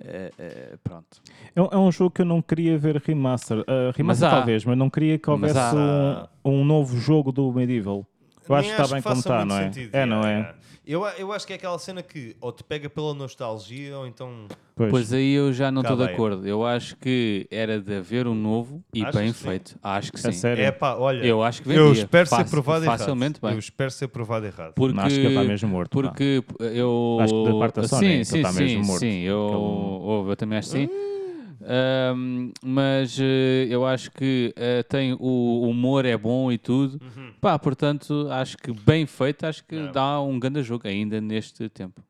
S5: Ah, ah, pronto.
S6: É um, é um jogo que eu não queria ver remaster. Ah, remaster
S5: há.
S6: talvez, mas não queria que houvesse
S5: há.
S6: um, um novo jogo do Medieval. Eu acho
S4: Nem
S6: que está bem como
S4: faça
S6: está,
S4: muito
S6: não é?
S4: sentido,
S6: É,
S4: yeah,
S6: não é?
S4: yeah. Eu, a- eu acho que é aquela cena que ou te pega pela nostalgia ou então.
S6: Pois.
S5: Pois é, aí eu já não estou de
S4: Tá bem.
S5: acordo. Eu acho que era de haver um novo e
S4: Achas
S5: bem
S4: que sim?
S5: feito. Acho que
S6: A
S5: sim.
S6: sério.
S4: É pá, olha.
S5: Eu acho que
S4: eu
S5: vendia.
S4: espero ser
S5: Fácil-
S4: provado
S5: facilmente
S4: errado.
S5: bem.
S4: Eu é espero ser provado errado.
S5: Porque,
S6: Acho que ele está tá mesmo morto, pá.
S5: Porque eu.
S6: Acho que da parte da Sony,
S5: sim,
S6: ele
S5: sim,
S6: está
S5: sim,
S6: mesmo morto. Ah.
S5: Sim, eu,
S6: Aquele-
S5: ouve, eu também acho que sim. Ahm, mas eh, eu acho que eh, tem o humor é bom e tudo.
S4: Uhum.
S5: Pá, portanto, acho que bem feito, acho que dá um grande jogo ainda neste tempo.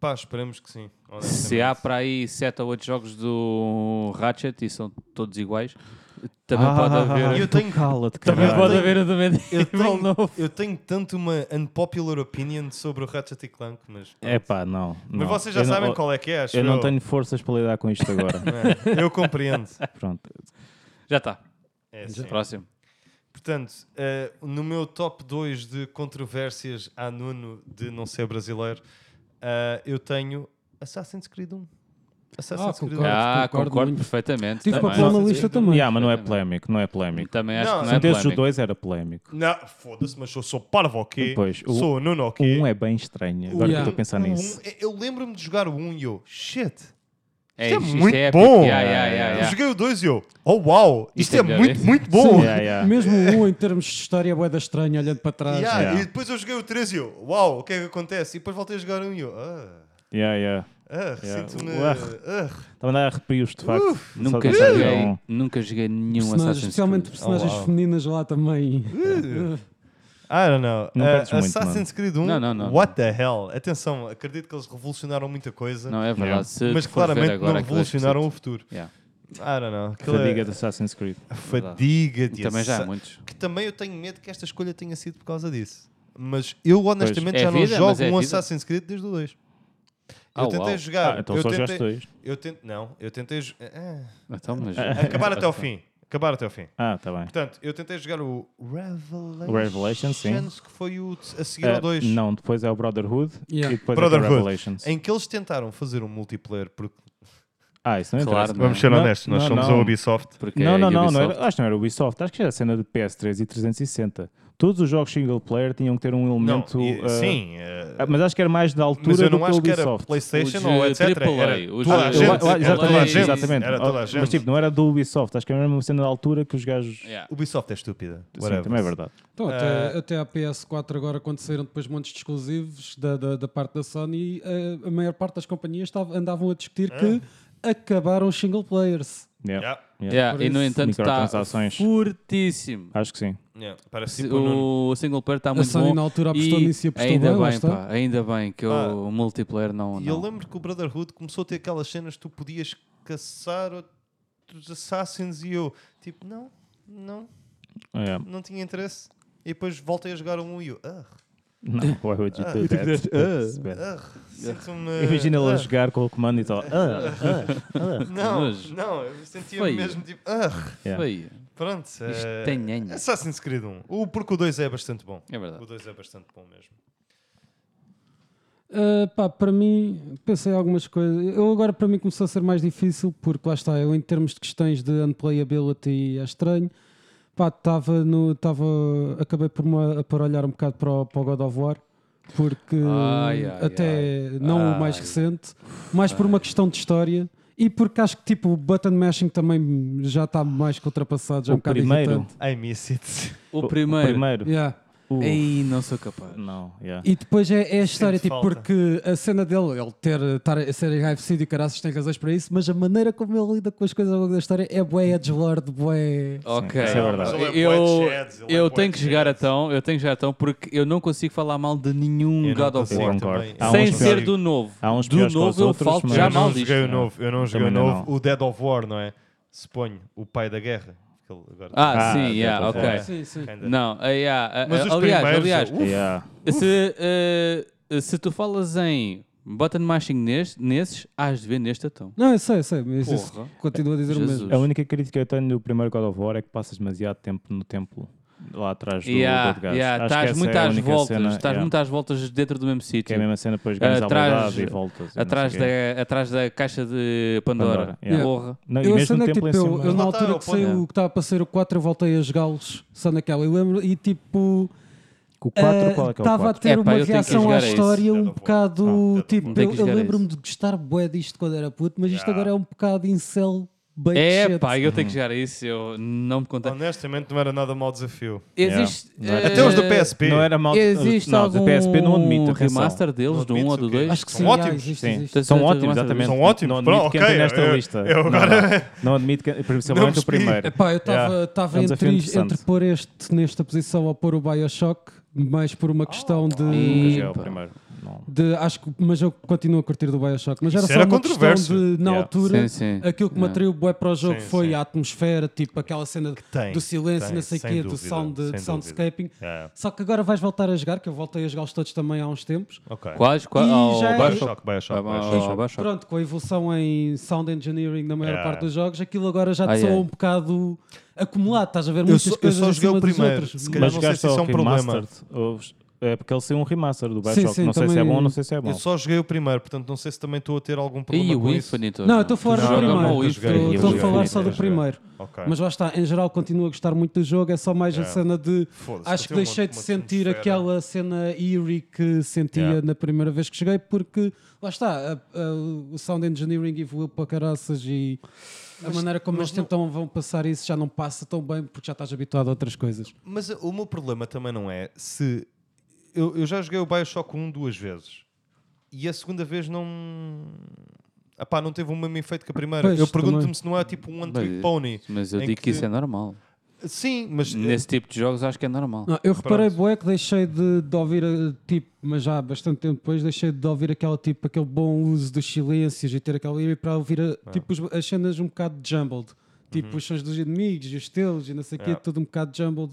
S4: Pá, esperemos que sim.
S5: Se há para aí 7 ou 8 jogos do Ratchet e são todos iguais, também
S4: Ah,
S6: Ah,
S5: pode haver.
S4: eu tenho-
S6: Cala-te,
S4: Também
S5: Também
S6: caralho.
S5: (laughs) pode
S4: tenho-
S5: haver o do (laughs)
S4: Eu
S5: Medieval
S4: tenho,
S5: novo.
S4: eu tenho tanto uma unpopular opinion sobre o Ratchet e Clank, mas.
S6: É pá, não.
S4: Mas vocês já sabem qual é que é, acho
S6: Eu não tenho forças para lidar com isto
S4: (laughs)
S6: agora.
S4: É, eu
S6: (laughs)
S4: compreendo.
S6: Pronto.
S5: Já está.
S4: É, sim.
S5: Próximo.
S4: Portanto, eh, no meu top 2 de controvérsias à nono de não ser brasileiro, eh, eu tenho Assassin's Creed 1. Assassin's
S1: Ah,
S4: Creed
S1: concordo.
S4: 1.
S5: ah,
S1: concordo
S5: concordo,
S1: muito.
S5: perfeitamente.
S1: Tive para
S5: também.
S1: pôr na lista também.
S6: Yeah, mas não é polémico, não é polémico.
S5: Também acho
S4: Não,
S5: que
S4: se
S5: não é
S6: Se desses os
S5: polémico.
S6: dois era polémico.
S4: um. Não, foda-se, mas eu sou parvo aqui.
S6: Pois, o-
S4: sou nono aqui.
S6: O um é bem estranho, agora que
S1: Yeah.
S6: estou a
S5: Um,
S6: pensar nisso.
S4: Um, eu lembro-me de jogar o 1 e eu, shit.
S5: É,
S4: Isto é
S5: isto
S4: muito
S5: épico.
S4: bom.
S5: Yeah, yeah, yeah,
S4: Eu
S5: yeah.
S4: joguei o 2 e eu, oh uau, isto,
S5: Isto é
S4: é,
S5: melhor,
S4: muito,
S5: é?
S4: muito bom.
S6: Yeah, yeah.
S1: Mesmo um em termos de história é bué da estranha olhando para trás.
S4: Yeah,
S5: é.
S6: Yeah.
S4: E depois eu joguei o 3 e eu, uau, o que é que acontece? E depois voltei a jogar o 1 e eu, ah,
S6: Yeah, yeah.
S4: ah,
S6: Yeah.
S4: sinto-me.
S6: Ué.
S4: ah.
S6: Estava a dar arrepios, de facto. Só
S5: Nunca
S6: pensar que
S5: joguei,
S6: é um-
S5: nunca joguei nenhum
S1: Personagens,
S5: Assassin's
S1: especialmente
S5: Creed.
S1: personagens
S4: Oh, wow.
S1: femininas lá também.
S4: I don't know.
S6: Não
S4: Eh,
S6: perdes muito,
S4: Assassin's Creed 1,
S5: Não, não, não,
S4: what the hell? Atenção, acredito que eles revolucionaram muita coisa,
S5: Não, é
S6: Yeah.
S5: verdade. Se
S4: mas
S5: for ver
S4: claramente
S5: agora
S4: não
S5: aquilo é
S4: revolucionaram o
S5: esquisito.
S4: futuro.
S5: Yeah.
S4: I don't know. Aquilo é-
S6: Fadiga de Assassin's Creed.
S4: a fadiga de
S5: Também já é há
S4: assa-
S5: muitos.
S4: Que também eu tenho medo que esta escolha tenha sido por causa disso. Mas eu honestamente
S5: Pois.
S4: já
S5: É
S4: não
S5: vida, mas
S4: jogo
S5: é
S4: um
S5: vida.
S4: Assassin's Creed desde o 2.
S5: Ah,
S4: eu tentei
S5: uau.
S4: jogar.
S6: Ah, então
S4: eu
S6: só
S4: tentei,
S6: jogaste dois.
S4: Eu tentei, não, eu tentei. jo- ah,
S5: Então, mas...
S4: (laughs)
S5: (laughs)
S4: acabar até ao fim. Acabar até ao fim.
S6: Ah, tá bem.
S4: Portanto, eu tentei jogar o Revelations,
S6: Revelations, sim.
S4: que foi o a seguir
S6: Eh,
S4: ao 2.
S6: não, depois é o Brotherhood
S1: Yeah.
S6: e depois é o
S4: Brotherhood.
S6: Revelations.
S4: Em que eles tentaram fazer um multiplayer porque
S6: Ah, isso não
S5: Claro,
S6: interessa.
S5: Vamos ser
S6: Não, não, não.
S4: Ubisoft.
S5: Porque
S6: Não,
S5: é
S6: não, não, não
S5: Ubisoft.
S6: era, acho que não era Ubisoft, acho que era a cena de PS3 e 360. Todos os jogos single player tinham que ter um
S4: Não,
S6: elemento.
S4: e-
S6: ah,
S4: sim, eh,
S6: ah, mas acho que era mais da altura
S4: mas eu
S6: do
S4: não
S6: que
S4: acho
S6: o
S4: que era
S6: Ubisoft.
S4: PlayStation
S5: Os,
S4: ou
S5: eh,
S4: etc.
S5: AAA,
S4: Era
S5: os
S4: toda a
S5: AAA,
S6: Eu-
S4: gente,
S6: eu-
S4: toda a
S5: era toda
S6: exatamente,
S4: gente,
S6: exatamente.
S4: Era toda a gente.
S6: Mas tipo, não era do Ubisoft, acho que era uma cena da altura que os gajos.
S5: Yeah.
S4: Ubisoft é estúpida.
S6: Sim,
S4: whatever.
S6: também é verdade.
S1: Então, até, até a PS4 agora, quando saíram depois montes de exclusivos da, da, da parte da Sony, eh, a, a maior parte das companhias estava, andavam a discutir que acabaram os single players.
S6: Yeah.
S4: Yeah,
S6: Yeah.
S5: Yeah,
S1: Por
S5: E no
S1: isso,
S5: entanto está
S6: microtransações. Ah,
S5: fortíssimo.
S6: Acho que sim.
S4: yeah. Parece
S5: Se-
S4: tipo o
S5: O single player está muito
S1: Sony
S5: bom.
S1: na altura apostou
S5: e
S1: nisso e apostou
S5: ainda
S1: bem, lá
S5: bem,
S1: está.
S5: pá, ainda bem que
S4: Pá.
S5: o multiplayer não.
S4: Ah, E eu
S5: não.
S4: lembro que o Brotherhood começou a ter aquelas cenas que tu podias caçar outros assassins e eu, tipo, não, não,
S6: Yeah.
S4: não tinha interesse. E depois voltei a jogar um e eu, ah,
S5: (laughs)
S6: Não, why would you do
S4: (laughs)
S6: that? That's bad.
S4: ah, sinto-me.
S6: Imagina ele
S4: ah,
S6: a jogar com o comando e tal. Ah, ah,
S4: Não,
S5: Mas-
S4: não, eu sentia
S5: Foi.
S4: mesmo tipo, ah,
S6: ah. Yeah.
S5: Foi.
S4: pronto. eh,
S5: Estranhenho.
S4: Assassin's Creed 1. O, porque o 2 é bastante bom.
S5: É verdade.
S4: O 2 é bastante bom mesmo.
S1: Uh, pá, para mim, pensei em algumas coisas. Eu agora, para mim, começou a ser mais difícil, porque lá está, eu em termos de questões de unplayability é estranho. Pá, estava no. Tava, acabei por, me, por olhar um bocado para o, para o God of War, porque
S5: Ai, ai,
S1: até não o mais
S5: Ai.
S1: recente, mais por uma questão de história. E porque acho que tipo o button mashing também já está mais que ultrapassado, já é
S6: O
S1: um bocado
S6: primeiro?
S1: irritante.
S4: I miss it.
S5: O
S4: Ah.
S6: O
S5: primeiro.
S6: primeiro.
S1: Yeah.
S6: Uh,
S5: Ei, não sou capaz.
S6: Não, yeah.
S1: E depois é, é a história, tipo,
S4: falta.
S1: porque a cena dele, ele ter, estar a ser enraivecido e caraças tem razões para isso, mas a maneira como ele lida com as coisas ao longo da história é bué edgelord, bué...
S5: Ok.
S6: isso é verdade.
S4: Mas ele é bué de
S5: Eu,
S4: sheds, ele é
S5: eu
S4: bué
S5: tenho
S4: de
S5: que jogar
S4: sheds.
S5: então, eu tenho que jogar então porque eu não consigo falar mal de nenhum
S4: Eu não
S5: Um God of
S4: consigo
S5: War.
S6: concordo.
S4: também.
S6: Há
S5: Sem
S6: uns
S5: ser
S6: piores-
S5: do novo.
S6: há uns
S5: do
S6: piores que os
S5: novo eu
S6: outros,
S5: falo
S6: mas-
S5: já
S4: Eu não
S5: mal disto.
S4: joguei o novo, eu não joguei o
S6: Também não.
S4: novo. O Dead of War, não é? Suponho. O pai da guerra. Aquele agora-
S5: Ah,
S6: Ah,
S5: sim,
S6: Dead
S5: yeah,
S6: of
S5: ok.
S6: War.
S1: Sim, sim.
S4: Kinda.
S5: Não, ah, yeah, ah,
S4: Mas
S5: ah,
S4: os
S5: aliás,
S4: primeiros, uh,
S5: aliás,
S4: uf.
S6: (laughs) Yeah.
S5: se, ah, se tu falas em button mashing neste, nesses, hás de ver neste então.
S1: Não, eu sei, eu sei, mas isso
S5: Porra.
S1: continua a dizer o
S5: Jesus.
S1: mesmo.
S6: A única crítica que eu tenho do primeiro God of War é que passas demasiado tempo no templo lá atrás do,
S5: Yeah,
S6: do gajo.
S5: yeah,
S6: Acho que
S5: estás
S6: essa
S5: muito
S6: é a
S5: às
S6: única
S5: voltas,
S6: cena,
S5: estás
S6: yeah.
S5: muito às voltas dentro do mesmo
S6: Que é
S5: sítio.
S6: a mesma cena, depois ganhas à
S5: Atrás-
S6: verdade e voltas. e não
S5: atrás,
S6: sei o quê.
S5: da, atrás da caixa de Pandora.
S6: Pandora, yeah.
S5: Porra.
S6: Não, e
S1: eu, a
S6: mesmo
S1: cena
S6: no
S1: é que,
S6: templo
S1: tipo,
S6: em
S1: eu,
S6: cima.
S1: eu na
S4: Lá está, é
S1: altura
S4: o
S1: que saiu
S5: ponto.
S1: o que estava para ser o 4, eu voltei a jogá-los, só naquela, eu lembro, e tipo...
S6: Com o 4,
S1: eh,
S6: qual é que é o
S1: Estava a
S6: 4?
S1: ter
S5: Epá, eu
S1: uma
S5: tenho que
S1: reação à
S5: jogar a esse.
S1: história
S4: Dead
S1: um
S4: of War.
S1: bocado
S4: Ah, Dead of
S1: tipo.
S5: War.
S1: Eu,
S5: Tenho que
S1: eu
S5: jogar é a
S1: lembro-me de gostar bué disto quando era puto, mas isto
S4: Yeah.
S1: agora é um bocado incel bem
S5: É,
S1: shit.
S5: pá, eu tenho que
S6: Uhum.
S5: chegar a isso, eu não me contei.
S4: Honestamente, não era nada mau desafio.
S5: Existe.
S6: Não é? era-
S5: eh,
S4: Até os do PSP.
S6: Não era mal.
S5: Existe
S6: não,
S5: algum
S6: do PSP não admito. atenção.
S5: remaster deles,
S4: Não
S5: do 1 ou
S4: admites
S5: do
S4: o quê?
S5: 2?
S1: Acho que sim,
S4: São ótimos.
S1: já existe,
S6: Sim,
S1: existe.
S6: são
S5: Tens-
S6: ótimos,
S5: tens-
S6: exatamente.
S4: São ótimos,
S6: Não
S4: pronto,
S6: admito que entre
S4: ok,
S6: nesta
S4: eu-
S6: lista.
S4: eu
S6: Não,
S4: agora-
S6: Não, não admito que, principalmente o
S4: percebi.
S6: primeiro.
S1: Epá, eu estava
S6: É um desafio
S1: entre,
S6: interessante.
S1: entre pôr este nesta posição ou pôr o Bioshock, mas por
S4: Oh,
S1: uma questão de,
S6: Nunca joguei o
S5: Epa.
S6: primeiro. Não.
S1: de- Acho que. Mas eu continuo a curtir do Bioshock. Mas era
S4: Isso
S1: só
S4: era
S1: uma questão
S4: controverso.
S1: de, na
S6: Yeah.
S1: altura,
S5: Sim, sim.
S1: aquilo que me atraiu bué para o jogo
S4: Sim,
S1: foi
S4: sim.
S1: a atmosfera, tipo aquela cena
S4: (laughs) tem,
S1: do silêncio,
S4: tem,
S1: não sei o
S4: sem
S1: quê, do
S4: dúvida,
S1: sound,
S4: sem
S1: de
S4: dúvida.
S1: soundscaping.
S4: É,
S1: Só que agora vais voltar a jogar, que eu voltei a jogá-los todos também há uns tempos.
S4: ok.
S5: Quais? Quais?
S1: E
S5: Ao
S1: já é-
S5: Bioshock.
S4: Bioshock, Bioshock,
S5: Ao- ao
S4: Bioshock.
S5: Bioshock.
S1: Pronto, com a evolução em sound engineering na maior
S4: É.
S1: parte dos jogos, aquilo agora já te
S4: Ah,
S5: Ai,
S1: soa
S5: ai.
S1: um bocado acumulado. Estás a ver
S4: Eu
S1: muitas
S4: só, eu
S1: coisas
S4: só joguei o
S1: acima dos
S4: primeiro.
S1: outros.
S4: Se
S1: Mas-
S4: calhar não sei
S6: jogaste
S4: se isso é
S6: ao
S4: um problema.
S6: remastered, ou- É porque ele saiu um remaster do
S1: Sim,
S6: Bioshock.
S1: sim,
S6: não sei se é
S1: também-
S6: bom, não sei se é bom.
S4: Eu só joguei o primeiro, portanto não sei se também estou a ter algum problema
S5: E
S4: com
S5: o
S4: isso.
S5: Infinite.
S1: Não, eu estou a falar
S4: Não,
S1: do
S4: não, não,
S1: primeiro.
S4: nunca joguei.
S1: Estou- Estou a
S6: Eu
S1: falar
S6: joguei,
S1: só do
S4: nunca joguei.
S1: primeiro.
S4: Ok.
S1: Mas lá está, em geral continuo a gostar muito do jogo, é só mais a cena de.
S4: Foda-se,
S1: Acho que
S4: tem uma-
S1: deixei de
S4: uma
S1: sentir
S4: atmosfera.
S1: aquela cena eerie que sentia
S4: Yeah.
S1: na primeira vez que cheguei, porque lá está, a- a- o sound engineering evoluiu para caraças e a maneira como eles tentam vão passar isso já não passa tão bem porque já estás habituado a outras coisas.
S4: Mas uh, o meu problema também não é se. Eu, eu já joguei o Bioshock 1 duas vezes e a segunda vez não. Epá, não teve o mesmo efeito que a primeira.
S1: Pois,
S4: eu pergunto-me
S1: também.
S4: se não é tipo um
S5: Mas-
S4: Antigo Pony.
S5: Mas eu
S4: em
S5: digo que isso é normal.
S4: Sim, mas.
S5: Nesse tipo de jogos acho que é normal.
S1: Não, eu reparei, bué, que deixei de, de ouvir, eh, tipo, mas já há bastante tempo depois, deixei de ouvir aquela, tipo, aquele bom uso dos silêncios e ter aquela ir para ouvir, eh,
S4: Ah.
S1: tipo, os- as cenas um bocado jumbled. Tipo,
S4: Uhum.
S1: os sons dos inimigos e os teus e não sei o quê, tudo um bocado jumbled.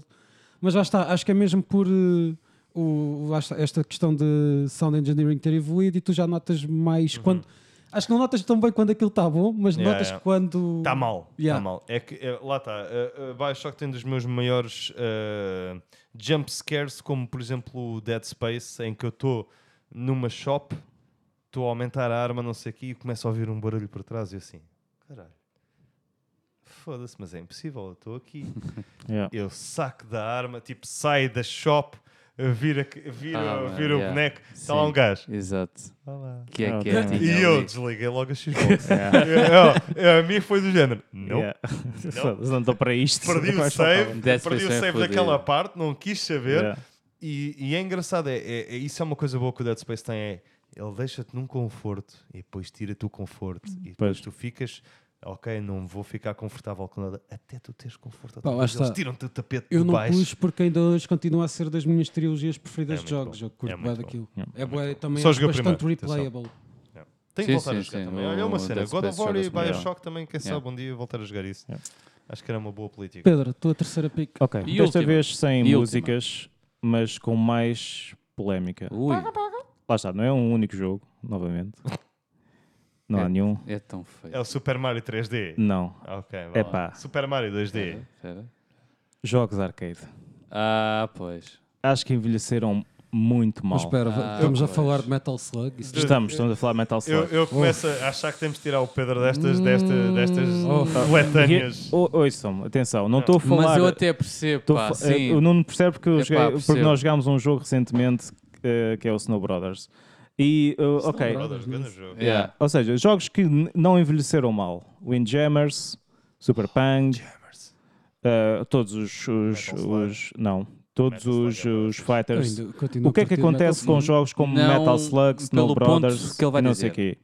S1: Mas lá está, acho que é mesmo por eh, o, lá está, esta questão de sound engineering ter evoluído e tu já notas mais quando... Acho que não notas tão bem quando aquilo está bom, mas
S4: Uhum. Yeah,
S1: notas
S4: yeah.
S1: quando...
S4: Está Tá mal. Está
S1: Yeah.
S4: mal. É que, é- lá está. Uh, uh, Bioshock tem dos meus maiores uh, jump scares, como por exemplo o Dead Space, em que eu estou numa shop, estou a aumentar a arma, não sei o quê, e começo a ouvir um barulho por trás e eu assim, caralho. Foda-se, mas é impossível, eu estou aqui.
S6: Yeah.
S4: eu saco da arma, tipo, saio da shop, vira, vira,
S5: Ah, man,
S4: vira o
S5: yeah.
S4: boneco, está lá um
S5: Sim.
S4: gajo.
S5: Exato.
S4: Olá.
S5: Que é
S6: Ah,
S5: que
S6: ok.
S5: é. tinha
S4: E eu
S5: ali.
S4: desliguei logo a
S5: (laughs)
S4: Xbox. (laughs)
S6: Yeah.
S4: Eu- eu- a mim foi do género. Não.
S6: Yeah. (laughs) Não estou para isto.
S4: Perdi o
S6: Quais
S4: save, é?
S6: faltavam?
S5: Dead
S4: perdi o
S5: Space é
S4: save
S5: fodido.
S4: daquela parte, não quis saber.
S6: Yeah.
S4: E, e é engraçado, é, é- é- isso é uma coisa boa que o Dead Space tem, é ele deixa-te num conforto e depois tira-te o conforto. E depois
S6: Pois.
S4: tu ficas, ok, não vou ficar confortável com nada, até tu teres conforto. outra
S1: Pá, lá
S4: vez. Eles
S1: está.
S4: tiram-te o tapete
S1: Eu
S4: de
S1: não
S4: baixo.
S1: pus porque ainda hoje continua a ser das minhas trilogias
S4: É
S1: preferidas
S4: muito
S1: de jogos.
S4: bom.
S1: Eu curto
S4: É
S1: bué
S4: muito
S1: daquilo. É bué, também
S4: Só
S1: é
S4: joguei o
S1: bastante
S4: primeiro, atenção.
S1: replayable.
S4: Tem
S5: Sim,
S4: que voltar a
S5: sim,
S4: jogar
S5: sim,
S4: também.
S5: o
S4: Olha é uma
S5: Dead
S4: cena. God
S5: Space
S4: of War e
S5: joga-se melhor.
S4: Bioshock também, quem sabe
S5: Yeah.
S4: um dia voltar a jogar isso.
S6: Yeah.
S4: Acho que era uma boa política.
S1: Pedro, tua terceira pick.
S6: Ok,
S5: E
S6: desta
S5: última?
S6: vez sem
S5: E última?
S6: músicas, mas com mais polémica.
S5: Ui,
S6: Lá está, não é um único jogo, novamente. Não há nenhum.
S5: é tão
S4: É
S5: feio.
S4: o Super Mario 3D.
S1: Hum.
S6: Não.
S4: Ok,
S1: É
S4: vai lá.
S6: Epá.
S4: Super Mario 2D.
S5: Espera.
S6: Jogos arcade.
S5: Ah, pois.
S6: Acho que envelheceram muito mal.
S1: Mas espera,
S5: Ah,
S1: estamos a
S5: pois.
S1: falar de Metal Slug. Isso-
S6: Estamos, estamos a falar de Metal
S4: Eu,
S6: Slug.
S4: eu começo a achar que temos de tirar o Pedro destas, desta, destas
S6: E-
S4: letanhas.
S6: o- Ouçam, atenção, não estou a falar.
S5: Mas eu até percebo,
S6: estou a
S5: pá,
S6: fa- eh,
S5: sim.
S6: é, eu não percebo porque, eu
S5: Epá,
S6: joguei- porque
S5: percebo.
S6: nós jogámos um jogo recentemente eh, que é o Snow Brothers. E, eh, ok,
S4: Brothers, grande jogo.
S5: Yeah.
S6: Ou seja, jogos que n- não envelheceram mal. Windjammers, Super Pang, eh, todos os, os-
S4: Metal Slug.
S6: os- não, todos
S4: Metal
S6: os,
S4: Slug é
S6: os fighters.
S1: Eu ainda continuo
S6: O que é
S1: a
S6: que
S1: curtir
S6: acontece
S1: Metal
S6: com jogos como
S5: Não
S6: Metal Slug,
S5: pelo
S6: Snow
S5: ponto
S6: Brothers,
S5: que ele vai
S6: e não sei o quê?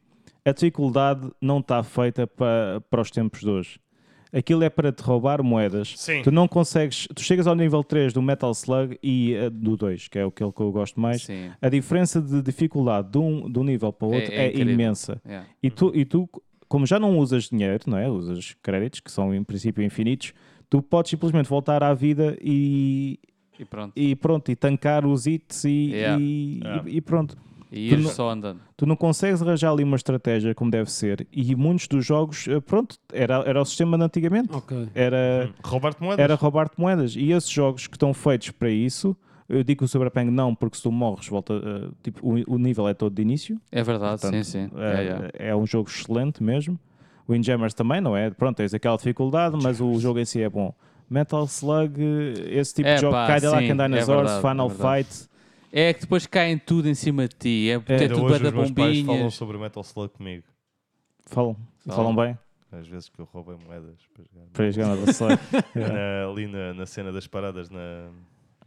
S6: A dificuldade não está feita para, para os tempos de hoje. Aquilo é para te roubar moedas.
S4: Sim.
S6: Tu não consegues. Tu chegas ao nível 3 do Metal Slug e eh, do 2, que é aquele que eu gosto mais.
S5: Sim.
S6: A diferença de dificuldade de um, de um nível para o outro
S5: É- é
S6: é,
S5: incrível.
S6: imensa.
S5: Yeah.
S6: E tu, e tu, como já não usas dinheiro, não é? Usas créditos, que são em princípio infinitos, tu podes simplesmente voltar à vida e,
S5: E pronto.
S6: e pronto, e tancar os hits e,
S5: Yeah.
S6: e-
S4: Yeah.
S6: e pronto.
S5: E
S6: Tu
S5: ir
S6: não-
S5: só andando.
S6: Tu não consegues arranjar ali uma estratégia como deve ser. E muitos dos jogos, eh, pronto, era, era o sistema de antigamente.
S1: Slug. Ok.
S6: Era,
S4: Hum. Roubar-te
S5: Uhum.
S4: moedas.
S6: é- era roubar-te moedas. E esses jogos que estão feitos para isso, eu digo que o Sobrepang não, porque se tu morres, volta, eh, tipo, o- o nível é todo de início.
S5: É verdade,
S6: Portanto,
S5: sim, sim.
S6: É,
S5: Yeah, yeah.
S6: é um jogo excelente mesmo. O Windjammers também, não é? Pronto, tens aquela dificuldade, mas o jogo em si é bom. Metal Slug, eh, esse tipo
S5: É
S6: de jogo,
S5: pá,
S6: Cadillac
S5: sim,
S6: and
S5: é
S6: Dinosaurs,
S5: verdade,
S6: Final
S5: é verdade.
S6: Fight.
S5: É que depois caem tudo em cima de ti. É, é
S4: Ainda
S5: tudo
S4: hoje
S5: bada
S4: os meus pais falam
S5: bombinhas.
S4: sobre Metal Slug comigo.
S6: Falam, falam bem.
S4: Às vezes que eu roubei moedas para jogar.
S6: Para jogar na
S4: (laughs)
S6: Vassóia.
S4: Na- ali na, na cena das paradas na.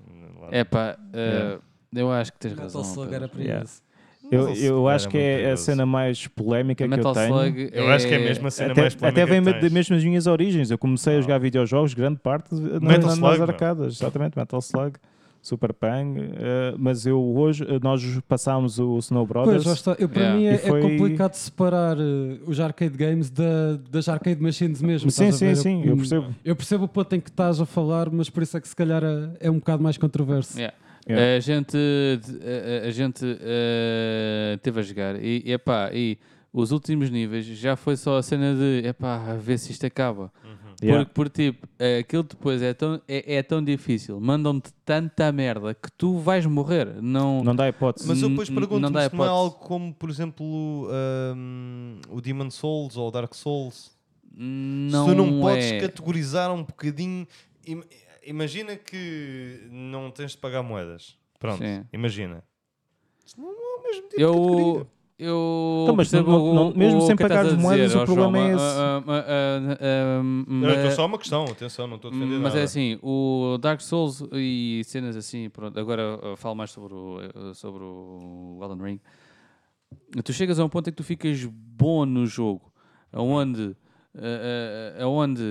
S4: na- lá no-
S5: É pá,
S4: É.
S5: eu acho que tens razão.
S2: Metal Slug era
S5: Pedro.
S2: para
S6: Yeah.
S2: isso.
S6: eu,
S4: Nossa,
S6: eu
S4: era
S6: acho que
S4: muito
S6: é a
S4: curioso.
S6: cena mais polémica que eu
S5: Metal
S6: tenho.
S5: Slug
S4: é Eu acho que é mesmo a cena
S6: até,
S4: mais polémica.
S6: até vem
S4: que
S6: me- das
S4: tens. Ah.
S6: mesmas minhas origens. Eu comecei a jogar videojogos, grande parte na-
S4: Metal
S6: nas
S4: Slug, meu.
S6: arcadas. Exatamente, Metal Slug, Super Pang. eh, mas eu hoje, eh, nós passámos o Snow Brothers.
S1: Pois, lá está. Eu, para
S5: Yeah.
S1: mim é,
S6: E
S1: é
S6: foi-
S1: complicado separar eh, os arcade games da- das arcade machines mesmo.
S6: sim,
S1: estás a
S6: sim,
S1: ver?
S6: sim, eu percebo.
S1: Eu percebo o ponto em que estás a falar, mas por isso é que se calhar eh, é um bocado mais controverso.
S4: assim.
S5: Yeah.
S6: Yeah.
S4: É.
S5: A gente, a, a- a gente eh, teve a jogar e, e, epá, e os últimos níveis já foi só a cena de epá, a ver se isto acaba.
S6: Yeah.
S5: Porque, por tipo, eh, aquilo depois é tão, é, é tão difícil, mandam-te tanta merda que tu vais morrer. Não,
S6: Não dá hipótese.
S4: Mas eu depois
S5: N- n- não
S4: pergunto-me
S5: dá
S4: se não é
S5: hipótese.
S4: algo como, por exemplo, hum, o Demon Souls ou o Dark Souls.
S5: não,
S4: se tu não podes
S5: é.
S4: categorizar um bocadinho. im- Imagina que não tens de pagar moedas. Pronto,
S5: Sim.
S4: imagina. Se não é o mesmo tipo de
S5: Eu,
S4: categoria.
S5: eu
S6: Então, mas
S5: percebo
S6: não- não-
S5: o-
S6: mesmo
S5: o
S6: sem
S5: que estás
S6: pagar
S5: a
S6: as moedas,
S5: dizer,
S6: o
S5: ó,
S6: problema
S5: João,
S6: é esse.
S5: ah, ah, ah, ah, ah,
S4: Não, é
S5: ah,
S4: só uma questão, atenção, não estou a defender
S5: Mas
S4: nada.
S5: é assim, o Dark Souls e cenas assim, pronto, agora uh, falo mais sobre o, uh, sobre o Elden Ring. Tu chegas a um ponto em que tu ficas bom no jogo, aonde, uh, uh, aonde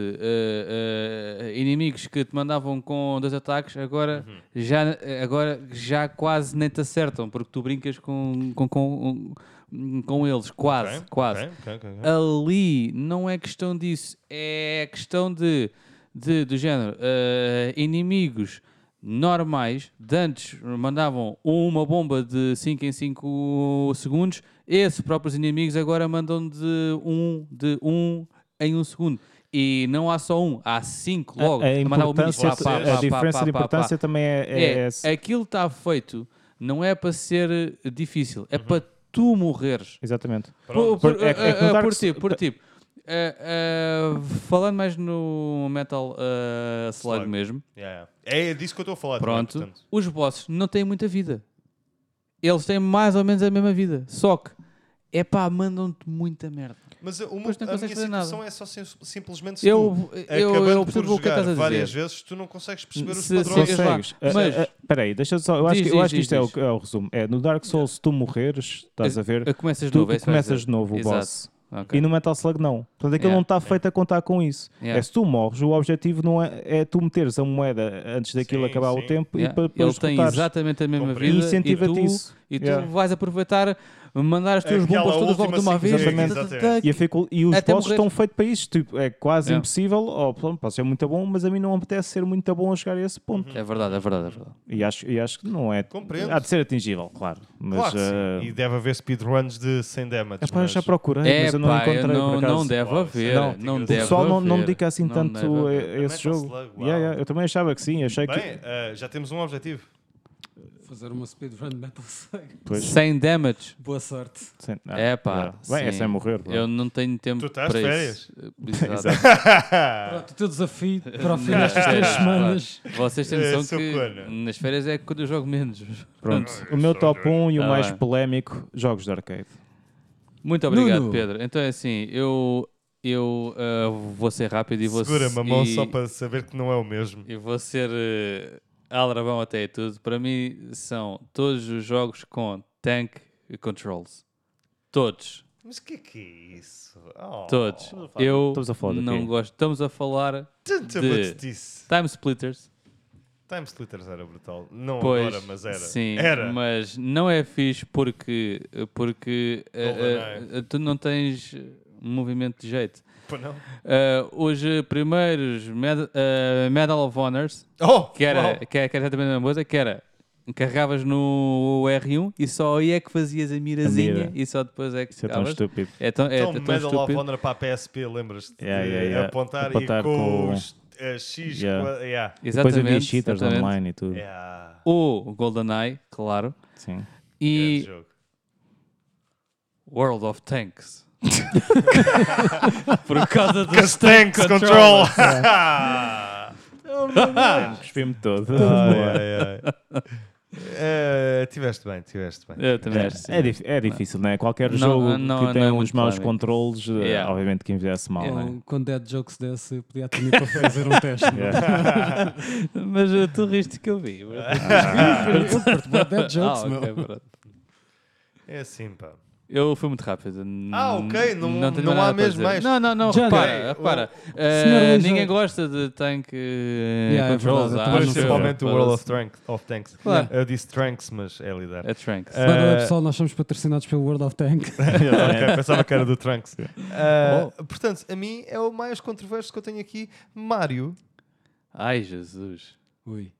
S5: uh, uh, inimigos que te mandavam com dois ataques, agora,
S4: Uhum.
S5: já, agora já quase nem te acertam, porque tu brincas com, com, com, com eles, quase,
S4: Ok,
S5: quase Ah,
S4: ok, ok, ok, ok.
S6: Uhum.
S5: ali não é questão disso, é questão de, de- do género eh, inimigos normais, de antes mandavam uma bomba de 5 em 5 segundos, esses próprios inimigos agora mandam de um, de um em um segundo. E não há só um, há cinco logo.
S6: a, a
S5: Mandava o misto,
S6: importância,
S5: pá, pá,
S6: a
S5: pá, pá,
S6: diferença
S5: pá,
S6: de
S5: pá, pá.
S6: importância também é, é,
S5: É,
S6: essa.
S5: aquilo está feito, não é para ser eh, difícil,
S6: Uhum.
S5: é para tu morreres.
S6: Exatamente.
S5: Por,
S6: Por-
S5: por,
S6: é-
S5: é,
S6: é que no Dark
S5: por
S6: Sou-
S5: tipo, por tipo. Eh, eh, falando mais no Metal eh, Slug,
S4: Slug.
S5: mesmo,
S4: Yeah, yeah. É disso que eu estou a falar. também,
S5: pronto,
S4: portanto.
S5: os bosses não têm muita vida. Eles têm mais ou menos a mesma vida. Só que, é pá, mandam-te muita merda.
S4: Mas uh, o meu,
S5: Depois não
S4: a minha
S5: consegues fazer
S4: situação
S5: nada.
S4: é só sim- simplesmente se
S5: Eu,
S4: tu,
S5: eu,
S4: acabando
S5: eu
S4: por
S5: percebo o
S4: jogar
S5: que é que estás a
S4: várias
S5: dizer.
S4: vezes, tu não consegues perceber os
S5: Se- se-
S4: padrões.
S5: se-
S6: Consegues.
S5: Mas-
S6: Mas, espera aí, deixa só. Eu acho,
S5: Diz,
S6: que, eu
S5: diz,
S6: acho que isto
S5: diz,
S6: é,
S5: diz.
S6: o, é o resumo. É, no Dark Souls, se tu morreres, estás a ver,
S5: Eh, Começas de
S6: tu
S5: novo, é isso que vais
S6: começas
S5: dizer.
S6: de novo o
S5: Exato.
S6: boss.
S5: Ok.
S6: E no Metal Slug não. Portanto, aquilo
S5: Yeah.
S6: não está feito a contar com isso.
S5: Yeah.
S6: É se tu morres, o objetivo não é, é tu meteres a moeda antes daquilo
S4: Sim,
S6: acabar
S4: sim.
S6: o tempo
S5: Yeah.
S6: e para, para
S5: Ele
S6: os
S5: tem
S6: cortares.
S5: exatamente a mesma
S4: Compreendo.
S5: vida
S6: E incentiva-te
S5: e tu,
S6: isso.
S5: E tu
S6: Yeah.
S5: vais aproveitar, mandar as tuas
S4: Aquela
S5: bombas todas
S4: última
S5: logo de uma vez.
S6: sequência,
S5: tá, tá, tá,
S4: exatamente.
S6: E, a dificu- e os
S5: Até
S6: bosses
S5: morrer.
S6: estão feitos para isso. Tipo, é quase
S5: Yeah.
S6: impossível. Ou, pô, pode ser muito bom, mas a mim não me apetece ser muito bom a chegar a esse ponto.
S5: É verdade, é verdade, é verdade.
S6: E, acho, e acho que não é.
S4: Compreendo.
S6: Há de ser atingível, claro. Mas
S4: Claro que sim.
S6: eh,
S4: E deve haver speedruns de 100 damage.
S6: é pá, eu
S4: mas-
S6: já procurei,
S5: É,
S6: mas eu não
S5: pá,
S6: encontrei.
S5: eu não,
S6: por acaso.
S5: não deve
S4: Uau,
S5: haver.
S4: não,
S5: Não,
S4: o
S6: o
S5: deve
S6: pessoal não, não
S5: haver,
S6: dedica assim
S5: não
S6: tanto
S5: deve
S6: a,
S5: haver.
S6: a esse
S4: Metal
S6: jogo.
S4: tá Slug, uau.
S6: Yeah, yeah, eu também achava que sim. Achei
S4: Bem,
S6: que.
S4: eh, já temos um objetivo.
S1: Fazer uma speedrun de Metal Slug.
S6: Pois,
S5: Sem damage.
S1: Boa sorte.
S6: sim, não,
S5: É pá.
S6: yeah. Bem, é
S5: sim.
S6: sem morrer. pá.
S5: Eu não tenho tempo
S4: Tu estás
S5: para
S4: de férias?
S5: isso. (laughs)
S6: (laughs)
S5: Exato.
S1: Pronto, o teu
S5: (laughs)
S1: desafio para o fim destas
S5: É,
S1: três
S5: claro.
S1: semanas.
S5: Vocês têm
S4: É,
S5: noção
S4: sou
S5: que
S4: corno.
S5: nas férias é quando eu jogo menos. (laughs)
S6: Pronto. O meu top 1 e o
S5: Ah,
S6: mais
S5: bem.
S6: polémico: jogos de arcade.
S5: Muito obrigado,
S1: Nuno.
S5: Pedro. Então é assim, eu, eu ah, vou ser rápido e vou
S4: Segura-me a mão
S5: e-
S4: só para saber que não é o mesmo.
S5: Eu vou ser eh, aldrabão até e tudo. Para mim são todos os jogos com tank e controls. Todos,
S4: Mas o que é que é isso? Oh,
S5: todos. Eu
S6: estamos a falar de
S5: não
S6: quê?
S5: gosto. Estamos a falar
S4: Tanta
S5: De-
S4: batutice.
S5: Time Splitters.
S4: Time Splitters era brutal. Não
S5: Pois,
S4: agora, mas era.
S5: Sim,
S4: era.
S5: mas não é fixe porque, porque eh,
S4: GoldenEye.
S5: eh, tu não tens um movimento de jeito.
S4: Pô, não.
S5: Eh, os eh, primeiros Med- eh, Medal of Honors
S4: Oh,
S5: que era,
S4: uau.
S5: que era, que era exatamente a mesma coisa, que era carregavas no R1 e só aí é que fazias a mirazinha
S6: A mira.
S5: e só depois é que
S6: Isso é tão
S5: ficavas.
S6: estúpido.
S5: É tão, é
S4: Então,
S5: tão
S4: Medal of
S5: estúpido.
S4: Honor para a PSP, lembras-te? de
S6: Yeah, yeah, yeah.
S4: Apontar,
S6: Apontar
S4: e com,
S6: com-
S4: os eh, X.
S6: Yeah.
S4: qua- yeah.
S6: Depois
S5: Exatamente.
S6: havia cheaters
S5: exatamente.
S6: online e tudo.
S4: Yeah.
S5: O GoldenEye, claro.
S6: Sim.
S5: E
S4: Grande jogo.
S5: World of Tanks. (laughs) Por causa do
S4: Tanks Control!
S5: (laughs)
S4: (laughs)
S6: Cuspi-me todo. (laughs) É,
S4: Ai, ai, ai. Eh, tiveste bem, tiveste bem.
S5: Eu também acho que sim.
S6: É, dif- é difícil, não é? Qualquer
S5: Não,
S6: jogo
S5: não,
S6: que
S5: não
S6: tem
S5: é
S6: uns
S5: muito
S6: maus
S5: polémico.
S6: controles, eh,
S5: Yeah.
S6: obviamente que envelhece mal, não é?
S1: Eu, um, quando dead jokes desse, eu podia ter para fazer
S5: (laughs)
S1: um teste.
S5: Mas uh, tu riste que eu vi. bro.
S1: Eu curto bué dead jokes,
S5: Ah,
S1: meu.
S5: ok, pronto.
S4: É assim, pá.
S5: Eu fui muito rápido. n-
S4: Ah, ok, não-
S5: tenho
S4: não
S5: nada
S4: há
S5: para
S4: mesmo
S5: dizer.
S4: mais. oh,
S5: Não, não, não,
S1: Já
S5: repara,
S4: não.
S5: repara.
S1: Senhor
S5: Eh,
S1: Luís,
S5: ninguém
S1: eu-
S5: gosta de tank eh,
S1: Yeah, é
S5: controls.
S1: verdade, eu
S5: ah,
S1: também não sei.
S4: Principalmente o
S5: foda-se.
S4: World of, Trank, of Tanks.
S5: Claro.
S4: Eu disse Tranks, mas é lidar.
S5: É Tranks.
S4: Eh,
S1: By the
S4: (laughs)
S1: way, pessoal, nós somos patrocinados pelo World of Tank.
S4: ok, pensava que era do Trunks. Ah, portanto, a mim é o mais controverso que eu tenho aqui. Mário.
S5: Ai, Jesus.
S1: Ui.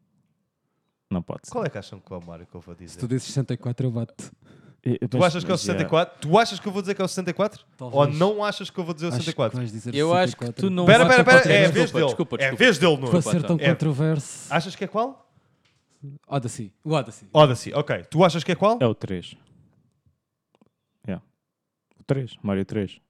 S6: Não pode ser.
S4: Qual é que acham que é o Mário que eu vou
S1: Se tu
S4: dizer?
S1: dizes 64, eu bato.
S4: Tu achas que é o 64? Tu achas que eu vou dizer que é o 64? Ou não achas que eu vou dizer o 64?
S5: Eu acho que tu não
S4: Espera,
S5: vais
S4: espera,
S5: ser
S4: espera. É a
S5: controverso.
S4: vez dele. É
S5: Desculpa,
S4: a
S5: desculpa.
S4: vez dele, Nuno.
S1: Para ser tão
S4: É.
S1: um controverso.
S4: Achas que é qual?
S1: Odyssey. O Odyssey.
S4: Odyssey, ok. Tu achas que é qual?
S6: É o 3. Yeah. O 3, Mario 3.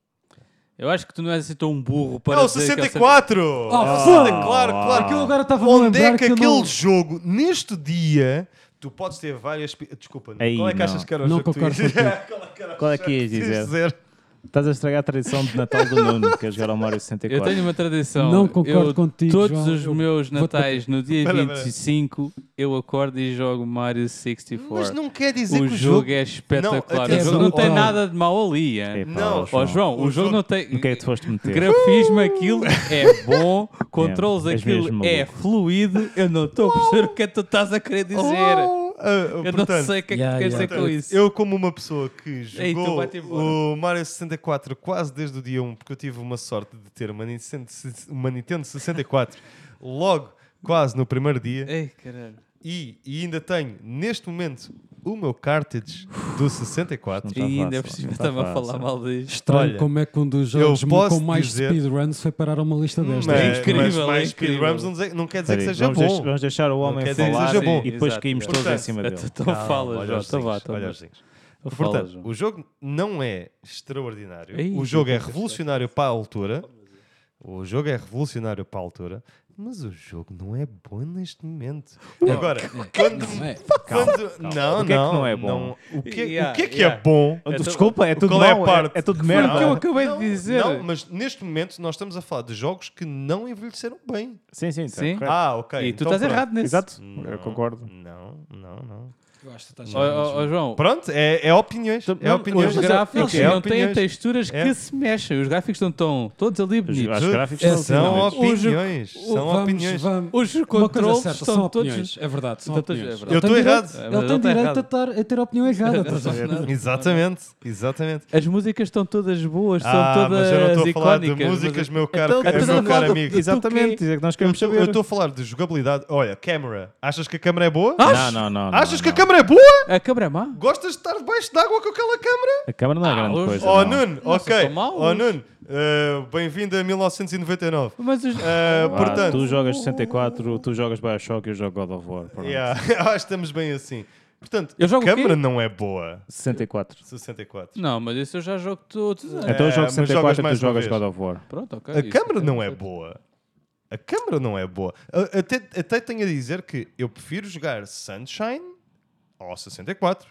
S5: Eu acho que tu não és assim tão burro para
S4: É o
S5: dizer que
S4: 64!
S1: Ah,
S4: Foda,
S1: foda-se.
S4: claro, claro.
S1: Aquilo agora estava a
S4: Onde
S1: lembrar
S4: é que
S1: eu
S4: aquele
S1: não-
S4: jogo, neste dia, tu podes ter várias. pi- Desculpa, Nuno.
S6: Aí,
S4: qual é que
S6: não.
S4: achas que era o
S1: Não
S4: jogo (laughs) que tu ias
S1: concordo
S4: dizer? Qual é que era o
S6: Qual é que
S4: jogo
S6: ias dizer?
S4: dizer?
S6: Estás a estragar a tradição de Natal do Nuno, que é jogar ao Mario
S5: Eu
S6: 64.
S5: tenho uma tradição.
S1: Não concordo
S5: Eu-
S1: contigo,
S5: Todos
S1: João.
S5: os
S1: Eu
S5: meus
S1: vou-te
S5: natais, no dia
S4: Espera, espera.
S5: 25, eu acordo e jogo Mario 64.
S4: Mas não quer dizer
S5: o
S4: que
S5: jogo,
S4: o jogo.
S5: é espetacular.
S4: Não,
S5: o
S4: atenção.
S5: jogo não tem
S1: Não.
S5: nada de mau ali.
S6: É
S5: hein?
S6: pá,
S4: Não.
S6: ó,
S5: Ó João, o,
S4: O
S5: jogo,
S4: jogo-
S5: não tem.
S6: O que é que tu foste meter?
S5: Grafismo, aquilo é bom, controles,
S6: és mesmo
S5: aquilo é
S6: maluco.
S5: fluido. Eu não estou a perceber o que é que tu estás a querer dizer.
S4: Oh, ah,
S5: Eu não
S4: portanto,
S5: sei o que é que
S1: yeah,
S5: tu queres
S1: yeah.
S5: dizer com isso.
S4: Eu, como uma pessoa que
S5: Ei, tu
S4: jogou
S5: vai-te embora.
S4: o Mario 64 quase desde o dia 1, porque eu tive uma sorte de ter uma Nintendo, uma Nintendo 64 logo, quase no primeiro dia,
S5: Ei, caralho.
S4: e, e ainda tenho, neste momento, o meu cartridge do 64.
S5: E
S6: Não tá
S5: ainda
S6: fácil,
S5: por cima
S6: não tá
S5: estava a
S6: fácil.
S5: falar mal disto.
S1: Estranho
S4: Olha,
S1: como é que um dos jogos com
S4: posso
S1: mais
S4: dizer- Hum,
S1: speedruns foi parar a uma lista
S4: Mas,
S1: desta.
S5: É incrível,
S4: mas,
S5: é
S4: mas
S5: incrível.
S4: speedruns não, dizer- não quer dizer
S6: Espera
S4: que
S6: aí,
S4: seja
S6: vamos, deix-
S4: bom.
S6: vamos deixar o homem
S4: quer dizer que
S6: falar
S4: seja bom. é
S6: e depois
S5: Exato,
S6: caímos
S5: exato.
S6: todos em cima dele.
S5: Então
S4: Não,
S5: fala,
S4: olha
S5: João.
S4: os
S5: Então vá,
S4: zinhos,
S5: então
S4: olha
S5: vá.
S4: os zinhos.
S5: Então fala,
S4: Portanto,
S5: João.
S4: o jogo não é extraordinário.
S5: Ei,
S4: o jogo
S5: eu
S4: é
S5: vou
S4: revolucionário para a altura. O jogo é revolucionário para a altura, mas o jogo não é bom neste momento. Agora, quando.
S1: Não é?
S4: quando- Não,
S6: O que é que
S4: não,
S6: não é bom?
S4: o, que,
S5: Yeah,
S4: o que é que
S5: yeah.
S4: é bom?
S6: Oh,
S5: É tudo-
S6: Desculpa, é tudo
S4: Qual é a
S6: mau,
S4: parte?
S6: é
S5: Foi o
S6: tudo
S5: que eu
S6: merda.
S5: acabei de dizer.
S4: Não, mas neste momento nós estamos a falar de jogos que não envelheceram bem.
S6: Sim, sim, tá
S5: Sim.
S6: correto.
S4: Ah, ok.
S5: e tu
S4: então
S5: estás
S4: pronto.
S5: errado nesse.
S6: Exato,
S4: Não,
S6: eu concordo.
S4: Não, não, não.
S1: Eu acho que estás
S5: Ó, ó, ó, João,
S4: Pronto, é, é opiniões. É
S6: não,
S4: opiniões.
S5: Então, os gráficos
S4: É
S5: não têm
S4: opiniões.
S5: texturas
S4: É.
S5: que se mexem. Os gráficos não estão todos ali
S6: Os
S5: bonitos.
S6: os gráficos
S1: É,
S6: são
S4: São
S6: assim,
S5: Os-
S4: opiniões.
S5: o-
S4: São opiniões.
S1: Vamos,
S5: Os
S1: Uma coisa
S5: controles
S1: certa,
S5: estão
S1: são
S5: todos.
S1: opiniões. É verdade, são
S5: Estão todos-
S1: opiniões.
S5: é
S1: Ele
S5: verdade.
S4: Eu
S1: tem
S4: estou
S1: direito-
S4: errado.
S5: É, mas
S1: Ele tem
S5: ele tá
S1: direito a,
S5: errado.
S1: tar- a ter a opinião errada. estás a ver?
S4: (laughs) Exatamente, exatamente.
S5: As músicas estão todas boas,
S4: Ah,
S5: são todas
S4: mas eu não estou a falar de
S5: icónicas,
S4: músicas,
S5: mas-
S4: meu caro,
S5: Então,
S4: é
S5: então
S4: meu
S5: não
S4: caro
S5: falo-
S4: amigo.
S5: tu
S6: Exatamente,
S5: quê?
S6: isso é que nós
S4: Eu
S6: queremos
S4: estou-
S6: saber.
S4: eu estou a falar de jogabilidade. Olha, câmera. Achas que a câmera é boa?
S6: Não, não, não.
S4: Achas
S6: não,
S4: que a
S6: não.
S4: câmera é boa?
S5: A câmera é má?
S4: Gostas de estar debaixo d'água com aquela câmera?
S6: A câmara não é grande
S5: os-
S6: coisa.
S4: Oh,
S6: não.
S4: Nuno,
S5: Não,
S4: ok.
S5: vocês são maus.
S4: Oh, Nuno, eh, bem-vindo a 1999.
S5: Mas os...
S4: Eh,
S6: Ah,
S4: portanto,
S6: tu jogas 64, tu jogas Bioshock e eu jogo God of War.
S4: (laughs)
S6: pronto.
S4: yeah, (laughs) acho que estamos bem assim. Portanto,
S5: Eu jogo o
S4: a câmera
S5: quê?
S4: não é boa.
S6: 64.
S4: 64.
S5: Não, mas isso eu já jogo todos. anos.
S6: Então eu jogo
S4: É, mas jogas
S6: 64 e tu
S4: mais uma
S6: jogas
S4: vez.
S6: God of War.
S5: Pronto, ok.
S4: A
S5: isso
S4: câmara
S5: eu
S4: não é
S5: quero dizer.
S4: boa. A câmara não é boa. A- Até, até tenho a dizer que eu prefiro jogar Sunshine ao 64.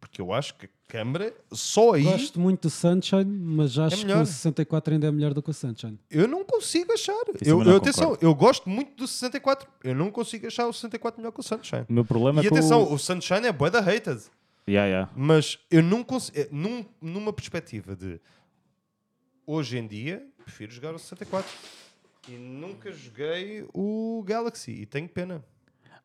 S4: Porque eu acho que a câmara, só aí,
S1: Gosto muito do Sunshine, mas acho que
S4: É melhor.
S1: o 64 ainda é melhor do que o Sunshine.
S4: eu não consigo achar.
S6: Isso
S4: Eu,
S6: também não
S4: eu- atenção,
S6: concordo.
S4: eu gosto muito do 64. Eu não consigo achar o 64 melhor que o Sunshine.
S6: O meu problema
S4: E
S6: é que
S4: atenção,
S6: o...
S4: o Sunshine é bué da hated.
S6: Yeah, yeah.
S4: Mas eu não consigo. Num, numa perspectiva de hoje em dia, prefiro jogar o 64. E nunca joguei o Galaxy. E tenho
S5: É
S4: pena.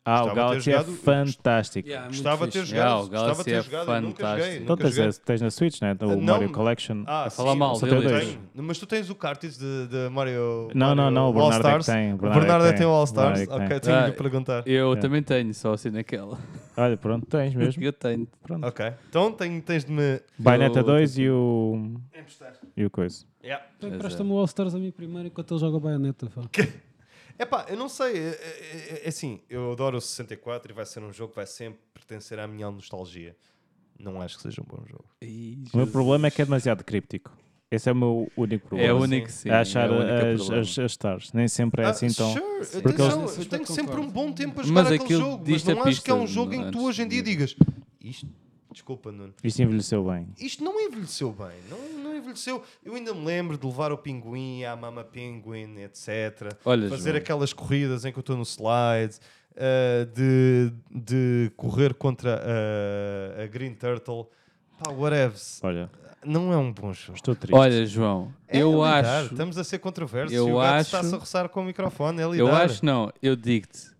S6: Ah,
S4: Gostava
S6: o
S4: de ter
S6: Galaxy é
S4: jogado-
S6: fantástico.
S4: Gostava de ter
S5: fixe.
S4: jogado.
S5: Yeah, o
S4: gostava de ter
S5: Galaxy é
S4: jogado e nunca joguei.
S5: fantástico.
S6: Então
S4: Nunca
S6: tens,
S4: joguei.
S6: a- tens na Switch, né? O
S4: Não,
S6: Mario Collection.
S4: Ah,
S5: Falar mal
S4: mas
S5: dele,
S4: eu
S5: dois.
S4: tenho. Mas tu tens o cartridge de, de Mario.
S6: Não, não,
S4: Mario
S6: não, o
S4: All
S6: Bernardo é que
S4: Stars.
S6: tem, o
S4: O
S6: Bernardo é que
S4: Bernardo é que
S6: tem.
S4: tem o All
S6: O Bernardo
S4: Stars.
S6: é que
S4: Ok,
S6: tem.
S4: tenho de
S5: Ah,
S4: lhe perguntar.
S5: Eu
S6: É.
S5: também tenho, só assim naquela.
S6: Olha, pronto, tens mesmo.
S5: (laughs) Eu tenho.
S6: Pronto.
S4: Ok. Então tenho, tens de me.
S6: Bayonetta
S5: Eu-
S6: 2 e o...
S4: É Emprestar.
S6: E o coisa.
S4: Yeah.
S1: Então, Presta-me o All-Stars a mim primeiro enquanto ele joga a baioneta. pá.
S4: Epá, eu não sei. é- é- é- é Assim, eu adoro o 64 e vai ser um jogo que vai sempre pertencer à minha nostalgia. Não acho que seja um bom jogo.
S5: Ih,
S6: O meu problema é que é demasiado críptico. Esse é o meu único problema.
S5: É o único sim.
S6: É
S5: é
S6: achar
S5: o único
S6: as,
S5: problema.
S6: as, as stars. Nem sempre é
S4: Ah,
S6: assim então
S4: sure,
S6: Porque
S4: atenção,
S2: eles-
S4: eu tenho
S2: Concordo.
S4: sempre um bom tempo a
S5: Mas
S4: jogar aquele
S5: aquilo
S4: jogo, mas
S5: diz-te a
S4: não acho que é
S5: pista,
S4: um jogo em que tu
S5: antes
S4: hoje em dia
S5: de-
S4: digas isto, desculpa, Nuno,
S6: Isto envelheceu bem.
S4: isto não envelheceu bem, não, não envelheceu. Eu ainda me lembro de levar o pinguim à mama pinguim, etc.
S5: Olha,
S4: fazer
S5: João.
S4: aquelas corridas em que eu estou no slide, ah, de, de correr contra ah, a Green Turtle. Pá, whatever.
S6: Olha,
S4: Não é um bom jogo.
S6: estou triste.
S5: Olha, João,
S4: É
S5: eu
S4: lidar.
S5: acho.
S4: Estamos a ser controversos.
S5: eu
S4: e o gato
S5: acho-
S4: está-se a roçar com o microfone. É lidar.
S5: Eu acho não, eu digo-te.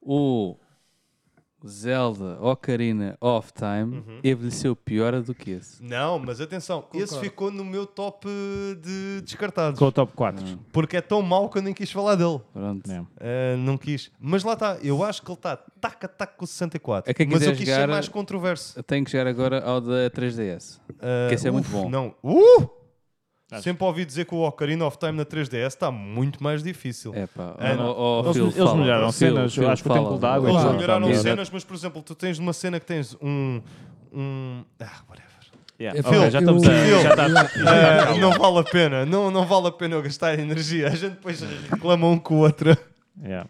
S5: O Zelda Ocarina of Time envelheceu pior do que esse.
S4: Não, mas atenção, esse ficou no meu top eh, de descartados.
S6: Com o top 4.
S4: Porque é tão mau que eu nem quis falar dele.
S5: Pronto.
S6: É.
S4: Ah, não quis. Mas lá está, eu acho que ele está taca taca com o 64.
S5: É quem
S4: mas eu
S5: quiser
S4: quis ser
S5: jogar-
S4: mais controverso.
S5: Eu tenho que chegar agora ao da 3DS.
S4: Ah,
S5: Que esse é muito
S4: uf,
S5: bom.
S4: Não. Uh! Sempre ouvi dizer que o Ocarina of Time na 3DS está muito mais difícil.
S5: É pá,
S4: É, não.
S5: ó, ó,
S6: Eles-
S5: Phil,
S6: eles
S5: fala. Phil,
S6: melhoraram cenas, eu
S5: Phil,
S6: acho que o Templo
S5: fala.
S6: da Água é
S4: Eles
S6: Claro,
S4: melhoraram
S6: claro.
S4: cenas, mas por exemplo, tu tens numa cena que tens um. um ah, whatever.
S6: Yeah.
S1: É,
S6: Ok,
S4: Phil,
S6: já estamos a.
S4: Phil.
S6: Já está-
S4: Ah, (laughs) não vale a pena, não, não vale a pena eu gastar energia. A gente depois reclama um com o outro.
S6: (laughs) Yeah.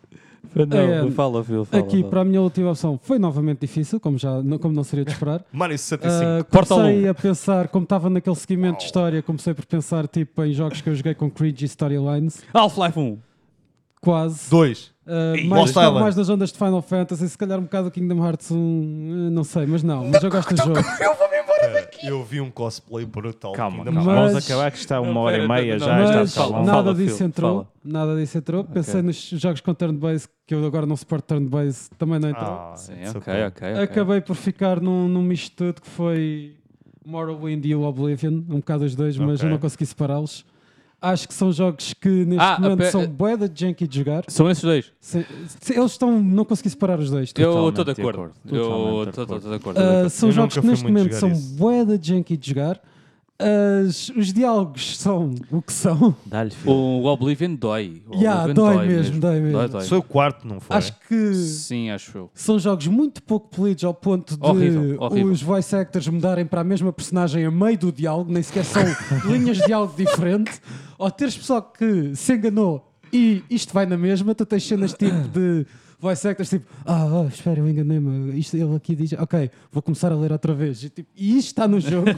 S5: Não,
S1: É,
S5: fala, Phil, fala.
S1: Aqui,
S5: fala.
S1: para a minha última opção, foi novamente difícil, como, já, não- como não seria de
S4: (laughs)
S1: esperar.
S4: Mario
S1: Ah,
S4: 65.
S1: comecei a pensar, como estava naquele seguimento de história, comecei por pensar tipo em jogos que eu joguei com cringe e storylines,
S5: Half-Life 1.
S1: quase.
S4: 2.
S1: Uh,
S4: Ih,
S1: mais,
S4: Lost
S1: gostava
S4: Island.
S1: mais das ondas de Final Fantasy, se calhar um bocado do Kingdom Hearts 1, eh, não sei, mas não,
S5: Então
S1: mas eu gosto do jogo.
S5: Tá,
S4: Eu vi um cosplay brutal.
S6: Calma,
S4: Ainda
S6: calma.
S1: Mas-
S6: Vamos acabar que está uma
S5: Não,
S6: hora e
S5: pera,
S6: meia
S5: não,
S6: já.
S5: não,
S6: está-
S1: Mas
S6: está bom.
S5: não.
S1: nada
S5: tá, Fala,
S1: disso
S5: Phil,
S1: entrou,
S5: fala.
S1: nada disso entrou. Pensei nos jogos com turn-based, que eu agora não suporto turn-based, também não entrou.
S4: Ah,
S5: Sim,
S4: it's
S5: ok,
S4: okay.
S5: ok. ok.
S1: Acabei por ficar num, num misto tudo que foi Morrowind e o Oblivion, um bocado os dois, mas
S4: Ok.
S1: eu não consegui separá-los. Acho que são jogos que neste
S5: Ah,
S1: momento
S5: ape-
S1: são bué da janky de jogar.
S5: São esses dois.
S1: Se- se- eles estão, não consegui separar os dois.
S5: Eu
S6: Totalmente
S5: estou de
S6: de
S5: acordo.
S6: acordo.
S5: Eu
S6: Totalmente de
S5: estou
S6: acordo.
S5: de acordo.
S1: Uh, são
S4: Eu
S1: jogos
S4: nunca
S1: que
S4: fui
S1: neste
S4: muito
S1: momento
S4: jogar
S1: são
S4: isso.
S1: bué da janky de jogar. As- os diálogos são o que são.
S6: Dá-lhe, Phil.
S5: O Oblivion dói. O
S1: Yeah,
S5: Oblivion
S1: dói mesmo, dói mesmo.
S5: Dói, dói.
S4: Foi o quarto, não foi?
S1: Acho que
S5: Sim, acho eu.
S1: são jogos muito pouco polidos ao ponto de
S5: Horrível, horrível.
S1: os voice actors mudarem para a mesma personagem a meio do diálogo, nem sequer
S5: (laughs)
S1: são linhas de diálogo diferente. Ou teres pessoal que se enganou e isto vai na mesma, tu tens cenas tipo de voice actors tipo, ah, ah, espera, eu enganei-me, Isto- ele aqui diz, ok, vou começar a ler outra vez. E, tipo, e isto está no
S5: (laughs)
S1: jogo.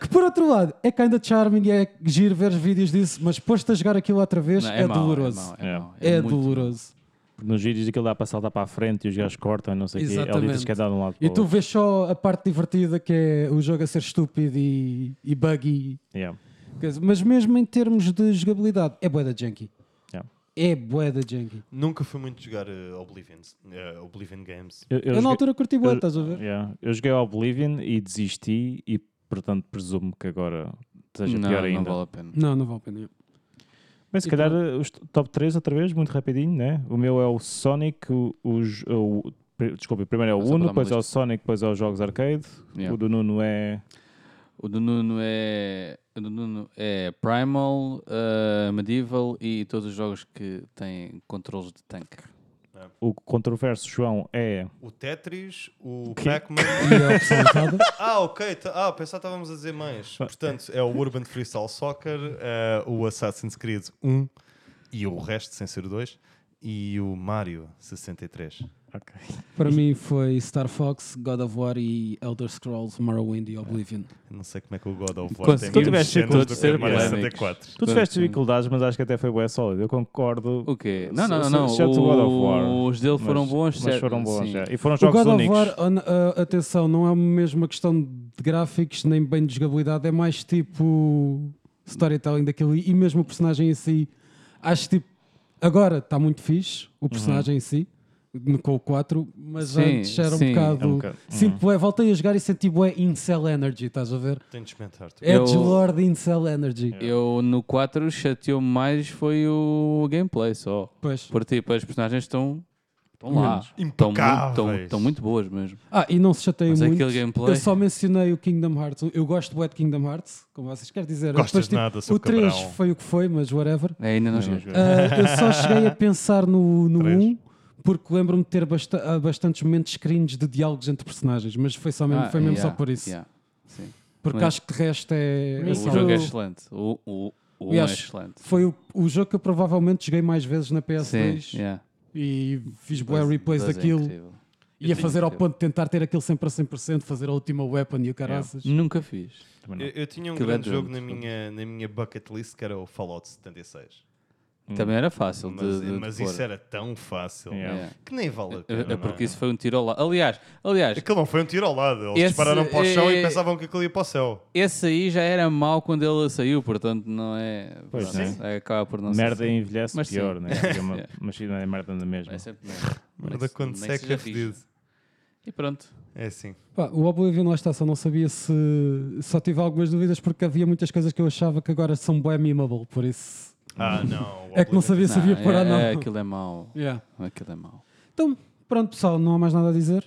S1: que por outro lado, é kinda charming e é giro ver os vídeos disso, mas posto a jogar aquilo outra vez
S5: Não,
S1: é,
S5: mau,
S1: doloroso.
S5: mau,
S6: É.
S5: mau,
S1: é
S5: muito mau.
S1: doloroso.
S6: Nos vídeos aquilo dá para saltar para a frente e os gajos cortam e não sei o quê. Ele diz
S1: Exatamente.
S6: que é dar de um lado para
S1: E
S6: o
S1: tu
S6: outro.
S1: vês só a parte divertida que é o jogo a ser estúpido e, e buggy.
S6: Yeah.
S1: coisa. Mas mesmo em termos de jogabilidade, é bué da junkie.
S6: Yeah.
S1: É bué da junkie.
S4: Nunca fui muito jogar eh, Oblivion, eh, Oblivion Games.
S6: Eu,
S1: Eu,
S6: eu
S1: na
S6: joguei-
S1: altura curti bué,
S6: eu-
S1: estás a ver?
S6: Yeah. Eu joguei ao Oblivion e desisti e, portanto, presumo que agora seja
S5: Não,
S6: pior
S5: não
S6: ainda.
S5: vale a pena.
S1: Não, não vale a pena.
S6: Mas se
S1: E
S6: calhar eh, os t- top 3 outra vez, muito rapidinho, né? O meu é o Sonic, o, os- o- pr- desculpa, primeiro é o
S5: Vamos
S6: Uno,
S5: abordar uma
S6: depois é o Sonic, depois é os jogos arcade.
S5: Yeah.
S6: O do Nuno é
S5: O do Nuno é, o do Nuno é Primal, eh, Medieval e todos os jogos que têm controles de tanque.
S6: o controverso João é
S4: O Tetris, o Pac-Man.
S1: E é a opção errada.
S4: (laughs) Ah, ok. tá- Ah, pensava que estávamos a dizer mais. Portanto, é o Urban Freestyle Soccer, eh, o Assassin's Creed 1 e o resto, sem ser o 2, e o Mario 63.
S1: Para mim foi Star Fox, God of War e Elder Scrolls, Morrowind e Oblivion.
S4: Eu não sei como é que o God of War
S5: Consegui-
S4: tem
S6: Tu
S4: menos
S6: tiveste
S4: cenas
S6: todos
S4: do que
S6: ser
S4: o Mario
S5: polémicos.
S4: 64.
S6: Tu tiveste dificuldades, mas acho que até foi boa sólido. Eu concordo.
S5: O quê? Não, não,
S6: Se-
S5: não.
S6: se-
S5: não.
S6: exceto o God of War.
S5: Os dele foram
S6: Mas-
S5: bons.
S6: Mas
S5: certo?
S6: foram bons,
S5: Sim.
S6: é. E foram
S1: O
S6: jogos
S1: God of
S6: únicos.
S1: War, an- ah, atenção, não é mesmo uma questão de gráficos nem bem de jogabilidade, é mais tipo storytelling daquilo e mesmo o personagem em si. Acho tipo, agora está muito fixe
S6: Uhum.
S1: o personagem em si, no- com o 4, mas
S5: Sim,
S1: antes era um
S5: sim.
S1: bocado.
S6: É um bocado,
S1: Sinto, bué, voltei a jogar e senti bué Incel Energy, estás a ver?
S4: Tenho de experimentar. tu.
S5: Eu-
S1: Edgelord Incel Energy.
S5: Eu no 4 chateou-me mais foi o gameplay só.
S1: Pois.
S5: Por tipo, as personagens estão estão lá. Estão muito,
S4: Impecáveis.
S5: estão, estão muito boas mesmo.
S1: Ah, e não se chateiem
S5: Mas é
S1: muito.
S5: aquele gameplay-
S1: Eu só mencionei o Kingdom Hearts. Eu gosto bué de Kingdom Hearts, como vocês querem dizer.
S4: Gostas
S1: Depois, tipo,
S4: nada, seu
S1: O 3
S4: cabrão.
S1: foi o que foi, mas whatever.
S5: É, ainda não cheguei.
S1: Ah, eu
S4: (laughs)
S1: só cheguei a pensar no, no
S4: Três.
S1: 1 porque lembro-me de ter basta ah, bastantes momentos cringe de diálogos entre personagens, mas foi, só mesmo,
S5: Ah,
S1: foi mesmo
S5: yeah,
S1: só por isso.
S5: yeah, sim.
S7: Porque
S5: Mas-
S7: acho que de resto é.
S5: O
S7: assim,
S5: jogo é
S7: eu-
S5: excelente. O, o, o
S7: eu
S5: um é
S7: acho-
S5: excelente.
S7: Foi o, o jogo que eu provavelmente joguei mais vezes na
S5: Sim,
S7: PS2
S5: yeah.
S7: e fiz boé
S5: Dois-
S7: replays
S5: dois é
S7: daquilo.
S5: incrível.
S7: ia
S5: tenho
S7: fazer ao
S5: incrível.
S7: ponto de tentar ter aquilo sempre a 100%, fazer a última weapon e o caraças.
S5: Nunca fiz.
S4: Eu, eu tinha um
S5: Aquilo é
S4: grande jogo na
S5: drone, desculpa.
S4: minha, na minha bucket list que era o Fallout 76.
S5: Também era fácil de-
S4: Mas,
S5: de, de
S4: mas
S5: pôr.
S4: isso era tão fácil
S6: Yeah.
S5: Yeah.
S4: que nem vale a
S5: É-
S4: pena.
S5: É
S4: não
S5: porque isso foi um tiro ao lado. Aliás, aliás,
S4: Aquilo não foi um tiro ao lado. Eles
S5: Esse-
S4: dispararam para o chão
S5: é-
S4: e pensavam que aquilo ia para o céu.
S5: esse aí já era mau quando ele saiu, portanto não é.
S6: Pois
S5: pronto, Acaba por não ser.
S6: merda envelhece
S5: Mas sim.
S6: pior, né? Porque é
S5: (laughs)
S6: uma-
S5: Yeah.
S6: Mas sim, não é merda na mesma.
S5: É sempre merda.
S4: Merda
S5: Nem que-
S4: quando
S5: nem que
S4: seca
S5: seja
S4: é
S5: fixe.
S4: fedido.
S5: E pronto.
S4: É assim.
S1: Pá, o Oblivion lá está, só não sabia se. Só tive algumas dúvidas porque havia muitas coisas que eu achava que agora são bem memeable, por isso.
S4: Ah, não. o
S1: É que não
S4: Oblivion-
S1: sabia se havia
S5: Não,
S1: por
S5: é,
S1: ou não.
S5: é, aquilo é mau.
S1: (laughs) Yeah.
S5: Aquilo é mau.
S1: Então, pronto, pessoal, não há mais nada a dizer.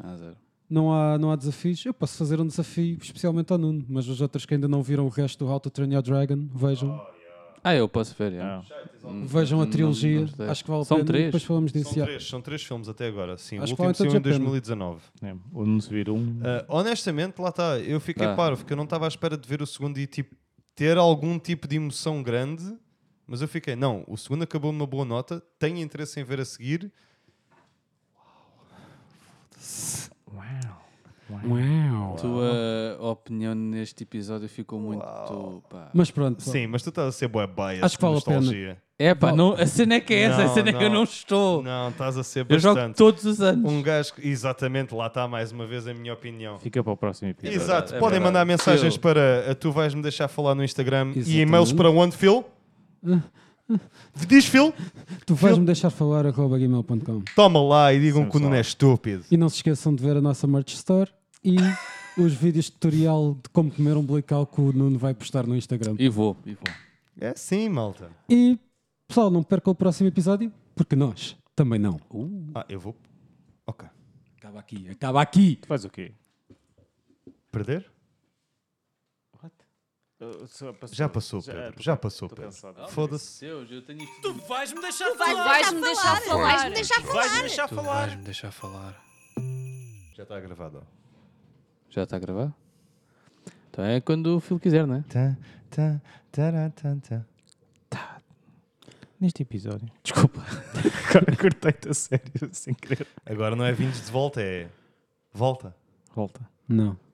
S5: Ah, zero.
S1: Não há, não há desafios. Eu posso fazer um desafio especialmente ao Nuno, mas os outros que ainda não viram o resto do How to Train Your Dragon, vejam.
S5: Ah, eu posso ver. yeah.
S6: Ah.
S1: Vejam a
S5: Não-
S1: trilogia.
S5: não sei.
S1: Acho que vale a
S5: São
S1: pena.
S5: três?
S1: Depois falamos disso.
S4: São
S1: já.
S4: três, são três filmes até agora. Sim,
S1: Acho
S4: o
S1: que vale
S4: último saiu
S1: todos
S4: em
S1: a pena.
S4: 2019.
S6: É. Onde nos vir um.
S4: Ah, honestamente, lá está. Eu fiquei
S5: Tá.
S4: paro, porque eu não estava à espera de ver o segundo e tipo, ter algum tipo de emoção grande. Mas eu fiquei, não, o segundo acabou numa boa nota. Tenho interesse em ver a seguir.
S5: Tua opinião neste episódio ficou muito. Pá.
S1: Mas pronto.
S4: Sim, mas tu estás a ser boa bias.
S1: Acho que vale a pena.
S4: nostalgia.
S5: É pá, não, a cena é que é essa, a
S4: Não,
S5: cena é que eu
S4: não.
S5: não estou.
S4: Não, estás a ser
S5: eu jogo
S4: bastante.
S5: todos os anos.
S4: Um gajo que, exatamente, lá está mais uma vez a minha opinião.
S6: Fica para o próximo episódio.
S4: Exato,
S5: é
S4: podem
S5: verdade.
S4: mandar mensagens
S5: Phil.
S4: para a tu vais me deixar falar no Instagram e e-mails
S1: Exatamente.
S4: para onde, Phil? Diz Phil,
S1: Tu vais-me deixar falar arroba gmail.com.
S4: toma lá e digam que o Nuno é
S6: Samsung.
S4: estúpido.
S1: E não se esqueçam de ver a nossa merch store (laughs) e os vídeos de tutorial de como comer um blical que o Nuno vai postar no Instagram.
S5: E vou, e vou.
S4: É sim, malta.
S1: E pessoal, não perca o próximo episódio, porque nós também não.
S4: Ah, eu vou. Ok.
S1: Acaba aqui, acaba aqui.
S6: Faz o quê?
S4: Perder? Já passou, Pedro. Já passou, Pedro. Foda-se.
S5: Deus, eu tenho isto.
S2: Tu vais-me deixar
S8: Tu
S2: falar.
S8: vais-me deixar falar.
S2: Tu vais-me deixar falar.
S5: me deixar falar.
S4: Já está gravado.
S5: Já está a gravar? Então é quando o Phil quiser, não é?
S4: Tá,
S6: Neste episódio. Desculpa. Agora (laughs) cortei-te a sério, (laughs) sem querer.
S4: Agora não é vindos de volta, é. Volta.
S6: Volta.
S1: Não.